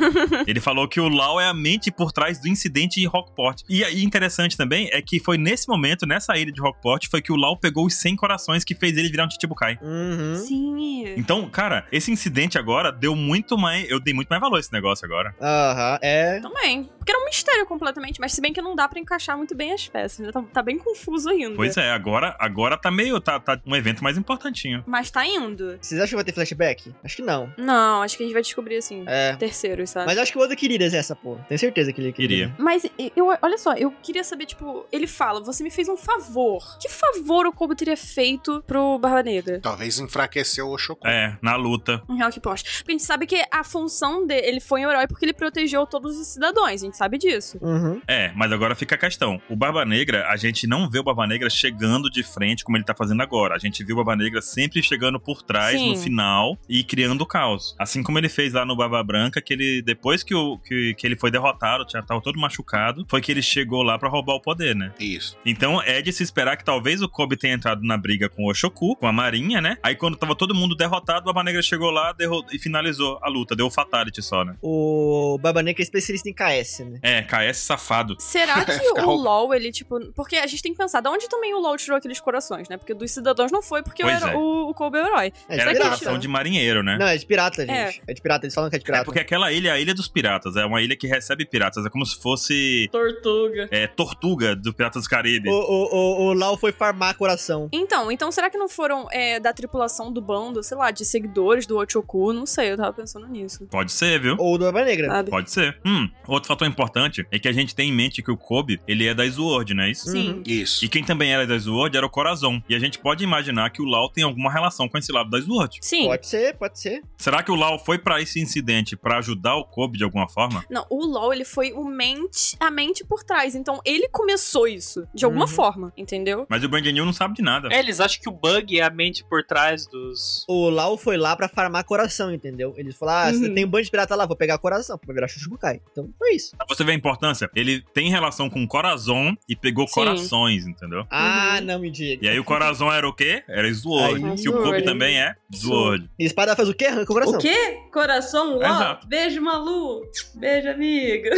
S1: Ele falou que o Lau é a mente por trás do incidente em Rockport. E aí, interessante também é que foi nesse momento, nessa ilha de Rockport, foi que o Lau pegou os 100 corações que fez ele virar um Chichibukai.
S7: [laughs]
S6: Uhum.
S4: Sim.
S1: Então, cara, esse incidente agora deu muito mais. Eu dei muito mais valor a esse negócio agora.
S6: Aham, é.
S7: Também. Porque era um mistério completamente, mas se bem que não dá pra encaixar muito bem as peças, né? Tá, tá bem confuso ainda.
S1: Pois é, agora, agora tá meio. Tá, tá um evento mais importantinho.
S7: Mas tá indo.
S6: Vocês acham que vai ter flashback? Acho que não.
S7: Não, acho que a gente vai descobrir assim.
S6: É.
S7: Terceiros, sabe?
S6: Mas eu acho que o Oda queria desenhar essa porra. Tenho certeza que ele queria.
S1: Queria.
S7: Mas eu, olha só, eu queria saber, tipo, ele fala, você me fez um favor. Que favor o Kobo teria feito pro Barba Negra?
S2: Talvez enfraqueceu o Shoku.
S1: É, na luta.
S7: Um real que posta. Porque a gente sabe que a função dele, ele foi um herói porque ele protegeu todos os cidadãos, a gente sabe disso.
S6: Uhum.
S1: É, mas agora fica a questão. O Barba Negra, a gente não vê o Barba Negra chegando de frente como ele tá fazendo agora. A gente viu o Barba Negra sempre chegando por trás
S7: Sim.
S1: no final e criando caos. Assim como ele fez lá no Barba Branca, que ele depois que, o, que, que ele foi derrotado, tinha tava todo machucado, foi que ele chegou lá pra roubar o poder, né?
S2: Isso.
S1: Então é de se esperar que talvez o Kobe tenha entrado na briga com o Oshoku, com a marinha, né? Aí quando tava todo mundo derrotado, o Barba Negra chegou lá derro- e finalizou a luta, deu o fatality só, né?
S6: O Baba Negra é especialista em KS, né?
S1: É, KS safado.
S7: Será que
S2: Fica
S7: o
S2: roubando.
S7: LOL, ele, tipo. Porque a gente tem que pensar, de onde também o LOL tirou aqueles corações, né? Porque dos cidadãos não foi, porque o
S1: Pois
S7: era-
S1: é.
S7: o, o Kobe é o herói.
S6: É de
S1: Era
S7: que
S6: pirata.
S1: coração de marinheiro, né?
S6: Não, é de pirata, gente. É. de pirata, eles falam que é de
S1: É
S6: pirata.
S1: porque aquela ilha é a ilha dos piratas, é uma ilha que recebe piratas, é como se fosse
S4: Tortuga.
S1: é, Tortuga do Piratas do Caribe.
S6: o, o, o, o Lau foi farmar coração.
S7: Então, então será que não foram é, da tripulação do bando, sei lá, de seguidores do Ochoku? Não sei, eu tava pensando nisso.
S1: Pode ser, viu?
S6: Ou do Barba Negra.
S7: Sabe?
S1: Pode ser. Hum, outro fator importante é que a gente tem em mente que o Kobe, ele é da Sword, né? Isso?
S7: Sim.
S2: Isso.
S1: E quem também era da Sword era o Corazon. E a gente pode imaginar que o Lau tem alguma relação com esse lado da Sword.
S7: Sim.
S6: Pode ser, pode ser.
S1: Será que o Lau foi pra esse incidente pra ajudar o Kobe de alguma forma?
S7: Não, o LOL, ele foi o mente, a mente por trás. Então, ele começou isso, de alguma
S6: Uhum.
S7: forma, entendeu?
S1: Mas o Brand New não sabe de nada.
S5: É, eles acham que o bug é a mente por trás dos.
S6: O Lau foi lá pra farmar coração, entendeu? Eles falaram, ah, você
S7: Uhum.
S6: tem um bando de pirata lá, vou pegar coração, vou virar Shushbukai. Então, foi isso.
S1: Pra Você vê a importância? Ele tem relação com o Corazon e pegou
S7: Sim.
S1: corações, entendeu?
S6: Ah, não me diga.
S1: E aí o Corazon era o quê? Era Sword.
S6: Aí,
S1: que o Kobe
S7: Sword.
S1: também é Sword.
S6: E a espada faz o quê? Arranca o coração.
S4: O quê? Coração ó.
S1: Exato.
S4: Beijo, Malu. Beijo, amiga.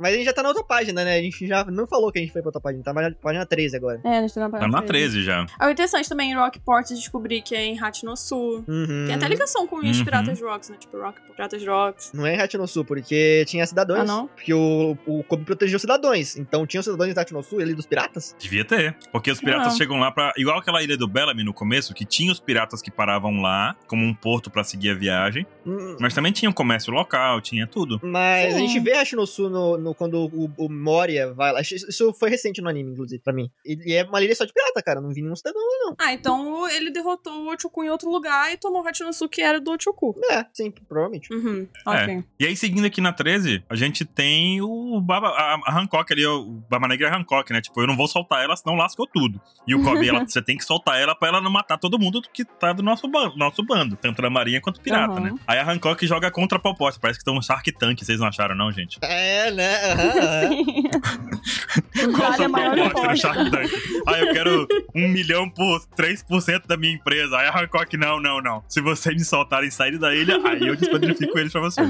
S6: Mas a gente já tá na outra página, né? A gente já não falou que a gente foi pra outra página, tá na página 13 agora.
S3: É, nós estamos
S1: Tá na 13 já.
S7: Ah, o interessante também em Rockport descobrir que é em Hatinosu.
S6: Uhum.
S7: Tem até ligação com os
S1: Uhum.
S7: Piratas Rocks, né? Tipo, Rock, Piratas Rocks.
S6: Não é em Hatinosu, porque tinha cidadãos.
S7: Ah, não?
S6: Porque o, o Kobe protegeu os cidadãos. Então tinha os cidadãos de Hatinosu, ele dos piratas.
S1: Devia ter. Porque os piratas
S7: Não.
S1: chegam lá pra. Igual aquela ilha do Bellamy no começo, que tinha os piratas que paravam lá, como um porto pra seguir a viagem.
S6: Hum,
S1: Mas também tinha o comércio local, tinha tudo.
S6: Mas a
S7: Sim.
S6: gente vê Hashinosu no, no, quando o, o Moria vai lá. Isso- Isso foi recente no anime, inclusive, pra mim. E e é uma ilha só de pirata, cara. Não vi nenhum cidadão.
S7: Ah, então ele derrotou o Ochoku em outro lugar e tomou o Hatinosu que era do Ochoku.
S6: É, sim, provavelmente.
S1: É.
S7: Uhum,
S1: [laughs] ok. E aí, seguindo aqui na 13, a gente tem o Baba. A, a Hancock ali, o Baba Negra é Hancock, né? Tipo, eu não vou soltar ela, senão lascou tudo. E o Kobe,
S7: [laughs]
S1: ela, você tem que soltar ela pra ela não matar todo mundo que tá do nosso bando, nosso bando tanto da marinha quanto pirata,
S7: Aham.
S1: né? Aí a Hancock joga contra a Popote. Parece que tem um Shark Tank, vocês não acharam, não, gente?
S6: É, né?
S7: [laughs]
S6: Aham, aham.
S1: Qual a
S7: Vale
S1: sua
S7: a maior
S1: proposta no
S7: aposta.
S1: Shark Tank? Ah, eu quero um milhão por 3% da minha empresa. Aí a Hancock, não, não, não. Se vocês me soltarem e saírem da ilha, aí eu despadrifico eles pra
S7: [laughs]
S1: vocês.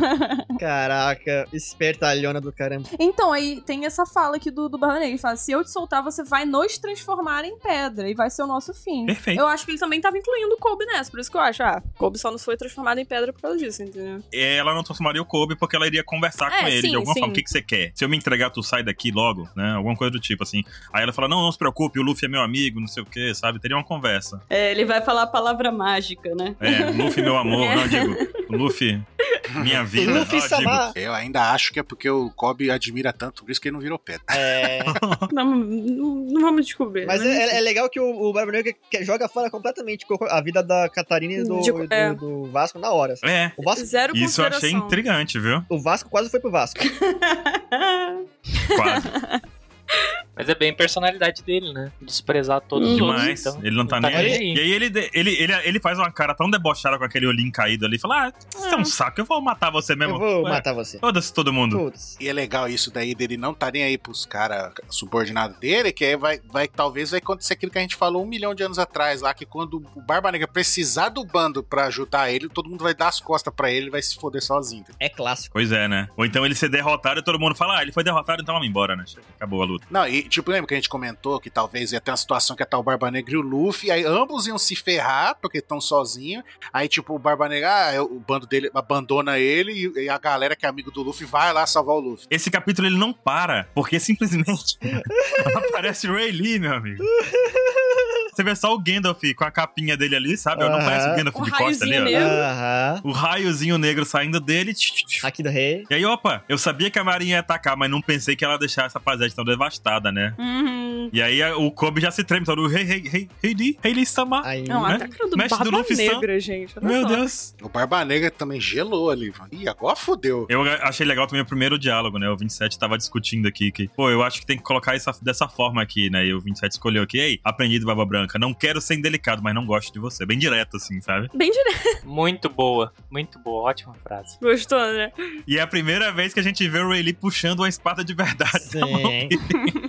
S6: Caraca, espertalhona do caramba.
S7: Então, aí tem essa fala aqui do, do Barba Negra. Ele fala, se eu te soltar, você vai nos transformar em pedra e vai ser o nosso fim.
S1: Perfeito.
S7: Eu acho que ele também tava incluindo o Kobe nessa, por isso que eu acho. Ah, Kobe só não foi transformado em pedra por causa disso, entendeu?
S1: Ela não transformaria o Kobe porque ela iria conversar
S7: É,
S1: com ele
S7: sim,
S1: de alguma
S7: sim.
S1: forma. O que, que você quer? Se eu me entregar, tu sai daqui logo, né? Alguma coisa do tipo, assim. Aí ela fala: não, não se preocupe, o Luffy é meu amigo, não sei o quê, sabe? Teria uma conversa.
S4: É, ele vai falar a palavra mágica, né?
S1: É, Luffy, meu amor. Não, eu digo, Luffy, minha vida. Não, eu
S6: Luffy Samar.
S2: Eu ainda acho que é porque o Kobe admira tanto, por isso que ele não virou pedra.
S6: É.
S7: [laughs]
S1: Ah.
S7: Não, não, não vamos descobrir.
S6: Mas
S7: né?
S6: é, é legal que o, o Barba Negra que- joga fora completamente a vida da Catarina e do,
S7: De-
S6: do-
S7: é.
S6: do Vasco na hora. sabe?
S1: digo. É.
S6: O Vasco,
S7: Zero
S1: Isso eu achei
S7: consideração.
S1: intrigante, viu? [laughs]
S6: o Vasco quase foi pro Vasco.
S1: Quase.
S5: Mas é bem personalidade dele, né? Desprezar todos os
S1: Demais.
S5: outros. Então,
S1: ele não tá nem aí. E aí ele, de- ele, ele, ele faz uma cara tão debochada com aquele olhinho caído ali. Fala, ah, você é um saco, eu vou matar você mesmo.
S6: Eu vou
S1: Ué,
S6: matar você.
S1: Foda-se todo mundo.
S6: Todos.
S2: E é legal isso daí dele não tá nem aí pros caras subordinados dele, que aí vai, vai talvez vai acontecer aquilo que a gente falou um milhão de anos atrás lá, que quando o Barba Negra precisar do bando pra ajudar ele, todo mundo vai dar as costas pra ele e vai se foder sozinho.
S6: É clássico.
S1: Pois é, né? Ou então ele ser derrotado e todo mundo fala, ah, ele foi derrotado, então vamos embora, né? Chega, Acabou a luta.
S2: Não, e tipo, lembra que a gente comentou que talvez ia ter uma situação que ia estar o Barba Negra e o Luffy, aí ambos iam se ferrar porque estão sozinhos. Aí, tipo, o Barba Negra, ah, o bando dele abandona ele e, e a galera que é amigo do Luffy vai lá salvar o Luffy.
S1: Esse capítulo ele não para, porque simplesmente [laughs] aparece o Ray Lee, meu amigo. Você vê só o Gandalf com a capinha dele ali, sabe? Eu não
S6: Aham.
S1: conheço o Gandalf
S4: O
S1: de costa ali, ó.
S4: raiozinho Eu?
S6: Aham.
S1: O raiozinho negro saindo dele. tch, tch, tch.
S6: Aqui do rei.
S1: E aí, opa, eu sabia que a Marinha ia atacar, mas não pensei que ela ia deixar essa paisagem tão devastada, né?
S4: Uhum.
S1: E aí a- o Kobe já se treme todo. Hey, hey, hey, hey, Lee, hey, Lee, Sama.
S6: Aí.
S4: Não,
S1: Né?
S4: a
S7: tá
S4: cara do
S1: Mestre do
S4: Barba
S1: Luffy Sam.
S4: Negra, gente. olha
S1: Meu
S4: só.
S1: Deus.
S2: O Barba Negra também gelou ali, mano. Ih, agora fodeu.
S1: Eu achei legal também o primeiro diálogo, né? O 27 tava discutindo aqui que, pô, eu acho que tem que colocar isso dessa forma aqui, né? E o 27 escolheu aqui, ei, aprendi do Baba Branca, não quero ser indelicado, mas não gosto de você. Bem direto, assim, sabe?
S4: Bem direto.
S5: Muito boa, muito boa, ótima frase.
S4: Gostou, né?
S1: E é a primeira vez que a gente vê o Rayleigh puxando uma espada de
S5: [laughs]
S1: verdade. da mão.
S6: Sim.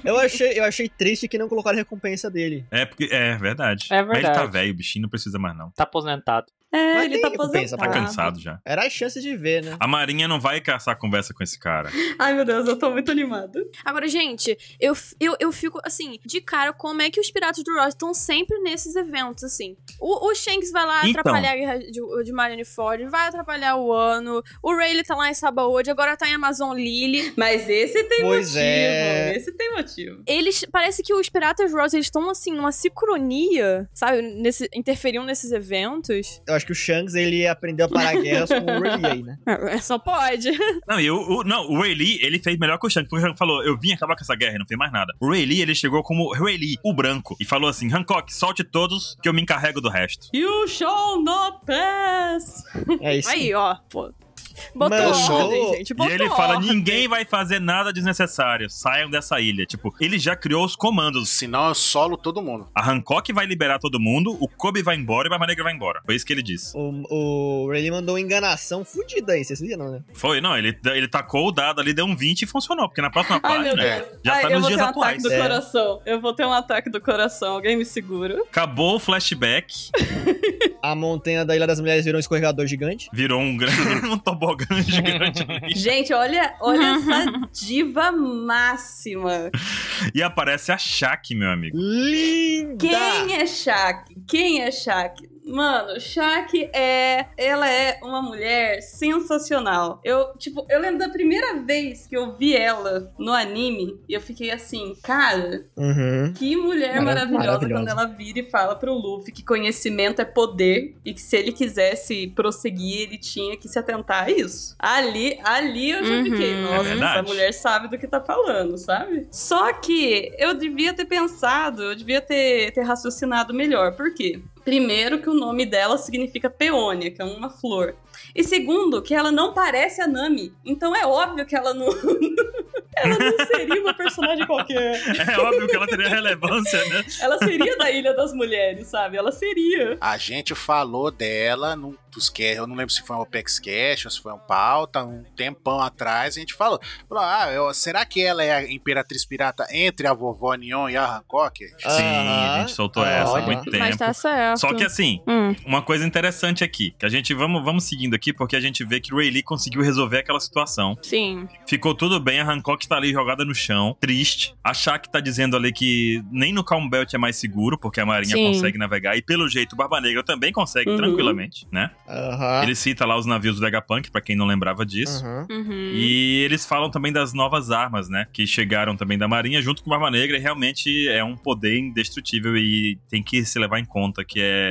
S6: Eu achei, eu achei triste que não colocaram a recompensa dele.
S1: É, porque, é verdade.
S5: É
S1: Mas ele tá
S5: verdade.
S1: velho, o bichinho não precisa mais, não.
S5: Tá aposentado.
S4: É,
S6: Mas
S4: ele
S6: tem
S4: tá
S6: recompensa
S4: aposentado.
S5: Ah,
S1: Tá cansado já.
S6: Era a chance de ver, né?
S1: A Marinha não vai caçar conversa com esse cara.
S4: Ai, meu Deus, eu tô muito animada.
S7: Agora, gente, eu, f- eu, eu fico, assim, de cara como é que os piratas do Ross estão sempre nesses eventos, assim. O, o Shanks vai lá
S1: Então.
S7: atrapalhar a guerra de, de Marineford, vai atrapalhar o ano. O Rayleigh tá lá em Sabaody, agora tá em Amazon Lily.
S4: Mas esse tem
S6: Pois
S4: motivo.
S6: é.
S4: Esse tem motivo.
S7: Eles, parece que os piratas Ross, eles estão, assim, numa sincronia, sabe? Nesse, interferiam nesses eventos.
S6: Eu acho que o Shanks, ele aprendeu a parar guerras com o Rayleigh, né?
S7: É, Só pode.
S1: Não, e o, o- não, o Ray Lee, ele fez melhor que o Shanks, porque o Shanks falou, eu vim acabar com essa guerra e não fez mais nada. O Ray Lee, ele chegou como Ray Lee, o branco, e falou assim, Hancock, solte todos, que eu me encarrego do resto.
S4: You shall not pass!
S6: É isso.
S7: Aí, ó. Pô. Botou
S6: Mano,
S7: ordem,
S6: só-
S7: gente. Botou
S1: e ele fala,
S7: ordem.
S4: né?
S1: ninguém vai fazer nada desnecessário, saiam dessa ilha. Tipo, ele já criou os comandos.
S2: Senão eu solo todo mundo.
S1: A Hancock vai liberar todo mundo, o Kobe vai embora e o Barba Negra vai embora. Foi isso que ele disse.
S6: O, o Rayleigh mandou uma enganação fudida aí, vocês viram, né?
S1: Foi, não, ele, ele tacou o dado ali, deu um 20 e funcionou, porque na próxima
S4: [laughs] Ai, meu
S1: página
S2: É,
S4: Deus.
S1: já
S4: Ai,
S1: tá
S4: eu
S1: nos
S4: vou
S1: dias
S4: ter um
S1: atuais.
S4: ataque do
S6: É.
S4: coração. Eu vou ter um ataque do coração. Alguém
S1: [laughs]
S4: me segura.
S1: Acabou o flashback,
S6: A montanha da Ilha das Mulheres virou um escorregador gigante.
S1: virou um, [laughs] grande, um tobogã gigante ali.
S4: Gente, olha, [laughs] olha essa diva máxima.
S1: E aparece a Shaq, meu amigo.
S6: Linda!
S4: Quem é Shaq? Quem é Shaq? Mano, Shaq é. Ela é uma mulher sensacional. Eu, tipo, eu lembro da primeira vez que eu vi ela no anime e eu fiquei assim, cara,
S6: Uhum.
S4: que mulher
S6: Mara-
S4: maravilhosa,
S6: maravilhosa.
S4: quando ela vira e fala pro Luffy que conhecimento é poder e que se ele quisesse prosseguir, ele tinha que se atentar a isso. Ali, ali eu já
S7: Uhum.
S4: fiquei,
S1: É
S4: nossa,
S1: verdade.
S4: essa mulher sabe do que tá falando, sabe? Só que eu devia ter pensado, eu devia ter, ter raciocinado melhor. Por quê? Primeiro, que o nome dela significa peônia, que é uma flor. E segundo, que ela não parece a Nami. Então é óbvio que ela não. [laughs] ela não seria uma personagem qualquer.
S1: [laughs] É óbvio que ela teria relevância, né?
S4: Ela seria da Ilha das Mulheres, sabe? Ela seria.
S2: A gente falou dela num dos cast, eu não lembro se foi um Opex Cash ou se foi um pauta, um tempão atrás, a gente falou. falou, ah, eu- será que ela é a Imperatriz Pirata entre a vovó Neon e a Hancock?
S1: Sim, a gente soltou
S6: Ah,
S1: essa há
S5: olha.
S1: muito tempo.
S7: Mas tá certo.
S1: Só que assim,
S7: Hum.
S1: uma coisa interessante aqui, que a gente vamos, vamos seguindo aqui, porque a gente vê que o Rayleigh conseguiu resolver aquela situação.
S7: Sim.
S1: Ficou tudo bem, a Hancock tá ali jogada no chão, triste. A Shaq tá dizendo ali que nem no Calm Belt é mais seguro, porque a Marinha
S7: Sim.
S1: consegue navegar. E pelo jeito, o Barba Negra também consegue
S4: Uhum.
S1: tranquilamente, né?
S6: Aham.
S1: Ele cita lá os navios do Vegapunk, pra quem não lembrava disso.
S6: Aham.
S7: Uhum.
S1: E eles falam também das novas armas, né? Que chegaram também da Marinha junto com a Barba Negra e realmente é um poder indestrutível e tem que se levar em conta que é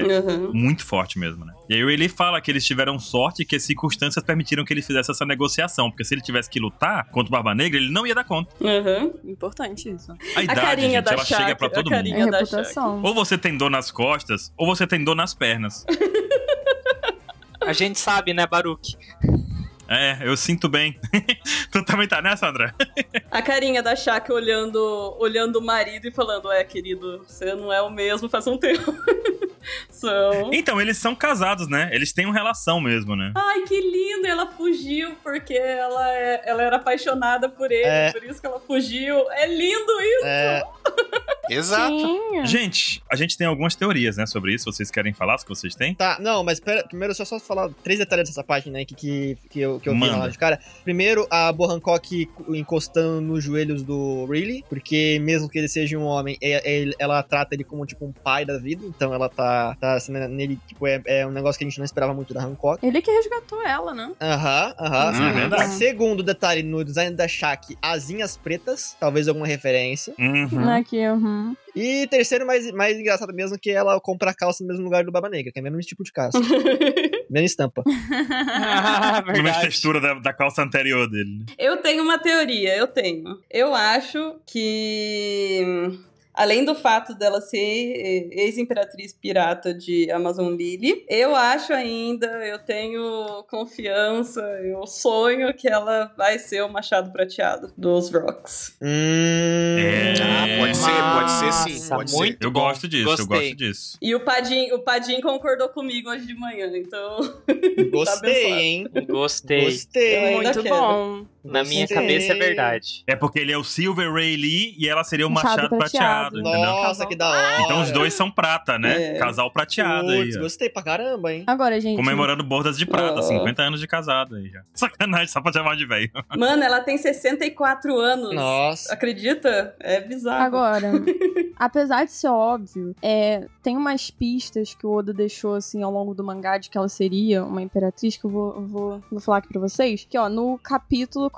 S1: muito forte mesmo, né? E aí ele fala que eles tiveram sorte que as circunstâncias permitiram que ele fizesse essa negociação, porque se ele tivesse que lutar contra o Barba Negra, ele não ia dar conta.
S4: Aham.
S7: Importante isso.
S1: A, idade,
S4: carinha
S1: gente,
S4: da
S1: ela
S4: Shaq,
S1: chega pra
S4: a
S1: todo
S4: carinha.
S1: mundo.
S7: É
S4: da
S7: reputação.
S1: Ou você tem dor nas costas, ou você tem dor nas pernas.
S5: A gente sabe, né, Baruque?
S1: É, eu sinto bem. [laughs] tu também tá nessa, André?
S4: A carinha da Shaka olhando, olhando o marido e falando: É, querido, você não é o mesmo faz um tempo. [laughs] São.
S1: Então, eles são casados, né? Eles têm uma relação mesmo, né?
S4: Ai, que lindo! Ela fugiu porque ela, é- ela era apaixonada por ele,
S6: É.
S4: por isso que ela fugiu. É lindo isso!
S6: É,
S2: Exato.
S1: Gente, a gente tem algumas teorias, né, sobre isso. Vocês querem falar as que vocês têm?
S6: Tá, não, mas pera, primeiro só só falar três detalhes dessa página né, que, que, que eu, que eu vi
S1: Manda.
S6: na live, cara. Primeiro, a Bo Hancock encostando nos joelhos do Riley, porque mesmo que ele seja um homem, é- é- ela trata ele como tipo um pai da vida, então ela tá, tá assim, né, nele, tipo, é, é um negócio que a gente não esperava muito da Hancock.
S7: Ele que resgatou ela, né?
S6: Aham, aham.
S1: Hum, é verdade.
S6: Segundo detalhe, no design da Shaq, asinhas pretas, talvez alguma referência.
S1: Uhum.
S7: Né, que, uhum.
S6: E terceiro, mais, mais engraçado mesmo, que ela compra a calça no mesmo lugar do Baba Negra, que é o mesmo tipo de calça. mesma estampa.
S5: Ah,
S1: Mesma
S5: verdade.
S1: textura da, da calça anterior dele. né?
S4: Eu tenho uma teoria, eu tenho. Eu acho que. hum, Além do fato dela ser eh, ex-imperatriz pirata de Amazon Lily, eu acho ainda, eu tenho confiança, eu sonho que ela vai ser o Machado Prateado dos Rocks.
S6: Hum.
S1: É.
S2: Ah, pode ser, pode ser sim.
S5: Nossa,
S2: Pode ser.
S5: muito
S1: Eu
S5: bom.
S1: gosto disso, eu
S5: Gostei.
S1: gosto disso.
S4: E o Padim, o Padim concordou comigo hoje de manhã, então.
S6: Gostei,
S4: abençoado.
S6: hein?
S5: Gostei.
S4: Eu
S6: Gostei.
S4: ainda
S7: Muito
S4: quero.
S7: bom.
S5: Na minha
S6: Gostei.
S5: cabeça é verdade.
S1: É porque ele é o Silver Ray Lee e ela seria o
S7: Machado
S1: Machado,
S7: Prateado.
S1: prateado, entendeu?
S6: Nossa, que da hora.
S1: Então os dois são prata, né?
S4: É.
S1: Casal prateado aí.
S6: Putz,
S1: ó.
S6: gostei pra caramba, hein?
S7: Agora, gente.
S1: Comemorando bordas de prata,
S4: Ah.
S1: 50 anos de casado aí já. [laughs] Sacanagem, só pra chamar de velho.
S4: Mano, ela tem 64 anos.
S6: Nossa.
S4: Acredita? É bizarro.
S1: [laughs]
S7: Agora, apesar de ser óbvio, é, tem umas pistas que o Oda deixou assim ao longo do mangá de que ela seria uma imperatriz que eu vou, eu vou, vou falar aqui pra vocês. Que ó, no capítulo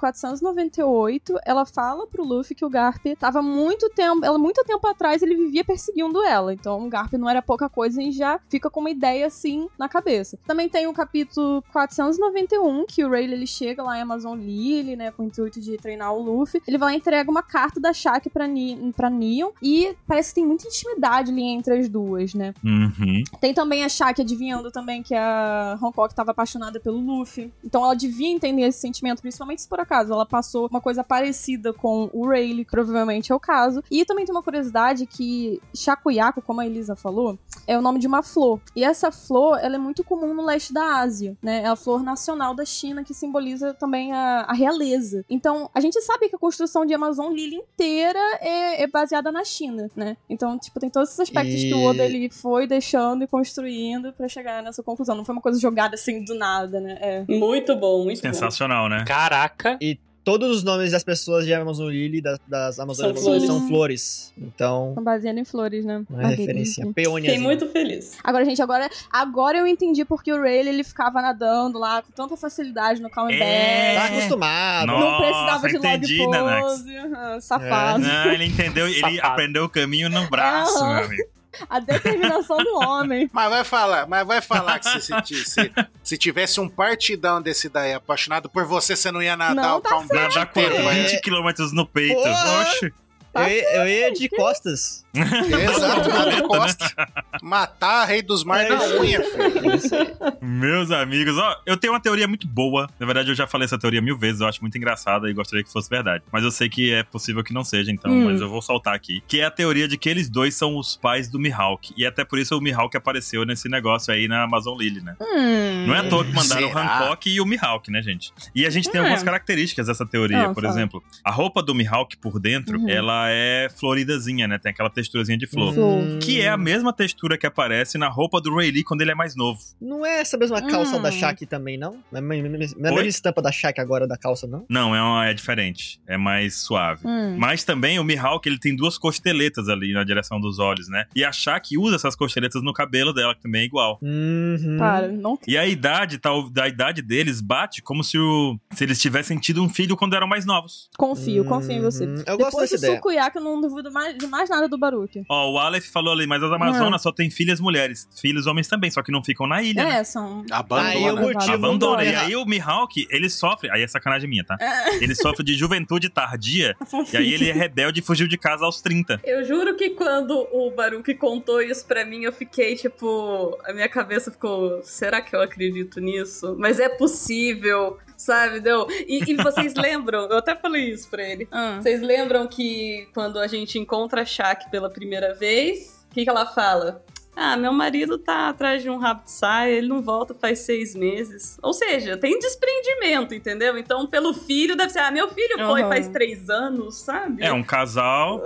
S7: 498, ela fala pro Luffy que o Garp tava muito tempo, ela muito tempo atrás ele vivia perseguindo ela. Então o Garp não era pouca coisa e já fica com uma ideia assim na cabeça. Também tem o capítulo 491 que o Rayleigh ele chega lá em Amazon Lily, né, com o intuito de treinar o Luffy. Ele vai lá e entrega uma carta da Shaq pra, Ni pra Neon e parece que tem muita intimidade ali entre as duas, né?
S1: Uhum.
S7: Tem também a Shaq adivinhando também que a Hancock estava apaixonada pelo Luffy. Então ela devia entender esse sentimento, principalmente se por acaso ela passou uma coisa parecida com o Rayleigh, que provavelmente é o caso. E também tem uma curiosidade que Shakuyaku, como a Elisa falou, é o nome de uma flor. E essa flor, ela é muito comum no leste da Ásia, né? É a flor nacional da China, que simboliza também a, a realeza. Então, a gente sabe que a construção de Amazon Lily inteira é, é baseada na China, né? Então, tipo, tem todos esses aspectos que o Oda,
S6: E-
S7: ele ele foi deixando e construindo pra chegar nessa conclusão. Não foi uma coisa jogada assim do nada, né? É.
S4: Muito bom, muito bom.
S1: Sensacional, né?
S5: Caraca.
S6: Todos os nomes das pessoas de Amazon Lily, das, das Amazonas
S4: São
S6: são, flores. Então,
S7: São baseadas em flores, né?
S6: não é referência. Peônias.
S4: Fiquei muito feliz.
S7: Agora, gente, agora, agora eu entendi porque o Rayleigh ele ficava nadando lá com tanta facilidade no Calm and
S1: É.
S6: Tá
S7: Back.
S6: acostumado.
S1: Nossa,
S7: Não precisava de
S1: entendi, né, É,
S7: log
S1: Nanax.
S7: pose. aham, safado.
S1: Não, Ah, ele entendeu, ele
S5: Safado.
S1: aprendeu o caminho no braço,
S7: Aham.
S1: meu amigo.
S7: A determinação do
S6: [laughs]
S7: homem.
S2: Mas vai falar, mas vai falar que se, se, se- se tivesse um partidão desse daí apaixonado por você, você não ia nadar
S7: Não,
S2: o
S7: tá
S2: Calm Down
S1: Nadar com
S2: inteiro, né?
S1: 20 km no peito.
S6: Porra!
S1: Oxe.
S6: Eu, ia- eu ia de costas.
S2: Exato, nada encosta. Matar Rei dos Mares
S6: É
S2: na
S6: isso.
S2: unha, filho.
S1: Meus amigos, ó, eu tenho uma teoria muito boa. Na verdade, eu já falei essa teoria mil vezes, eu acho muito engraçada e gostaria que fosse verdade. Mas eu sei que é possível que não seja, então,
S7: Hum.
S1: mas eu vou soltar aqui. Que é a teoria de que eles dois são os pais do Mihawk. E é até por isso o Mihawk apareceu nesse negócio aí na Amazon Lily, né?
S7: Hum.
S1: Não é à toa que mandaram o
S2: Será?
S1: Hancock e o Mihawk, né, gente? E a gente tem
S7: É.
S1: algumas características dessa teoria.
S7: Ah,
S1: por
S7: fala.
S1: exemplo, a roupa do Mihawk por dentro,
S7: Uhum.
S1: ela é floridazinha, né? Tem aquela texturazinha de flor.
S7: Uhum.
S6: Hum.
S1: Que é a mesma textura que aparece na roupa do Ray Lee quando ele é mais novo.
S6: Não é essa mesma calça
S7: Hum.
S6: da Shaq também, não? Não é a mesma- não é a
S1: Oi?
S6: mesma estampa da Shaq agora da calça, não?
S1: Não, é, uma- é diferente. É mais suave.
S7: Hum.
S1: Mas também o Mihawk, ele tem duas costeletas ali na direção dos olhos, né? E a Shaq usa essas costeletas no cabelo dela, que também é igual.
S6: Uhum.
S7: Para, não
S1: E a idade, tal, da idade deles bate como se, o, se eles tivessem tido um filho quando eram mais novos.
S7: confio, confio em você.
S6: Uhum. Eu gosto
S7: Depois
S6: dessa
S7: do
S6: ideia.
S7: Sukuyaki, eu não duvido mais, de mais nada do Baruque.
S1: Ó, o Aleph falou ali,
S7: É.
S1: mas as Amazonas só têm filhas mulheres. Filhos homens também, só que não ficam na ilha, né?
S7: É, são.
S6: Aí eu
S2: Abandona.
S6: motivo
S1: Abandona.
S6: do-
S1: E aí o Mihawk, ele sofre... Aí é sacanagem minha, tá?
S7: É. [laughs]
S1: Ele sofre de juventude tardia. e aí ele é rebelde e fugiu de casa aos 30.
S4: Eu juro que quando o Baruque contou isso pra mim, eu fiquei tipo. A minha cabeça ficou. Será que eu acredito nisso? Mas é possível. sabe? Deu. E, e vocês lembram, eu até falei isso pra ele.
S1: [laughs]
S7: Ah.
S4: Vocês lembram que quando a gente encontra a Shaq pela primeira vez, o que, que ela fala? Ah, meu marido tá atrás de um rabo de saia, ele não volta faz seis meses. Ou seja, tem desprendimento, entendeu? Então, pelo filho, deve ser, ah, meu filho foi
S7: Aham.
S4: faz três anos, sabe?
S1: É um casal.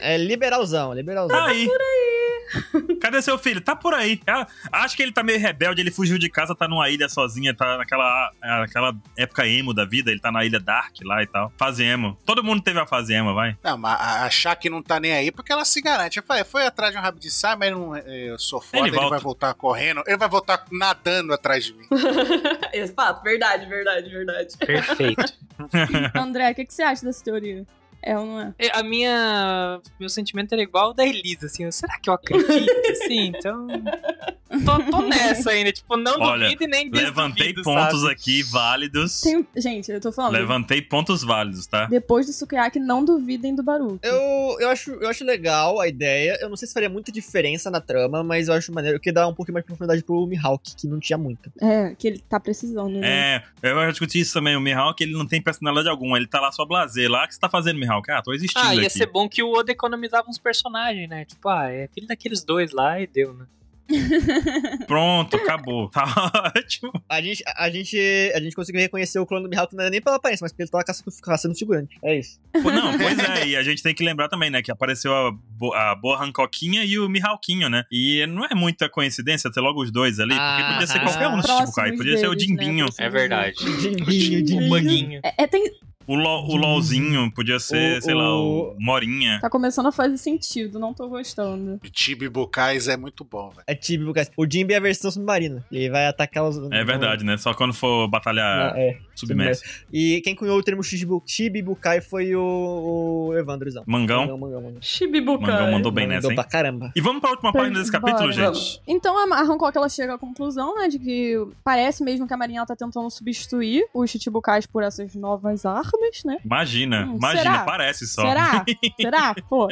S6: É liberalzão, liberalzão.
S1: Tá aí. Cadê seu filho? Tá por aí. Ah, Acho que ele tá meio rebelde, ele fugiu de casa, tá numa ilha sozinha, tá naquela, ah, naquela época emo da vida, ele tá na ilha Dark lá e tal. Fase emo. Todo mundo teve a fase emo, vai.
S2: Não, mas a achar que não tá nem aí porque ela se garante. Eu falei, foi atrás de um rabo de saia, mas não, eh, eu sou foda,
S1: Ele
S2: ele,
S1: volta.
S2: vai voltar correndo, ele vai voltar nadando atrás
S4: [laughs]
S2: de mim.
S4: É fato, verdade, verdade, verdade.
S5: Perfeito.
S7: André, o que, que você acha dessa teoria? É ou não é?
S5: [laughs] E A minha. Meu sentimento era igual ao da Elisa, assim. eu, Será que eu acredito? Sim, então. Tô, tô nessa ainda. Tipo, não
S1: Olha,
S5: duvido e nem desduvido,
S1: Levantei pontos
S5: sabe? um
S1: aqui válidos.
S7: Tem- um- Gente, eu tô falando.
S1: Levantei pontos válidos, tá?
S7: Depois do Sukiyaki, não duvidem do Baru.
S6: Eu, eu, acho, eu acho legal a ideia. Eu não sei se faria muita diferença na trama, mas eu acho maneiro que dá um pouquinho mais de profundidade pro Mihawk, que não tinha muita.
S7: É, que ele tá
S5: um
S7: precisando, né?
S1: É, eu já discuti isso também. O Mihawk, ele não tem personalidade alguma. Ele tá lá só blazer. Lá, o que você tá fazendo, Mihawk? Ah, tô existindo
S5: Ah, ia
S1: aqui.
S5: ser bom que o Oda economizava uns personagens, né? Tipo, ah, é filho daqueles dois lá e deu, né?
S1: Pronto, acabou. [laughs] Tá ótimo.
S6: A gente, a, a gente, a gente conseguiu reconhecer o clone do Mihawk não era nem pela aparência, mas porque ele tava caçando, caçando figurante. É isso.
S1: Pô, Não, pois é, e a gente tem que lembrar também, né, que apareceu a, bo a boa Hancoquinha e o Mihawkinho, né? E não é muita coincidência ter logo os dois ali, porque podia ser
S6: Ah,
S1: qualquer um desse tipo,
S7: tá. próximos
S1: cara. Podia ser o
S7: deles,
S1: Dinguinho,
S7: né?
S5: É
S7: Próximos
S6: Dinguinho,
S5: O
S6: dinguinho.
S5: Manguinho.
S7: É, é, tem-
S1: o, Lo- o LOLzinho, podia ser,
S6: O-
S1: sei lá, o
S6: o-
S1: Morinha.
S7: Tá começando a fazer sentido, não tô gostando.
S2: Tibi Bucais é muito bom, velho.
S6: É Tibi Bucais. O Jimbe é a versão submarina. Ele vai atacar os.
S1: É verdade, né? Só quando for batalhar
S6: Ah, é.
S1: submerso.
S6: E quem cunhou o termo Shibu- Shibibukai foi o, o Evandrozão.
S1: Mangão,
S6: Mangão, mangão, mangão.
S1: Mangão
S4: Shibibukai.
S1: mandou bem nessa,
S6: Mandou
S1: hein?
S6: pra caramba.
S1: E vamos pra última página desse capítulo,
S7: Bora,
S1: gente?
S7: Então a, a Hancock ela chega à conclusão, né, de que parece mesmo que a Marinha ela tá tentando substituir os Chichibukais por essas novas armas, né?
S1: Imagina,
S7: Hum,
S1: imagina,
S7: será?
S1: parece só.
S7: Será? Será? Pô.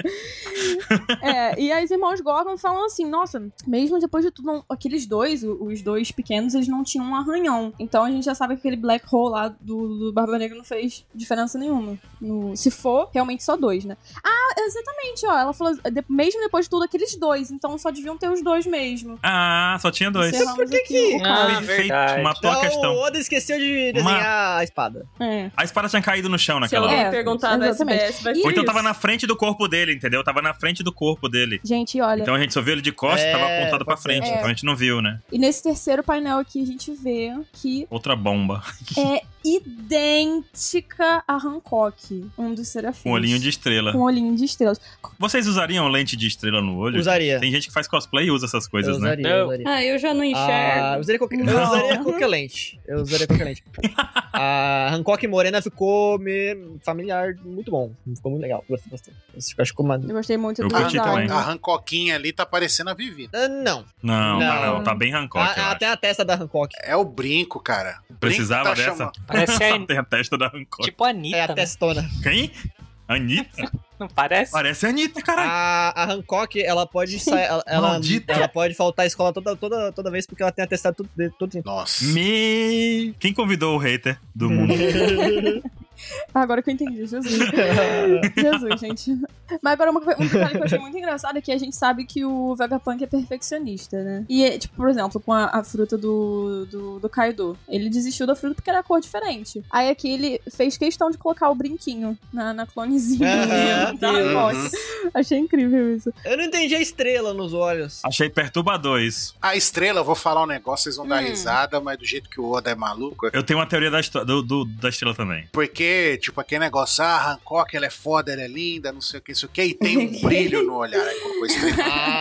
S7: É, e aí os irmãos Gorgon falam assim: nossa, mesmo depois de tudo, não- aqueles dois, o- os dois pequenos, eles não tinham um arranhão. Então a gente já sabe que aquele black hole lá do, do Barba Negra não fez diferença nenhuma. No- se for, realmente só dois, né? Ah, exatamente, ó. Ela falou: de- mesmo depois de tudo, aqueles dois. Então só deviam ter os dois mesmo.
S1: Ah, só tinha dois.
S7: Encerramos
S6: Por que
S7: aqui
S6: que-
S7: o caso.
S5: Ah,
S1: Perfeito,
S5: verdade.
S1: matou a
S6: Não,
S1: questão.
S6: o Então, Oda esqueceu de desenhar a espada.
S7: É.
S1: A espada tinha caído no chão
S4: Se
S1: naquela hora.
S4: alguém
S7: É,
S4: perguntar no
S7: exatamente.
S4: SBS, vai ser
S1: Ou então
S4: isso.
S1: tava na frente do corpo dele, entendeu? Tava na frente do corpo dele.
S7: Gente, olha,
S1: Então a gente só viu ele de costas,
S6: É,
S1: tava apontado pra
S6: pode ser.
S1: frente.
S7: É.
S1: Então a gente não viu, né?
S7: e nesse terceiro painel aqui a gente vê que
S1: Outra bomba.
S7: é idêntica a Hancock, um dos serafins.
S1: Um olhinho de estrela.
S7: Com olhinho de estrelas.
S1: Vocês usariam lente de estrela no olho?
S6: Usaria.
S1: Tem gente que faz cosplay e usa essas coisas,
S6: eu
S1: né?
S6: usaria,
S5: Não.
S6: eu usaria.
S4: Ah, eu já não
S6: Ah,
S4: enxergo.
S6: eu usaria qualquer, eu
S7: Não.
S6: usaria qualquer lente. Eu usaria
S1: [laughs]
S6: qualquer lente. a Hancock Morena ficou me familiar, muito bom. Ficou muito legal. Gostei bastante. Acho que ficou maneiro.
S7: Eu gostei muito
S1: Eu
S7: do
S1: curti
S7: design.
S1: também.
S2: A Hancoquinha ali tá parecendo a Vivi.
S6: Ah, Não.
S1: Não, tá
S6: Não.
S1: não. Tá bem Hancock,
S6: A-
S1: eu
S6: a-
S1: acho.
S6: até a testa da Hancock.
S2: É o brinco, cara. O brinco
S1: Precisava
S2: tá
S1: dessa?
S2: chamando.
S5: Parece
S1: [laughs]
S5: a,
S1: Tem a testa da Hancock.
S5: tipo a Anitta.
S6: É a
S5: né?
S6: testona.
S1: Quem?
S6: [laughs]
S1: Anitta?
S5: Não parece?
S1: Parece a Anitta, caralho.
S6: A, a Hancock, ela pode sair. Ela, ela,
S1: Maldita.
S6: ela pode faltar à escola toda, toda, toda vez porque ela tem atestado tudo, de- tudo
S1: [laughs]
S6: tempo.
S2: Nossa.
S1: Me... Quem convidou o hater do
S6: Hum.
S1: mundo?
S7: Ah, agora que eu entendi,
S1: [laughs]
S7: Jesus. Jesus, gente. Mas agora uma, co- um detalhe que eu achei muito engraçado é que a gente sabe que o Vegapunk é perfeccionista, né? E, é, tipo, por exemplo, com a, a fruta do, do, do Kaido. Ele desistiu da fruta porque era cor diferente. Aí aqui ele fez questão de colocar o brinquinho na, na clonezinha. [laughs]
S6: Aham.
S7: da Hancock. Achei incrível isso.
S6: Eu não entendi a estrela nos olhos.
S1: Achei perturbador isso.
S2: A estrela, eu vou falar um negócio, vocês vão dar
S7: Hum.
S2: risada, mas do jeito que o Oda é maluco.
S1: Eu tenho uma teoria da, histó- do- do- da estrela também.
S2: Porque, tipo, aquele negócio, ah, Hancock, ela é foda, ela é linda, não sei o que, não sei o que, e tem
S4: [laughs]
S2: um brilho no olhar. Aí colocou estrela.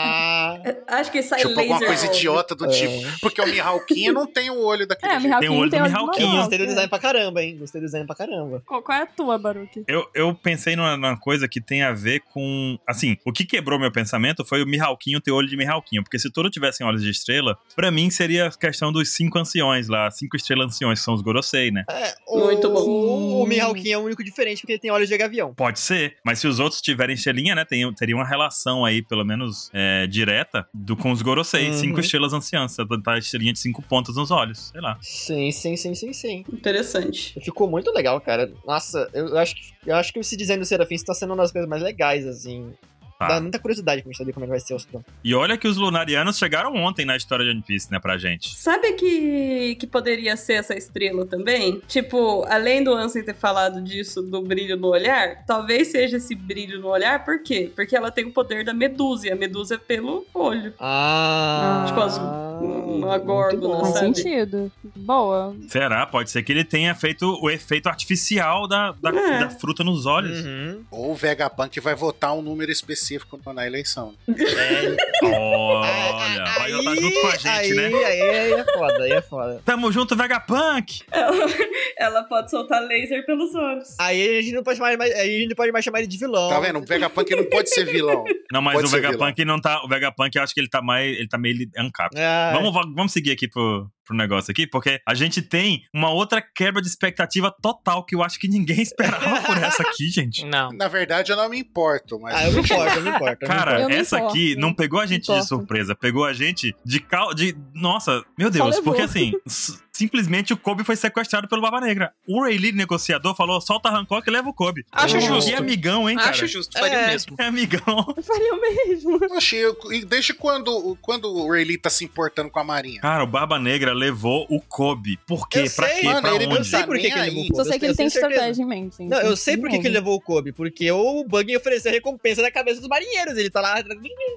S6: Ah,
S4: Acho que sai
S2: Tipo, alguma
S4: laser.
S2: coisa
S4: óbvio.
S2: idiota
S6: É.
S2: do tipo. Porque o Mihawkinho não tem o olho daquele
S7: É,
S2: jeito.
S1: Tem o olho do
S7: Mihawkinho tem olho de
S1: Mihawkinho.
S7: maluco,
S6: "Ah, gostei do
S7: é.
S6: design pra caramba, hein? Gostei do design pra caramba.
S7: Qual, qual é a tua, Baruque?
S1: Eu, eu pensei numa, numa coisa que tem a ver com. Assim, o que quebrou meu pensamento foi o Mihawkinho ter olho de Mihawkinho. Porque se todos tivessem olhos de estrela, pra mim seria a questão dos cinco anciões lá. Cinco estrelas anciões, que são os Gorosei, né?
S6: É,
S4: Muito
S6: o,
S4: bom.
S6: O, o Mihawkinho é o único diferente porque ele tem olhos de gavião.
S1: Pode ser, mas se os outros tiverem estrelinha, né? Tem, teria uma relação aí, pelo menos é, atleta do, com os Gorosei.
S6: Uhum.
S1: Cinco estrelas anciãs. Tá estrelinha de cinco pontas nos olhos. Sei lá.
S6: Sim, sim, sim, sim, sim.
S4: Interessante.
S6: Ficou muito legal, cara. Nossa, eu acho que, eu acho que o Se Dizendo Serafim está tá sendo uma das coisas mais legais, assim.
S1: Tá.
S6: Dá muita curiosidade pra gente saber como é que vai ser os planos.
S1: E olha que os Lunarianos chegaram ontem na história de One Piece, né, pra gente.
S4: Sabe que, que poderia ser essa estrela também? Tipo, além do Ansem ter falado disso, do brilho no olhar, talvez seja esse brilho no olhar, por quê? Porque ela tem o poder da medusa, e a medusa é pelo olho.
S6: Ah.
S4: Tipo as- uma górgona,
S7: Faz
S4: sabe?
S7: sentido. Boa.
S1: Será? Pode ser que ele tenha feito o efeito artificial da, da,
S4: É.
S1: da fruta nos olhos.
S6: Uhum.
S2: Ou o Vegapunk vai votar um número específico na eleição.
S6: [laughs]
S1: Olha, vai jogar junto com a gente,
S6: Uhum. aí,
S1: né?
S6: Aí, aí é foda, aí é foda.
S1: Tamo junto, Vegapunk!
S4: Ela, ela pode soltar laser pelos olhos.
S6: Aí a gente não pode mais, mais- aí a gente não pode mais chamar ele de vilão.
S2: Tá vendo? O Vegapunk não pode ser [laughs] vilão.
S1: Não, mas
S2: Pode
S1: o
S2: ser
S1: Vegapunk não tá. O Vegapunk, eu acho que ele tá mais. Ele tá meio li- ancap.
S6: Ah,
S1: Vamos, va- vamos seguir aqui pro, pro negócio aqui, porque a gente tem uma outra quebra de expectativa total que eu acho que ninguém [laughs] esperava por essa aqui, gente.
S5: Não.
S2: Na verdade, eu não me importo, mas.
S6: Ah, eu me importo, eu me importo. eu me
S1: Cara,
S7: Eu me
S1: essa
S7: importo,
S1: aqui
S7: eu
S1: não pegou a gente de
S7: importo.
S1: surpresa, pegou a gente de cal... de Nossa, meu
S7: Só
S1: Deus,
S7: levou.
S1: porque assim, s- simplesmente o Kobe foi sequestrado pelo Barba Negra. O Ray Lee, negociador, falou: solta Hancock e leva o Kobe.
S5: Acho
S1: Que
S5: justo.
S1: amigão, hein, cara?
S5: Acho justo, faria
S6: É.
S5: o mesmo.
S1: É amigão. [laughs]
S7: Eu faria o mesmo.
S2: Poxa, eu- e desde quando, o- quando o Rayleigh tá se importando com a Marinha?
S1: Cara, o Barba Negra levou o Kobe. Por quê?
S6: Eu
S1: pra
S6: sei,
S1: quê?
S2: mano,
S1: pra
S2: ele não
S1: onde?
S2: sabe.
S6: Sei por que que ele levou o Kobe,
S7: Só sei que
S6: eu
S7: ele tem
S6: tenho certeza.
S7: estratégia em mente. então. gente.
S6: Não, eu sei por que que ele é
S7: Não.
S6: levou o Kobe, porque o Buggy ofereceu a recompensa da cabeça dos marinheiros, ele tá lá...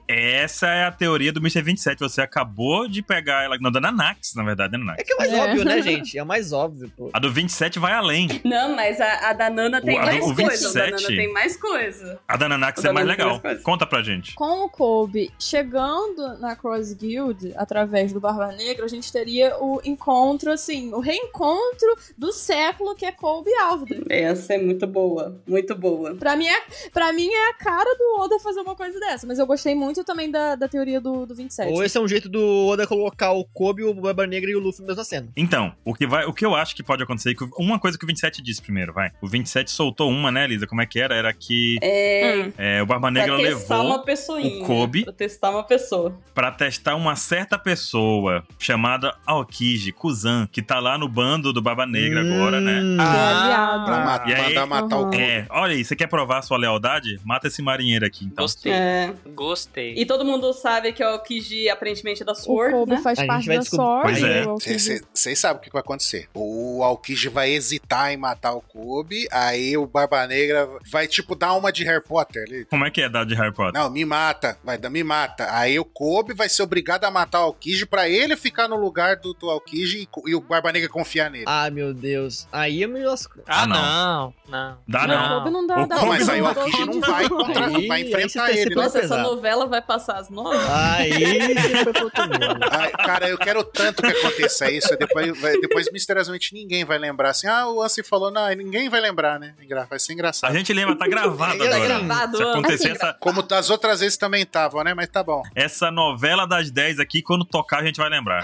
S1: Essa é a teoria do Mr. 27. Você acabou de pegar ela. Não, da Nanax, na verdade, né, Nanax?
S6: É que é mais
S7: É.
S6: óbvio, né, gente? É o mais óbvio, pô.
S1: A do 27 vai além.
S4: Não, mas a, a da Nana tem
S1: O- a do-
S4: mais
S1: o
S4: coisa. A
S6: né?
S4: da
S1: 27?
S4: Nana tem mais coisa.
S1: A da Nanax
S4: Da
S1: é mais
S4: Nanax é
S1: legal.
S4: mais fácil.
S1: Conta pra gente.
S7: Com o Kobe chegando na Cross Guild, através do Barba Negra, a gente teria o encontro, assim, o reencontro do século que é Kobe e Alvin.
S4: Essa é muito boa. Muito boa.
S7: Pra mim, é, pra mim é a cara do Oda fazer uma coisa dessa, mas eu gostei muito também da, da teoria do, do 27.
S6: Ou esse é um jeito do Oda colocar o Kobe, o Barba Negra e o Luffy na mesma cena.
S1: Então, o que, vai, o que eu acho que pode acontecer, é que uma coisa que o 27 disse primeiro, vai. O 27 soltou uma, né, Lisa? Como é que era? Era que
S7: Hum,
S4: É,
S1: é, o Barba
S4: pra
S1: Negra
S4: testar
S1: levou
S4: uma pessoinha.
S1: o Kobe.
S4: Pra testar uma pessoa.
S1: pra testar uma certa pessoa chamada Aokiji Kuzan, que tá lá no bando do Barba Negra agora, né?
S6: Hum.
S2: Pra
S5: Ah,
S2: ma-
S1: E aí?
S2: mandar matar o
S7: Uhum.
S2: Kobe.
S1: É, olha aí, você quer provar sua lealdade? Mata esse marinheiro aqui, então.
S5: gostei,
S4: É.
S5: gostei.
S4: E todo mundo sabe que é o Kiji aparentemente é da
S7: O
S4: Sword,
S7: Kobe
S4: né?
S7: faz
S6: A gente
S7: parte
S6: vai
S7: da
S6: descobrir.
S7: sorte.
S1: Pois é.
S7: o Alfred.
S2: Vocês sabem o que vai acontecer. O Alkiji vai hesitar em matar o Kobe, aí o Barba Negra vai, tipo, dar uma de Harry Potter. Ele,
S1: Como é que é dado de Harry Potter?
S2: não, me mata, vai, dar- me mata. Aí o Kobe vai ser obrigado a matar o Alkiji pra ele ficar no lugar do, do Alkiji e, co- e o Barba Negra confiar nele.
S6: Ah, meu Deus. Aí é eu me lasco.
S1: Ah,
S5: Ah, não. Não.
S1: Dá
S7: Não,
S1: Ah, não.
S7: o Kobe não dá,
S1: O
S7: dá
S2: não, mas
S1: Kobe
S2: aí o
S1: não
S2: Alkiji não vai contra,
S6: Aí-
S2: vai
S6: aí
S2: enfrentar
S6: você tá
S2: ele. né?
S6: sendo-
S4: Nossa, essa
S6: pesado.
S4: novela vai passar às nove?
S6: Aí você foi pro outro mundo.
S2: Ai, cara, eu quero tanto que aconteça isso. Depois, vai- depois misteriosamente, ninguém vai lembrar assim. Ah, o Ansem falou, não, ninguém vai lembrar, né? Engra- Vai ser
S1: A
S2: engraçado.
S1: gente lembra, tá gravado
S6: Tá
S1: agora.
S4: gravado,
S1: Se
S4: Ana.
S1: acontecer
S7: Assim,
S1: essa,
S2: Como das outras vezes também estavam, né? Mas tá bom.
S1: essa novela das 10 aqui, quando tocar, a gente vai lembrar.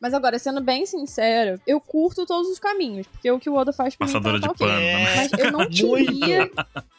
S7: Mas agora, sendo bem sincera, eu curto todos os caminhos, porque é o que o Oda faz pra
S1: Passadora
S7: mim tá,
S1: de
S7: tá ok.
S1: pano. né?
S7: Mas
S1: [laughs]
S7: eu não
S6: Muito.
S7: queria.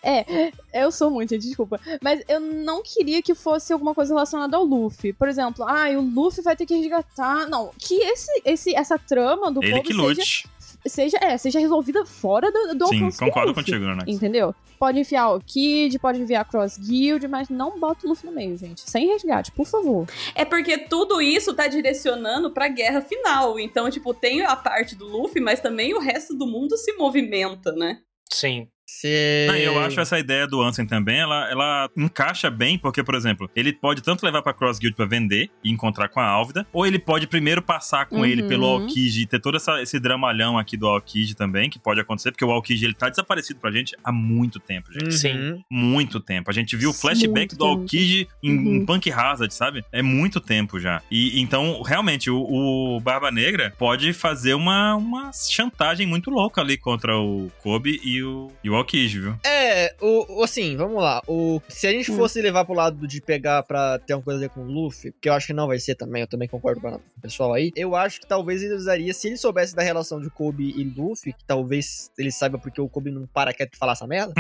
S7: É, eu sou muito, desculpa. Mas eu não queria que fosse alguma coisa relacionada ao Luffy. Por exemplo, ah, o Luffy vai ter que resgatar. Não, que esse, esse, essa trama do
S1: Ele
S7: povo
S1: que
S7: seja,
S1: lute.
S7: seja, é, seja resolvida fora do, do
S1: Sim,
S7: alcance do
S1: concordo
S7: Luffy,
S1: contigo, Nanak.
S7: Entendeu? Pode enfiar o Kid, pode enviar a Cross Guild, mas não bota o Luffy no meio, gente. Sem resgate, por favor.
S4: É porque tudo isso tá direcionando pra guerra final. Então, tipo, tem a parte do Luffy, mas também o resto do mundo se movimenta, né?
S5: Sim.
S6: Você...
S1: Não, e eu acho essa ideia do Ansem também, ela, ela encaixa bem, porque, por exemplo, ele pode tanto levar pra Cross Guild pra vender e encontrar com a Álvida, ou ele pode primeiro passar com
S7: Uhum.
S1: ele pelo Aokiji e ter todo essa- esse dramalhão aqui do Aokiji também, que pode acontecer, porque o Aokiji ele tá desaparecido pra gente há muito tempo, gente.
S6: Uhum.
S5: Sim.
S1: Muito tempo. A gente viu o
S7: Muito
S1: flashback do
S7: tempo.
S1: Aokiji em,
S7: Uhum.
S1: em Punk Hazard, sabe? É muito tempo já. E então, realmente, o, o Barba Negra pode fazer uma, uma chantagem muito louca ali contra o Kobe e o, e o Igual o Kij, viu?
S6: É, o, o- assim, vamos lá. O, se a gente fosse levar pro lado de pegar pra ter uma coisa a ver com o Luffy, que eu acho que não vai ser também, eu também concordo com o pessoal aí, eu acho que talvez ele usaria, se ele soubesse da relação de Kobe e Luffy, que talvez ele saiba porque o Kobe não para quieto de falar essa [laughs] merda,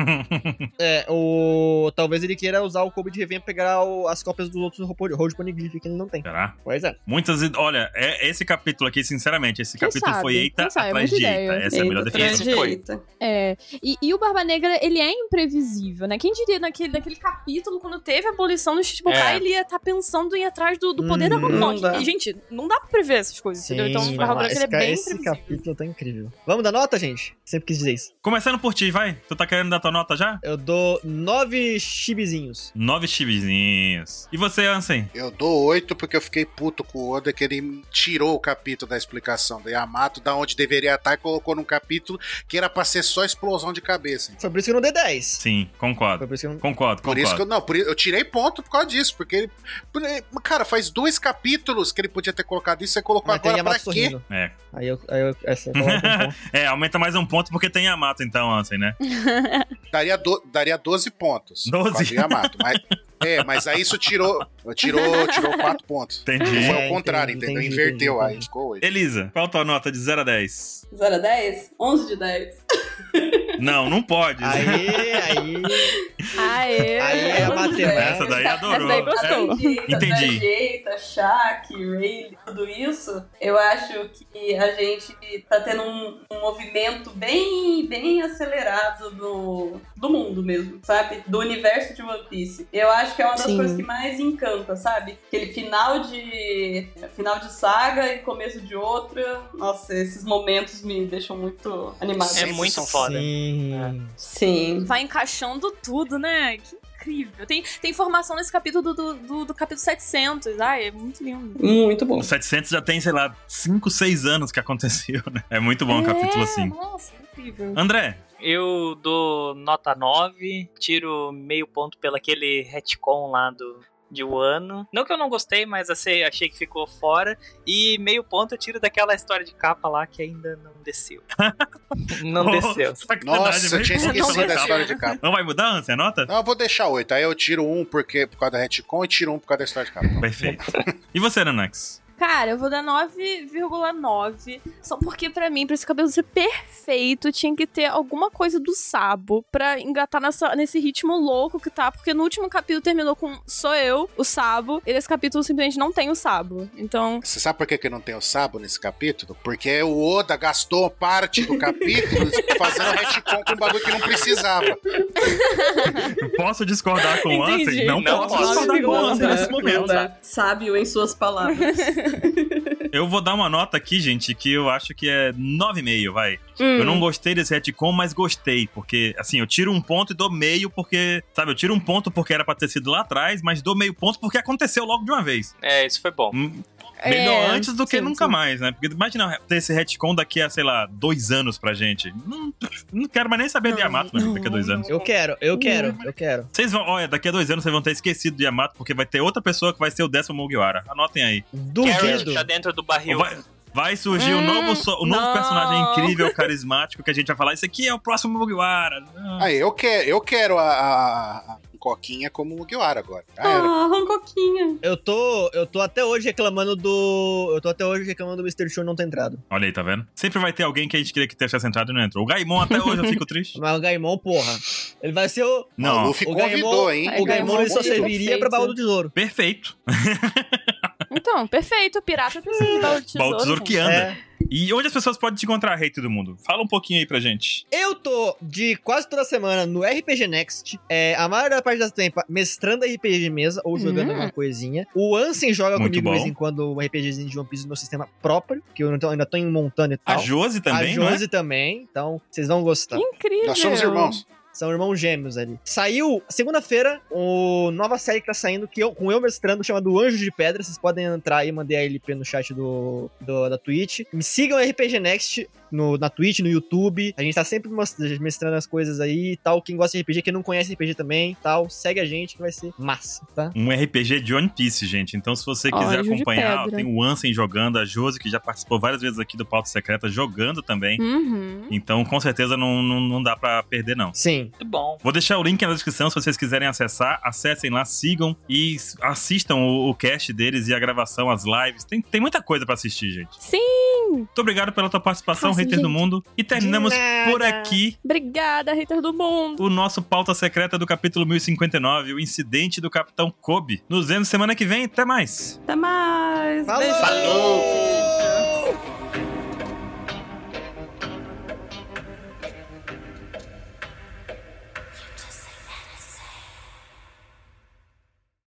S6: é, o, talvez ele queira usar o Kobe de revenha pra pegar o- as cópias dos outros Road Road Poneglyph que ele não tem.
S1: Será?
S6: Pois é.
S1: Muitas. id- Olha, é, esse capítulo aqui, sinceramente, esse
S3: Quem
S1: capítulo
S3: sabe?
S1: foi eita
S3: Quem sabe?
S1: atrás de
S3: Muita
S1: eita.
S3: ideia.
S1: Essa é a melhor definição.
S5: atrás de- foi.
S3: É. E, e o Barba Negra, ele é imprevisível, né? Quem diria naquele, naquele capítulo, quando teve a abolição do Shichibukai,
S5: É.
S3: ele ia estar pensando em ir atrás do, do poder
S6: Uhum.
S3: da
S4: Hum, Não
S3: Roblox.
S4: dá.
S3: E, gente, não dá pra prever essas coisas, entendeu? Então o Barba
S6: vamos lá,
S3: Negra ele
S6: esse,
S3: é
S6: ca-
S3: bem
S6: esse
S3: imprevisível.
S6: capítulo tá incrível. Vamos dar nota, gente? Sempre quis dizer isso.
S1: Começando por ti, vai. Tu tá querendo dar tua nota já?
S6: Eu dou nove chibizinhos.
S1: Nove chibizinhos. E você, Ansem?
S2: Eu dou oito porque eu fiquei puto com o Oda que ele tirou o capítulo da explicação do Yamato, da onde deveria estar, e colocou num capítulo que era pra ser só explosão de cabeça.
S6: Foi por isso que eu não dei 10.
S1: Sim,
S6: Foi
S1: concordo.
S6: por isso que eu não...
S1: Concordo, concordo.
S2: Por isso que eu não, por, isso- eu tirei ponto por causa disso, porque ele, por- cara, faz dois capítulos que ele podia ter colocado isso, você colocou
S6: Mas tem
S2: agora pra
S6: Yamato
S2: quê?
S6: sorrindo.
S1: É.
S6: Aí eu... Aí eu essa, eu coloco
S1: [laughs]
S6: um ponto.
S1: É, aumenta mais um ponto porque tem Yamato, então, Ansem, né?
S2: Daria, do, daria 12 pontos.
S1: 12.
S2: Por causa do Yamato, mas- é, mas aí isso tirou, tirou, tirou 4 pontos.
S1: Entendi.
S2: Foi
S6: É,
S2: ao contrário,
S6: entendi,
S2: entendeu?
S6: entendi,
S2: Inverteu,
S6: entendi,
S2: aí
S6: entendi.
S2: ficou 8.
S1: Elisa, qual a tua nota de 0 a 10?
S4: 0 a 10? 11 de 10.
S1: Não, não pode.
S6: aí, aí...
S2: [laughs]
S3: Aê!
S6: [laughs] Aí é a
S4: né?
S6: matemática.
S1: Essa daí adorou.
S3: Essa daí gostou.
S1: Entendi.
S4: Entendi. Jeita, é Shaq, Ray, tudo isso. Eu acho que a gente tá tendo um, um movimento bem, bem acelerado do, do mundo mesmo, sabe? Do universo de One Piece. Eu acho que é uma das
S7: Sim.
S4: coisas que mais encanta, sabe? Aquele final de final de saga e começo de outra. Nossa, esses momentos me deixam muito animada.
S5: É muito foda.
S6: Sim.
S2: É.
S4: Sim.
S3: Vai encaixando tudo, né? Que incrível. Tem, tem informação nesse capítulo do, do, do- do capítulo 700. Ai, é muito lindo.
S4: Muito bom.
S1: O 700 já tem, sei lá, 5, 6 anos que aconteceu, né? É muito bom o capítulo 5.
S3: Nossa, é incrível.
S1: André,
S5: Eu dou nota 9, tiro meio ponto pelo aquele retcon lá do de Wano. Não que eu não gostei, mas achei, achei que ficou fora. E meio ponto eu tiro daquela história de capa lá que ainda não [laughs] desceu. não desceu.
S1: [laughs] É
S2: Nossa, eu
S1: meio
S2: tinha
S1: ponto
S2: esquecido
S1: pela
S2: da
S1: capa.
S2: história de capa.
S1: Não vai mudar, Ansem, a nota?
S2: Não, eu vou deixar 8. Aí eu tiro um porque, por causa da retcon e tiro um por causa da história de capa.
S1: Perfeito. E você, Nanax?
S3: Cara, eu vou dar 9,9. Só porque pra mim, pra esse cabelo ser perfeito, tinha que ter alguma coisa do Sabo pra engatar nessa- nesse ritmo louco que tá. Porque no último capítulo terminou com só eu, o Sabo, e nesse capítulo simplesmente não tem o Sabo. Então,
S2: Você sabe por que, que não tem o Sabo nesse capítulo? Porque é o Oda gastou parte do capítulo fazendo retcon com um bagulho que não precisava.
S1: Posso discordar com o
S3: Entendi.
S1: Ansem? Não,
S5: Não
S1: posso
S5: pode.
S1: discordar com o Ansem nesse momento.
S4: né? Sábio em suas [laughs] palavras.
S1: Eu vou dar uma nota aqui, gente, que eu acho que é 9,5, vai. Eu
S3: hum,
S1: não gostei desse retcon, mas gostei, porque, assim, eu tiro um ponto e dou meio porque, sabe, eu tiro um ponto porque era pra ter sido lá atrás, mas dou meio ponto porque aconteceu logo de uma vez.
S5: É, isso foi bom.
S1: Hum,
S3: É,
S1: Melhor antes do que
S3: sim,
S1: nunca
S3: sim.
S1: mais, né? Porque imagina ter esse retcon daqui a, sei lá, dois anos pra gente. Não, não quero mais nem saber de Yamato, mas daqui a dois anos.
S6: Eu quero, eu quero,
S2: Uhum.
S6: eu quero.
S1: Vocês vão, olha, daqui a dois anos vocês vão ter esquecido de Yamato, porque vai ter outra pessoa que vai ser o décimo Mugiwara. Anotem aí.
S6: Duvido.
S5: Carrot tá dentro do barril.
S1: Vai, vai surgir o
S3: Hum,
S1: novo, so- o novo
S3: não.
S1: personagem incrível, carismático, que a gente vai falar: esse aqui é o próximo Mugiwara. Ah,
S2: Aí eu quero, eu quero a, a, a Coquinha como Mugiwara agora. Já era.
S4: Oh, Hancoquinha.
S6: Eu tô, eu tô até hoje reclamando do... Eu tô até hoje reclamando do Mr. Show não ter entrado.
S1: Olha aí, tá vendo? Sempre vai ter alguém que a gente queria que tivesse entrado e não entrou. O Gaimon até hoje eu
S6: [laughs]
S1: fico triste.
S6: Mas o Gaimon, porra. Ele vai ser o...
S2: Ó, O
S1: Não,
S2: Luffy
S6: O
S2: convidou,
S6: Gaimon-
S2: hein?
S6: O Gaimon ele é só
S2: convidou.
S6: serviria pra baú do tesouro.
S1: perfeito.
S3: Então, perfeito. O pirata precisa de baú de tesouro.
S1: Baú tesouro que
S3: gente.
S1: anda.
S6: É.
S1: E onde as pessoas podem te encontrar, rei todo mundo? Fala um pouquinho aí pra gente.
S6: Eu tô de quase toda semana no RPG Next. É, a maior parte das tempo mestrando RPG de mesa ou jogando alguma coisinha. O Ansem joga
S1: Muito
S6: comigo de vez
S1: bom.
S6: em quando um RPGzinho de One Piece no meu sistema próprio, que eu não tô- ainda tô em um montando e tal.
S1: A Josi também,
S6: a
S1: não é?
S6: Josi também, então vocês vão gostar.
S3: Incrível.
S2: Nós somos irmãos.
S6: São irmãos gêmeos ali. Saiu segunda-feira o nova série que tá saindo que eu, com eu mestrando, chama do Anjo de Pedra. Vocês podem entrar aí, mandei a LP no chat do, do- da Twitch. Me sigam RPG Next. no, na Twitch, no YouTube. A gente tá sempre most- mestrando as coisas aí e tal. Quem gosta de RPG, quem não conhece RPG também tal, segue a gente que vai ser massa, tá?
S1: Um RPG de One Piece, gente. Então, se você
S3: Ó,
S1: quiser
S3: anjo de
S1: acompanhar,
S3: pedra.
S1: tem o Ansem jogando, a Josi, que já participou várias vezes aqui do Pauta Secreta, jogando também.
S3: Uhum.
S1: Então, com certeza, não, não, não dá pra perder, não.
S6: Sim.
S5: Muito bom.
S1: Vou deixar o link na descrição se vocês quiserem acessar. Acessem lá, sigam e s- assistam o, o cast deles e a gravação, as lives. Tem, tem muita coisa pra assistir, gente.
S3: Sim,
S1: Muito obrigado pela tua participação,
S3: Nossa,
S1: Haters do
S3: gente.
S1: Mundo. E terminamos
S6: De nada.
S1: por aqui
S3: obrigada, hater do mundo.
S1: o nosso pauta secreta do capítulo 1059, o incidente do Capitão Kobe. Nos vemos semana que vem. Até mais.
S4: Até mais.
S6: Falou!
S4: Beijo.
S2: Falou!